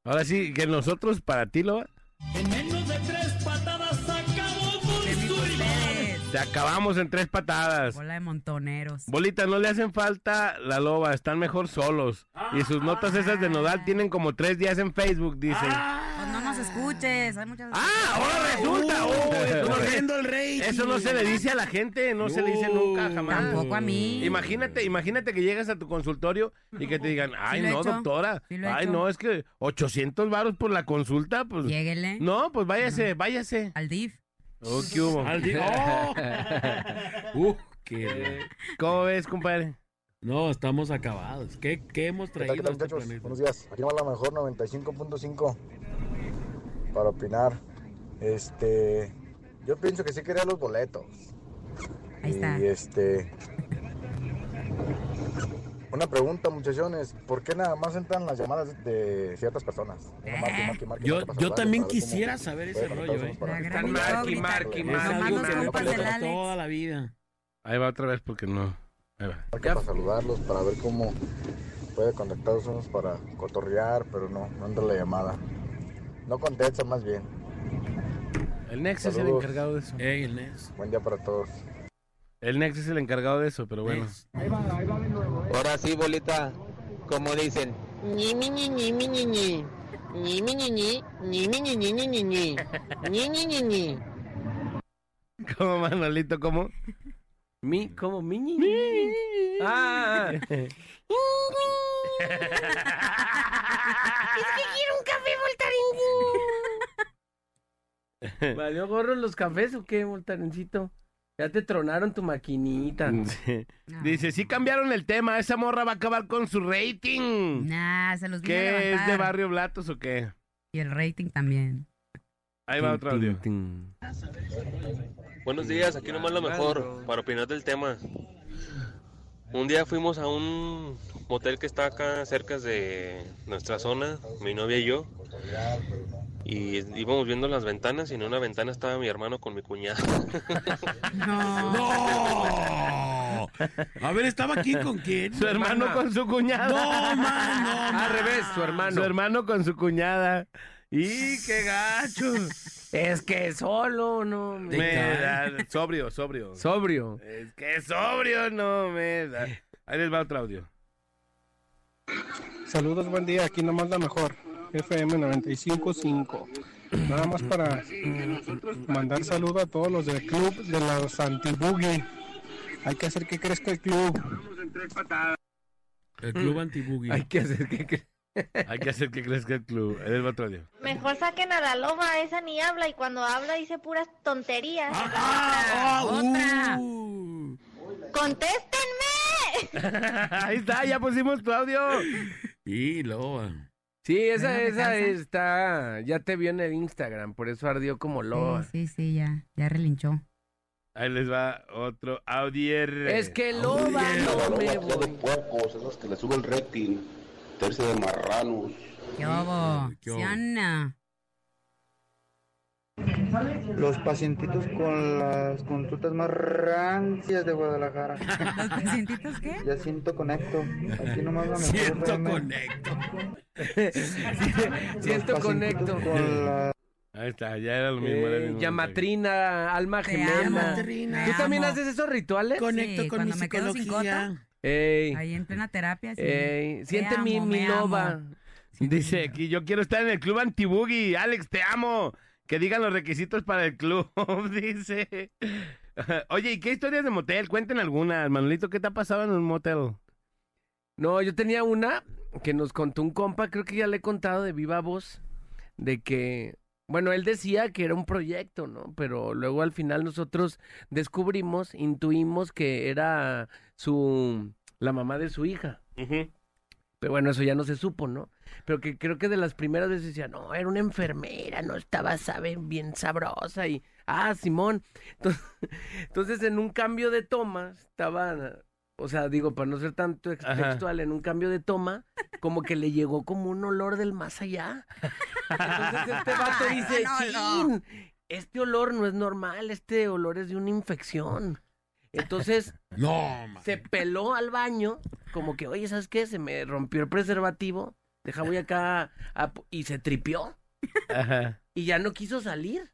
[SPEAKER 5] Ahora sí, que nosotros para ti, Loba,
[SPEAKER 1] En menos de tres patadas sacamos
[SPEAKER 4] Les digo a ustedes,
[SPEAKER 5] te acabamos en tres patadas.
[SPEAKER 4] Bola de montoneros.
[SPEAKER 5] Bolita, no le hacen falta la loba, están mejor solos. Y sus notas esas de Nodal tienen como tres días en Facebook, dicen. ¡Ah!
[SPEAKER 4] Pues no nos escuches, hay muchas
[SPEAKER 5] ¡Ahora resulta! Oh, eso, no le-
[SPEAKER 2] el rey.
[SPEAKER 5] eso no se le dice a la gente, no se le dice nunca, jamás.
[SPEAKER 4] Tampoco a mí.
[SPEAKER 5] Imagínate, imagínate que llegas a tu consultorio y que te digan, ay
[SPEAKER 4] lo he
[SPEAKER 5] no,
[SPEAKER 4] hecho,
[SPEAKER 5] doctora,
[SPEAKER 4] sí lo he
[SPEAKER 5] ay
[SPEAKER 4] hecho".
[SPEAKER 5] no, es que 800 varos por la consulta, pues...
[SPEAKER 4] Lléguele
[SPEAKER 5] No, pues váyase, váyase.
[SPEAKER 4] al DIF.
[SPEAKER 5] Oh, ¿qué hubo?
[SPEAKER 2] Al di- ¡Oh! Uh, qué-
[SPEAKER 5] ¿Cómo ves, compadre?
[SPEAKER 2] No, estamos acabados. ¿Qué, qué hemos
[SPEAKER 11] ¿Qué tal,
[SPEAKER 2] traído
[SPEAKER 11] qué tal,
[SPEAKER 2] a este
[SPEAKER 11] muchachos?
[SPEAKER 2] planeta?
[SPEAKER 11] Buenos días. Aquí nomás la mejor 95.5 para opinar. Este, yo pienso que sí quería los boletos.
[SPEAKER 4] Ahí está.
[SPEAKER 11] Y este una pregunta, muchachones, ¿por qué nada más entran las llamadas de ciertas personas? Nada más que marque, marque,
[SPEAKER 2] Yo-
[SPEAKER 11] marque para
[SPEAKER 2] yo también
[SPEAKER 11] saludarles, para ver cómo
[SPEAKER 2] quisiera saber ese
[SPEAKER 11] puede
[SPEAKER 2] rollo, ¿eh?
[SPEAKER 11] conectar unos para
[SPEAKER 2] La
[SPEAKER 11] otros.
[SPEAKER 2] gran
[SPEAKER 3] Marqui, marqui,
[SPEAKER 2] Es algo que
[SPEAKER 3] marqui, marqui.
[SPEAKER 2] me
[SPEAKER 3] Nomás los
[SPEAKER 2] preocupa
[SPEAKER 3] compas del
[SPEAKER 2] toda la vida.
[SPEAKER 5] Ahí va otra vez porque no. Ahí va.
[SPEAKER 11] Marque para saludarlos, para ver cómo puede contactarlos unos para cotorrear, pero no, no entra la llamada. No contesta más bien.
[SPEAKER 5] El Nex es el
[SPEAKER 11] Saludos.
[SPEAKER 5] encargado de eso.
[SPEAKER 2] el Nex.
[SPEAKER 11] Buen día para todos.
[SPEAKER 5] El Nex es el encargado de eso, pero bueno.
[SPEAKER 1] Ahora sí, bolita, como dicen. Ni, ni, ni, ni, ni, ni, ni. Ni, ni, ni, ni, ni, ni, ni, ni, ni, ni. Ni, ni, ni, ni.
[SPEAKER 5] (laughs) ¿Cómo, Manolito? (laughs) ¿Cómo?
[SPEAKER 3] Mi, ¿cómo? Mi, ni, ni, ni. Ah,
[SPEAKER 7] quiero un café
[SPEAKER 3] ¿Valió gorro los cafés o qué, Voltarencito? Ya te tronaron tu maquinita.
[SPEAKER 12] Mm.
[SPEAKER 4] Ah.
[SPEAKER 5] Dice, sí cambiaron el tema, esa morra va a acabar con su rating.
[SPEAKER 4] Nah, se los vino a
[SPEAKER 5] ¿Qué es de
[SPEAKER 4] levantar.
[SPEAKER 5] Barrio Blatos o qué?
[SPEAKER 4] Y el rating también.
[SPEAKER 5] Ahí va otro audio.
[SPEAKER 15] Buenos días, aquí nomás lo mejor para opinar del tema. Un día fuimos a un motel que está acá cerca de nuestra zona, mi novia y yo, y íbamos viendo las ventanas y en una ventana estaba mi hermano con mi cuñada.
[SPEAKER 2] ¡No! A ver, ¿estaba aquí con quién?
[SPEAKER 5] Su hermano con su cuñada.
[SPEAKER 2] No, man, no, man.
[SPEAKER 5] (laughs) Al revés, su hermano. Su hermano con su cuñada. ¡Y qué gacho!
[SPEAKER 3] Es que solo, no. me-
[SPEAKER 5] Me da- Sobrio, sobrio.
[SPEAKER 3] Sobrio.
[SPEAKER 5] Es que sobrio no me da. Ahí les va otro audio.
[SPEAKER 16] Saludos, buen día. Aquí nomás la mejor. FM 955. Nada más para mm, mandar saludo a todos los del club de los antibugi. Hay que hacer que crezca el club.
[SPEAKER 2] El club antibuggy.
[SPEAKER 5] Hay que hacer que, Hay que, hacer que crezca el club. Ahí les va otro audio.
[SPEAKER 6] Mejor saquen a la loba, esa ni habla y cuando habla dice puras tonterías.
[SPEAKER 4] Ah,
[SPEAKER 2] Ah,
[SPEAKER 4] ¡Otra!
[SPEAKER 5] (laughs)
[SPEAKER 2] uh.
[SPEAKER 5] Ahí está, ya pusimos tu audio.
[SPEAKER 2] Y loba.
[SPEAKER 3] Sí,
[SPEAKER 4] No
[SPEAKER 3] esa,
[SPEAKER 4] me
[SPEAKER 3] esa
[SPEAKER 4] cansa.
[SPEAKER 3] está. Ya te vio en el Instagram, por eso ardió como loba.
[SPEAKER 4] Sí, sí, ya. Ya relinchó.
[SPEAKER 5] Ahí les va otro audio.
[SPEAKER 3] Es que
[SPEAKER 4] Oh,
[SPEAKER 3] loba no me voy.
[SPEAKER 17] puercos, esos que le sube el rating, tercio de marranos.
[SPEAKER 4] ¿Qué hubo?
[SPEAKER 17] ¿Qué
[SPEAKER 4] ¿Qué
[SPEAKER 17] hubo?
[SPEAKER 18] Los pacientitos con las consultas más rancias de Guadalajara. ¿Los pacientitos qué?
[SPEAKER 9] (laughs)
[SPEAKER 18] Ya siento conecto. Aquí nomás la mejor
[SPEAKER 7] Siento
[SPEAKER 18] FM.
[SPEAKER 7] conecto.
[SPEAKER 18] Los
[SPEAKER 3] Siento
[SPEAKER 18] pacientitos
[SPEAKER 3] conecto. Eh,
[SPEAKER 18] Con la...
[SPEAKER 5] Ahí está, ya era lo mismo. era el mismo.
[SPEAKER 3] Llamatrina, alma gemela.
[SPEAKER 4] Llamatrina.
[SPEAKER 3] ¿Tú
[SPEAKER 4] Te
[SPEAKER 3] también
[SPEAKER 4] amo.
[SPEAKER 3] haces esos rituales?
[SPEAKER 4] Sí, cuando me quedo sin cota,
[SPEAKER 3] Ey.
[SPEAKER 4] ahí en plena terapia. sí.
[SPEAKER 3] Ey,
[SPEAKER 4] Te
[SPEAKER 3] siente mi-
[SPEAKER 4] amo,
[SPEAKER 3] mi
[SPEAKER 4] me amo.
[SPEAKER 3] loba.
[SPEAKER 5] Dice aquí, yo quiero estar en el club antibugi. Alex, te amo. Que digan los requisitos para el club, (laughs) dice. (laughs) Oye, ¿y qué historias de motel? Cuenten algunas. Manolito, ¿qué te ha pasado en un motel?
[SPEAKER 3] No, yo tenía una que nos contó un compa, creo que ya le he contado de viva voz, de que, bueno, él decía que era un proyecto, ¿no? Pero luego al final nosotros descubrimos, intuimos que era su, la mamá de su hija. Pero bueno, eso ya no se supo, ¿no? Pero que creo que de las primeras veces decía, no, era una enfermera, no estaba, saben, bien sabrosa y, ah, Simón. (laughs) Entonces, entonces, en un cambio de toma, estaba, o sea, digo, para no ser tanto ex-
[SPEAKER 5] Ajá.
[SPEAKER 3] textual, en un cambio de toma, como que le llegó como un olor del más allá. Entonces
[SPEAKER 7] (laughs)
[SPEAKER 3] este vato
[SPEAKER 7] Ay,
[SPEAKER 3] dice,
[SPEAKER 7] no, no.
[SPEAKER 3] "Chin, este olor no es normal, este olor es de una infección. Entonces,
[SPEAKER 2] No,
[SPEAKER 3] se peló al baño, como que, oye, ¿sabes qué? Se me rompió el preservativo, deja voy acá, a po-", y se tripió,
[SPEAKER 5] Ajá.
[SPEAKER 3] y ya no quiso salir.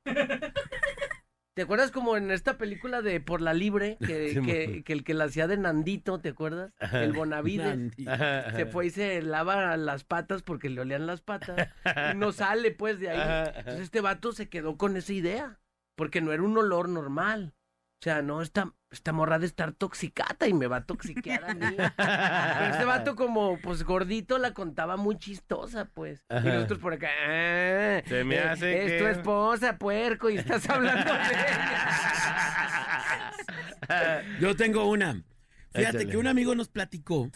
[SPEAKER 3] ¿Te acuerdas como en esta película de Por la
[SPEAKER 5] (laughs)
[SPEAKER 3] Libre, que,
[SPEAKER 5] Sí,
[SPEAKER 3] que, que el que la hacía de Nandito, ¿te acuerdas?
[SPEAKER 5] Ajá.
[SPEAKER 3] El Bonavides.
[SPEAKER 5] Nandito. Ajá, ajá.
[SPEAKER 3] Se fue y se lava las patas porque le olían las patas. Y no sale pues de
[SPEAKER 5] Ajá, ajá.
[SPEAKER 3] ahí. (laughs) Entonces este vato se quedó con esa idea, porque no era un olor normal. O sea, no, esta, esta morra de estar toxicata y me va a toxiquear a mí. Pero este vato como, pues, gordito, la contaba muy chistosa, pues.
[SPEAKER 5] Ajá.
[SPEAKER 3] Y nosotros por acá, ah,
[SPEAKER 5] Se me
[SPEAKER 3] eh,
[SPEAKER 5] hace
[SPEAKER 3] es
[SPEAKER 5] que-
[SPEAKER 3] tu esposa, puerco,
[SPEAKER 2] (laughs)
[SPEAKER 3] y estás hablando de...
[SPEAKER 2] Yo tengo una. Fíjate
[SPEAKER 5] Échale.
[SPEAKER 2] que un amigo nos platicó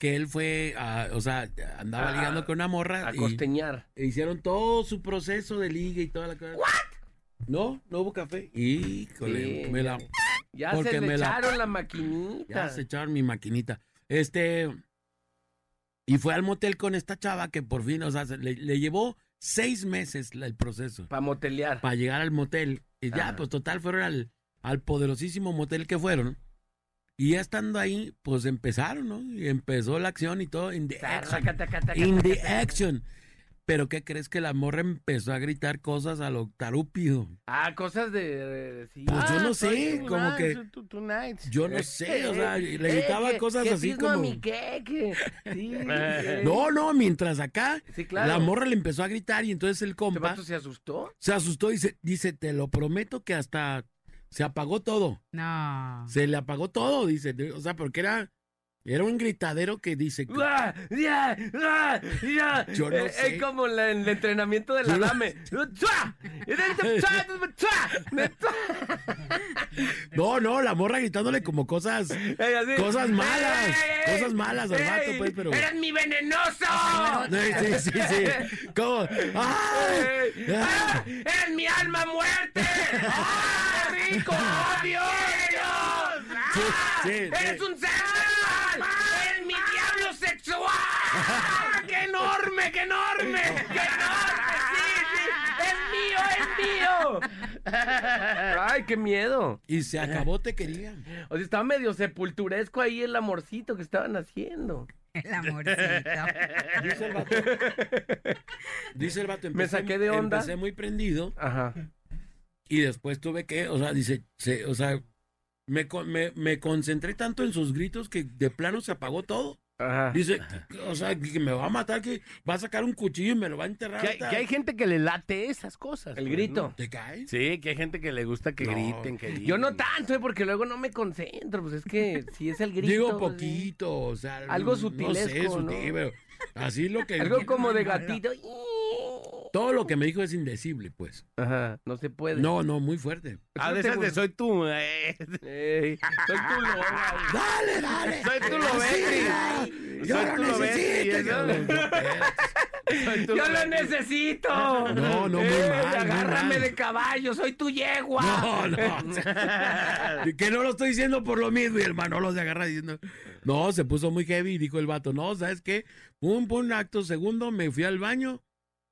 [SPEAKER 2] que él fue, ah, o sea, andaba
[SPEAKER 5] Ah,
[SPEAKER 2] ligando con una morra.
[SPEAKER 5] a
[SPEAKER 2] costeñar. hicieron todo su proceso de liga y toda la cosa. No, no hubo café. Híjole,
[SPEAKER 3] Sí.
[SPEAKER 2] me la...
[SPEAKER 3] Ya
[SPEAKER 2] porque
[SPEAKER 3] se le
[SPEAKER 2] me la-
[SPEAKER 3] echaron
[SPEAKER 2] (laughs)
[SPEAKER 3] la maquinita.
[SPEAKER 2] Ya se echaron mi maquinita. Este. Y fue al motel con esta chava que por fin, o sea, se- le, le llevó seis meses la- el proceso. Para motelear. Para llegar al motel. Y ya,
[SPEAKER 3] Ajá.
[SPEAKER 2] pues total, fueron al, al poderosísimo motel que fueron. Y ya estando ahí, pues empezaron, ¿no? Y empezó la acción y todo. In the action.
[SPEAKER 3] Taca, taca, taca,
[SPEAKER 2] In the
[SPEAKER 3] taca, taca.
[SPEAKER 2] action. Pero ¿qué crees que la morra empezó a gritar cosas a lo tarúpido?
[SPEAKER 3] Ah, cosas de... de- sí.
[SPEAKER 2] Pues yo
[SPEAKER 3] Ah,
[SPEAKER 2] no sé,
[SPEAKER 3] soy
[SPEAKER 2] como
[SPEAKER 3] tonight,
[SPEAKER 2] que-
[SPEAKER 3] soy tu- tonight.
[SPEAKER 2] Yo no sé, o sea,
[SPEAKER 3] (laughs) Eh,
[SPEAKER 2] le gritaba
[SPEAKER 3] que-
[SPEAKER 2] cosas
[SPEAKER 3] que
[SPEAKER 2] así
[SPEAKER 3] pisno a
[SPEAKER 2] como-
[SPEAKER 3] mi queque. Sí, eh.
[SPEAKER 2] (laughs) No, no, mientras acá
[SPEAKER 3] Sí, claro.
[SPEAKER 2] la morra le empezó a gritar y entonces el
[SPEAKER 3] ¿Este
[SPEAKER 2] compa
[SPEAKER 3] vato se asustó?
[SPEAKER 2] se asustó y se- dice, te lo prometo que hasta se apagó todo.
[SPEAKER 4] (laughs)
[SPEAKER 3] Ah.
[SPEAKER 19] No.
[SPEAKER 2] Se le apagó todo, dice. O sea, porque era, era un gritadero que dice... que-
[SPEAKER 3] ¡Ah! ¡Ya! ¡Ah! ¡Ya!
[SPEAKER 2] Yo no
[SPEAKER 3] Eh, eh,
[SPEAKER 2] sé.
[SPEAKER 3] como la- el entrenamiento de la dame. ¡Tua!
[SPEAKER 2] No, no, la morra gritándole como
[SPEAKER 3] (laughs)
[SPEAKER 2] cosas... Cosas malas, cosas malas al vato, pues, pero...
[SPEAKER 3] ¡Eres mi venenoso!
[SPEAKER 2] (laughs) Sí, sí, sí, sí. ¿Cómo? ¡Ay! ¡Ah!
[SPEAKER 3] ¡Eres mi alma muerte! ¡Ah, rico! ¡Oh, Dios! ¡Ah!
[SPEAKER 2] Sí, sí, sí.
[SPEAKER 3] ¡Eres un sexual! ¡Eres mi diablo sexual! ¡Ah, ¡Qué enorme, qué enorme! ¡Qué enorme! ¡Sí, sí! ¡Es mío, es mío! ¡Ay, qué miedo!
[SPEAKER 2] Y se acabó, te quería.
[SPEAKER 3] O sea, estaba medio sepulturesco ahí el amorcito que estaban haciendo.
[SPEAKER 19] El amorcito.
[SPEAKER 2] Dice el vato,
[SPEAKER 3] Me
[SPEAKER 2] empecé-
[SPEAKER 3] saqué de onda.
[SPEAKER 2] Empecé muy prendido.
[SPEAKER 3] Ajá.
[SPEAKER 2] Y después tuve que, o sea, dice, se- o sea, me, con- me, me concentré tanto en sus gritos que de plano se apagó todo. Dice, o sea, que me va a matar, que va a sacar un cuchillo y me lo va a enterrar.
[SPEAKER 5] Que hay, que hay gente que le late esas cosas.
[SPEAKER 3] El
[SPEAKER 5] pues,
[SPEAKER 3] grito.
[SPEAKER 5] ¿no?
[SPEAKER 2] ¿Te caes?
[SPEAKER 5] Sí, que hay gente que le gusta que griten, que
[SPEAKER 3] Yo no tanto, eh, porque luego no me concentro. Pues es que si es el grito.
[SPEAKER 2] Digo
[SPEAKER 3] pues,
[SPEAKER 2] poquito, o sea,
[SPEAKER 3] Algo
[SPEAKER 2] No sé,
[SPEAKER 3] sutilesco, ¿no?
[SPEAKER 2] sutil, pero así lo que...
[SPEAKER 3] eh, (laughs) Algo como de gatito.
[SPEAKER 2] Todo lo que me dijo es indecible, pues.
[SPEAKER 3] Ajá, no se puede.
[SPEAKER 2] No, no, muy fuerte.
[SPEAKER 5] A veces Ah, de soy tú. eh. (laughs)
[SPEAKER 3] soy tu lobo.
[SPEAKER 2] (laughs) Dale, dale.
[SPEAKER 5] Soy tu lobetri.
[SPEAKER 2] Yo
[SPEAKER 5] Soy
[SPEAKER 2] lo
[SPEAKER 5] tu lobetri.
[SPEAKER 2] necesito,
[SPEAKER 5] eso. Soy tu
[SPEAKER 3] Yo lo
[SPEAKER 5] lobetri.
[SPEAKER 3] necesito.
[SPEAKER 5] No, no, muy mal, muy
[SPEAKER 3] Agárrame
[SPEAKER 5] mal.
[SPEAKER 3] de caballo, soy tu yegua.
[SPEAKER 2] No,
[SPEAKER 3] (laughs)
[SPEAKER 2] no. Y (laughs) que no lo estoy diciendo por lo mismo y el Manolo se agarra diciendo, no, se puso muy heavy y dijo el vato, no, ¿sabes qué? Pum, pum, acto segundo, me fui al baño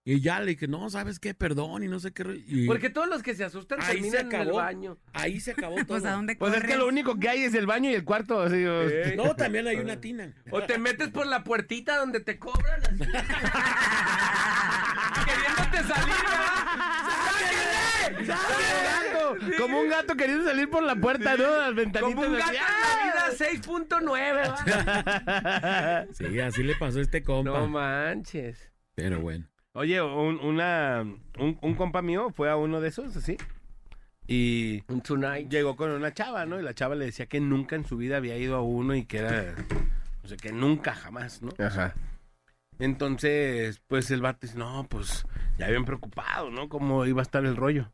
[SPEAKER 2] y ya le dije, no, ¿sabes qué? Perdón y no sé qué. rollo". Y
[SPEAKER 3] Porque todos los que se asustan
[SPEAKER 2] Ahí se
[SPEAKER 3] terminan en el
[SPEAKER 2] acabó.
[SPEAKER 3] baño.
[SPEAKER 2] ahí se
[SPEAKER 3] (laughs)
[SPEAKER 2] acabó todo.
[SPEAKER 5] Pues es que lo
[SPEAKER 4] (laughs)
[SPEAKER 5] único que hay es el baño y el cuarto. así, este. o-
[SPEAKER 2] No, también hay
[SPEAKER 3] (laughs)
[SPEAKER 2] una tina.
[SPEAKER 3] O te metes por la puertita donde te cobran. así. Queriéndote salir, ¿verdad? ¡Sáquenle!
[SPEAKER 5] Como un gato, Como un gato queriendo salir por la puerta, ¿no? Las ventanitas.
[SPEAKER 3] Como un gato
[SPEAKER 5] así,
[SPEAKER 3] en la
[SPEAKER 5] ¡ah!
[SPEAKER 3] vida 6.9. ¿verdad?
[SPEAKER 2] Sí, así le pasó a este compa.
[SPEAKER 3] No manches.
[SPEAKER 2] Pero
[SPEAKER 3] (laughs)
[SPEAKER 2] bueno.
[SPEAKER 5] Oye, un, una, un, un compa mío fue a uno de esos, así. Y llegó con una chava, ¿no? Y la chava le decía que nunca en su vida había ido a uno y que era. O sea, que nunca jamás, ¿no?
[SPEAKER 3] Ajá.
[SPEAKER 5] Entonces, pues el vato dice, no, pues ya bien preocupado, ¿no? Cómo iba a estar el rollo.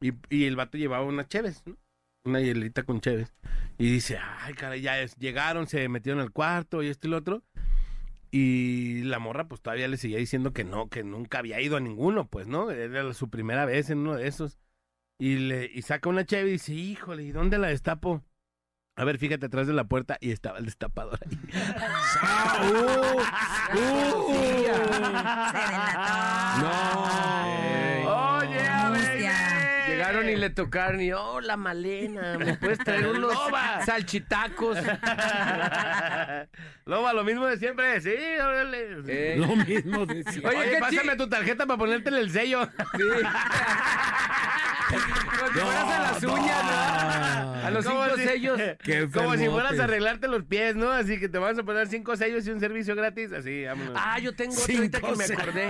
[SPEAKER 5] Y, y el vato llevaba una Cheves, ¿no? Una hielerita con Cheves. Y dice, ay, caray, ya es- llegaron, se metieron al cuarto y esto y lo otro. Y la morra, pues todavía le seguía diciendo que no, que nunca había ido a ninguno, pues, ¿no? Era su primera vez en uno de esos. Y, le, y saca una Cheves y dice, híjole, ¿y dónde la destapo? A ver, fíjate atrás de la puerta y estaba el destapador ahí.
[SPEAKER 3] Ah, uh, No. Oye, a ver. Llegaron y
[SPEAKER 5] (laughs) le
[SPEAKER 3] tocaron y, hola Malena, ¿me puedes traer unos
[SPEAKER 5] Loba.
[SPEAKER 3] salchitacos?
[SPEAKER 5] Loba, lo mismo de siempre. Sí, órale.
[SPEAKER 3] Eh. Lo
[SPEAKER 2] mismo de
[SPEAKER 3] siempre.
[SPEAKER 5] Oye,
[SPEAKER 3] Oye, qué
[SPEAKER 5] pásame tu tarjeta para ponértele el sello.
[SPEAKER 3] Como si fueras a las uñas, ¿no? A los
[SPEAKER 5] Como
[SPEAKER 3] cinco
[SPEAKER 5] si- (laughs)
[SPEAKER 3] sellos.
[SPEAKER 2] Qué
[SPEAKER 5] Como si
[SPEAKER 2] enfermote.
[SPEAKER 5] fueras a arreglarte los pies, ¿no? Así que te vas a poner cinco sellos y un servicio gratis. Así, vámonos.
[SPEAKER 3] Ah, yo tengo otra ahorita que
[SPEAKER 5] Cinco
[SPEAKER 3] me
[SPEAKER 5] sellos.
[SPEAKER 3] acordé.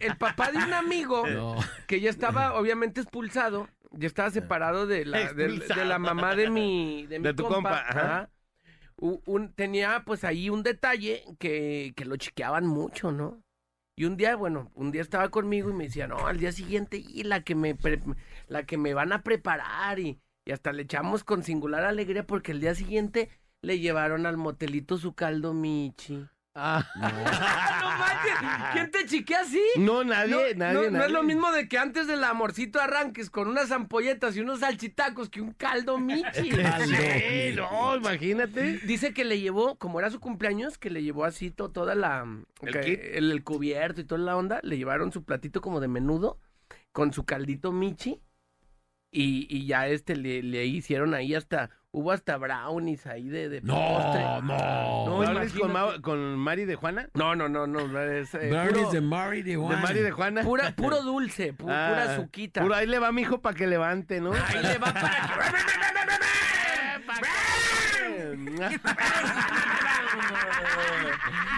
[SPEAKER 3] El papá de un amigo
[SPEAKER 2] No.
[SPEAKER 3] que ya estaba obviamente expulsado, ya estaba separado de la, de-
[SPEAKER 5] Ah. Expulsado.
[SPEAKER 3] de la mamá de mi, de mi
[SPEAKER 5] De tu compa, ajá.
[SPEAKER 3] ajá. U- un- tenía pues ahí un detalle que, que lo chiqueaban mucho, ¿no? Y un día, bueno, un día estaba conmigo y me decía, no, al día siguiente, y la que me, pre- la que me van a preparar, y, y hasta le echamos con singular alegría porque el día siguiente le llevaron al motelito su caldo
[SPEAKER 5] (laughs)
[SPEAKER 3] Michi. Ah. no manches, ¿quién te chiquea así?
[SPEAKER 5] No, nadie,
[SPEAKER 3] No,
[SPEAKER 5] nadie,
[SPEAKER 3] no,
[SPEAKER 5] nadie.
[SPEAKER 3] No es lo mismo de que antes del amorcito arranques con unas ampolletas y unos salchitacos que un caldo (laughs) Michi.
[SPEAKER 5] (laughs) Caldo
[SPEAKER 3] Sí,
[SPEAKER 5] Michi.
[SPEAKER 3] no, imagínate. Dice que le llevó, como era su cumpleaños, que le llevó así to- toda la. mm,
[SPEAKER 5] ¿El
[SPEAKER 3] que-
[SPEAKER 5] kit?
[SPEAKER 3] el- el cubierto y toda la onda. Le llevaron su platito como de menudo con su caldito Michi. Y, y ya este le, le hicieron ahí hasta. Hubo hasta brownies ahí de, de
[SPEAKER 5] No,
[SPEAKER 3] no.
[SPEAKER 5] ¿No hablas con,
[SPEAKER 3] imagínate.
[SPEAKER 5] Ma- con Mari de Juana?
[SPEAKER 3] No, no, no, no. Es, eh, puro-
[SPEAKER 2] Mari de
[SPEAKER 5] Juana. Mari de Juana.
[SPEAKER 3] Pura, puro dulce, pu- pura
[SPEAKER 5] Ah,
[SPEAKER 3] azuquita.
[SPEAKER 5] Puro, ahí le va mi hijo para que levante, ¿no? Ahí
[SPEAKER 3] le va para (laughs)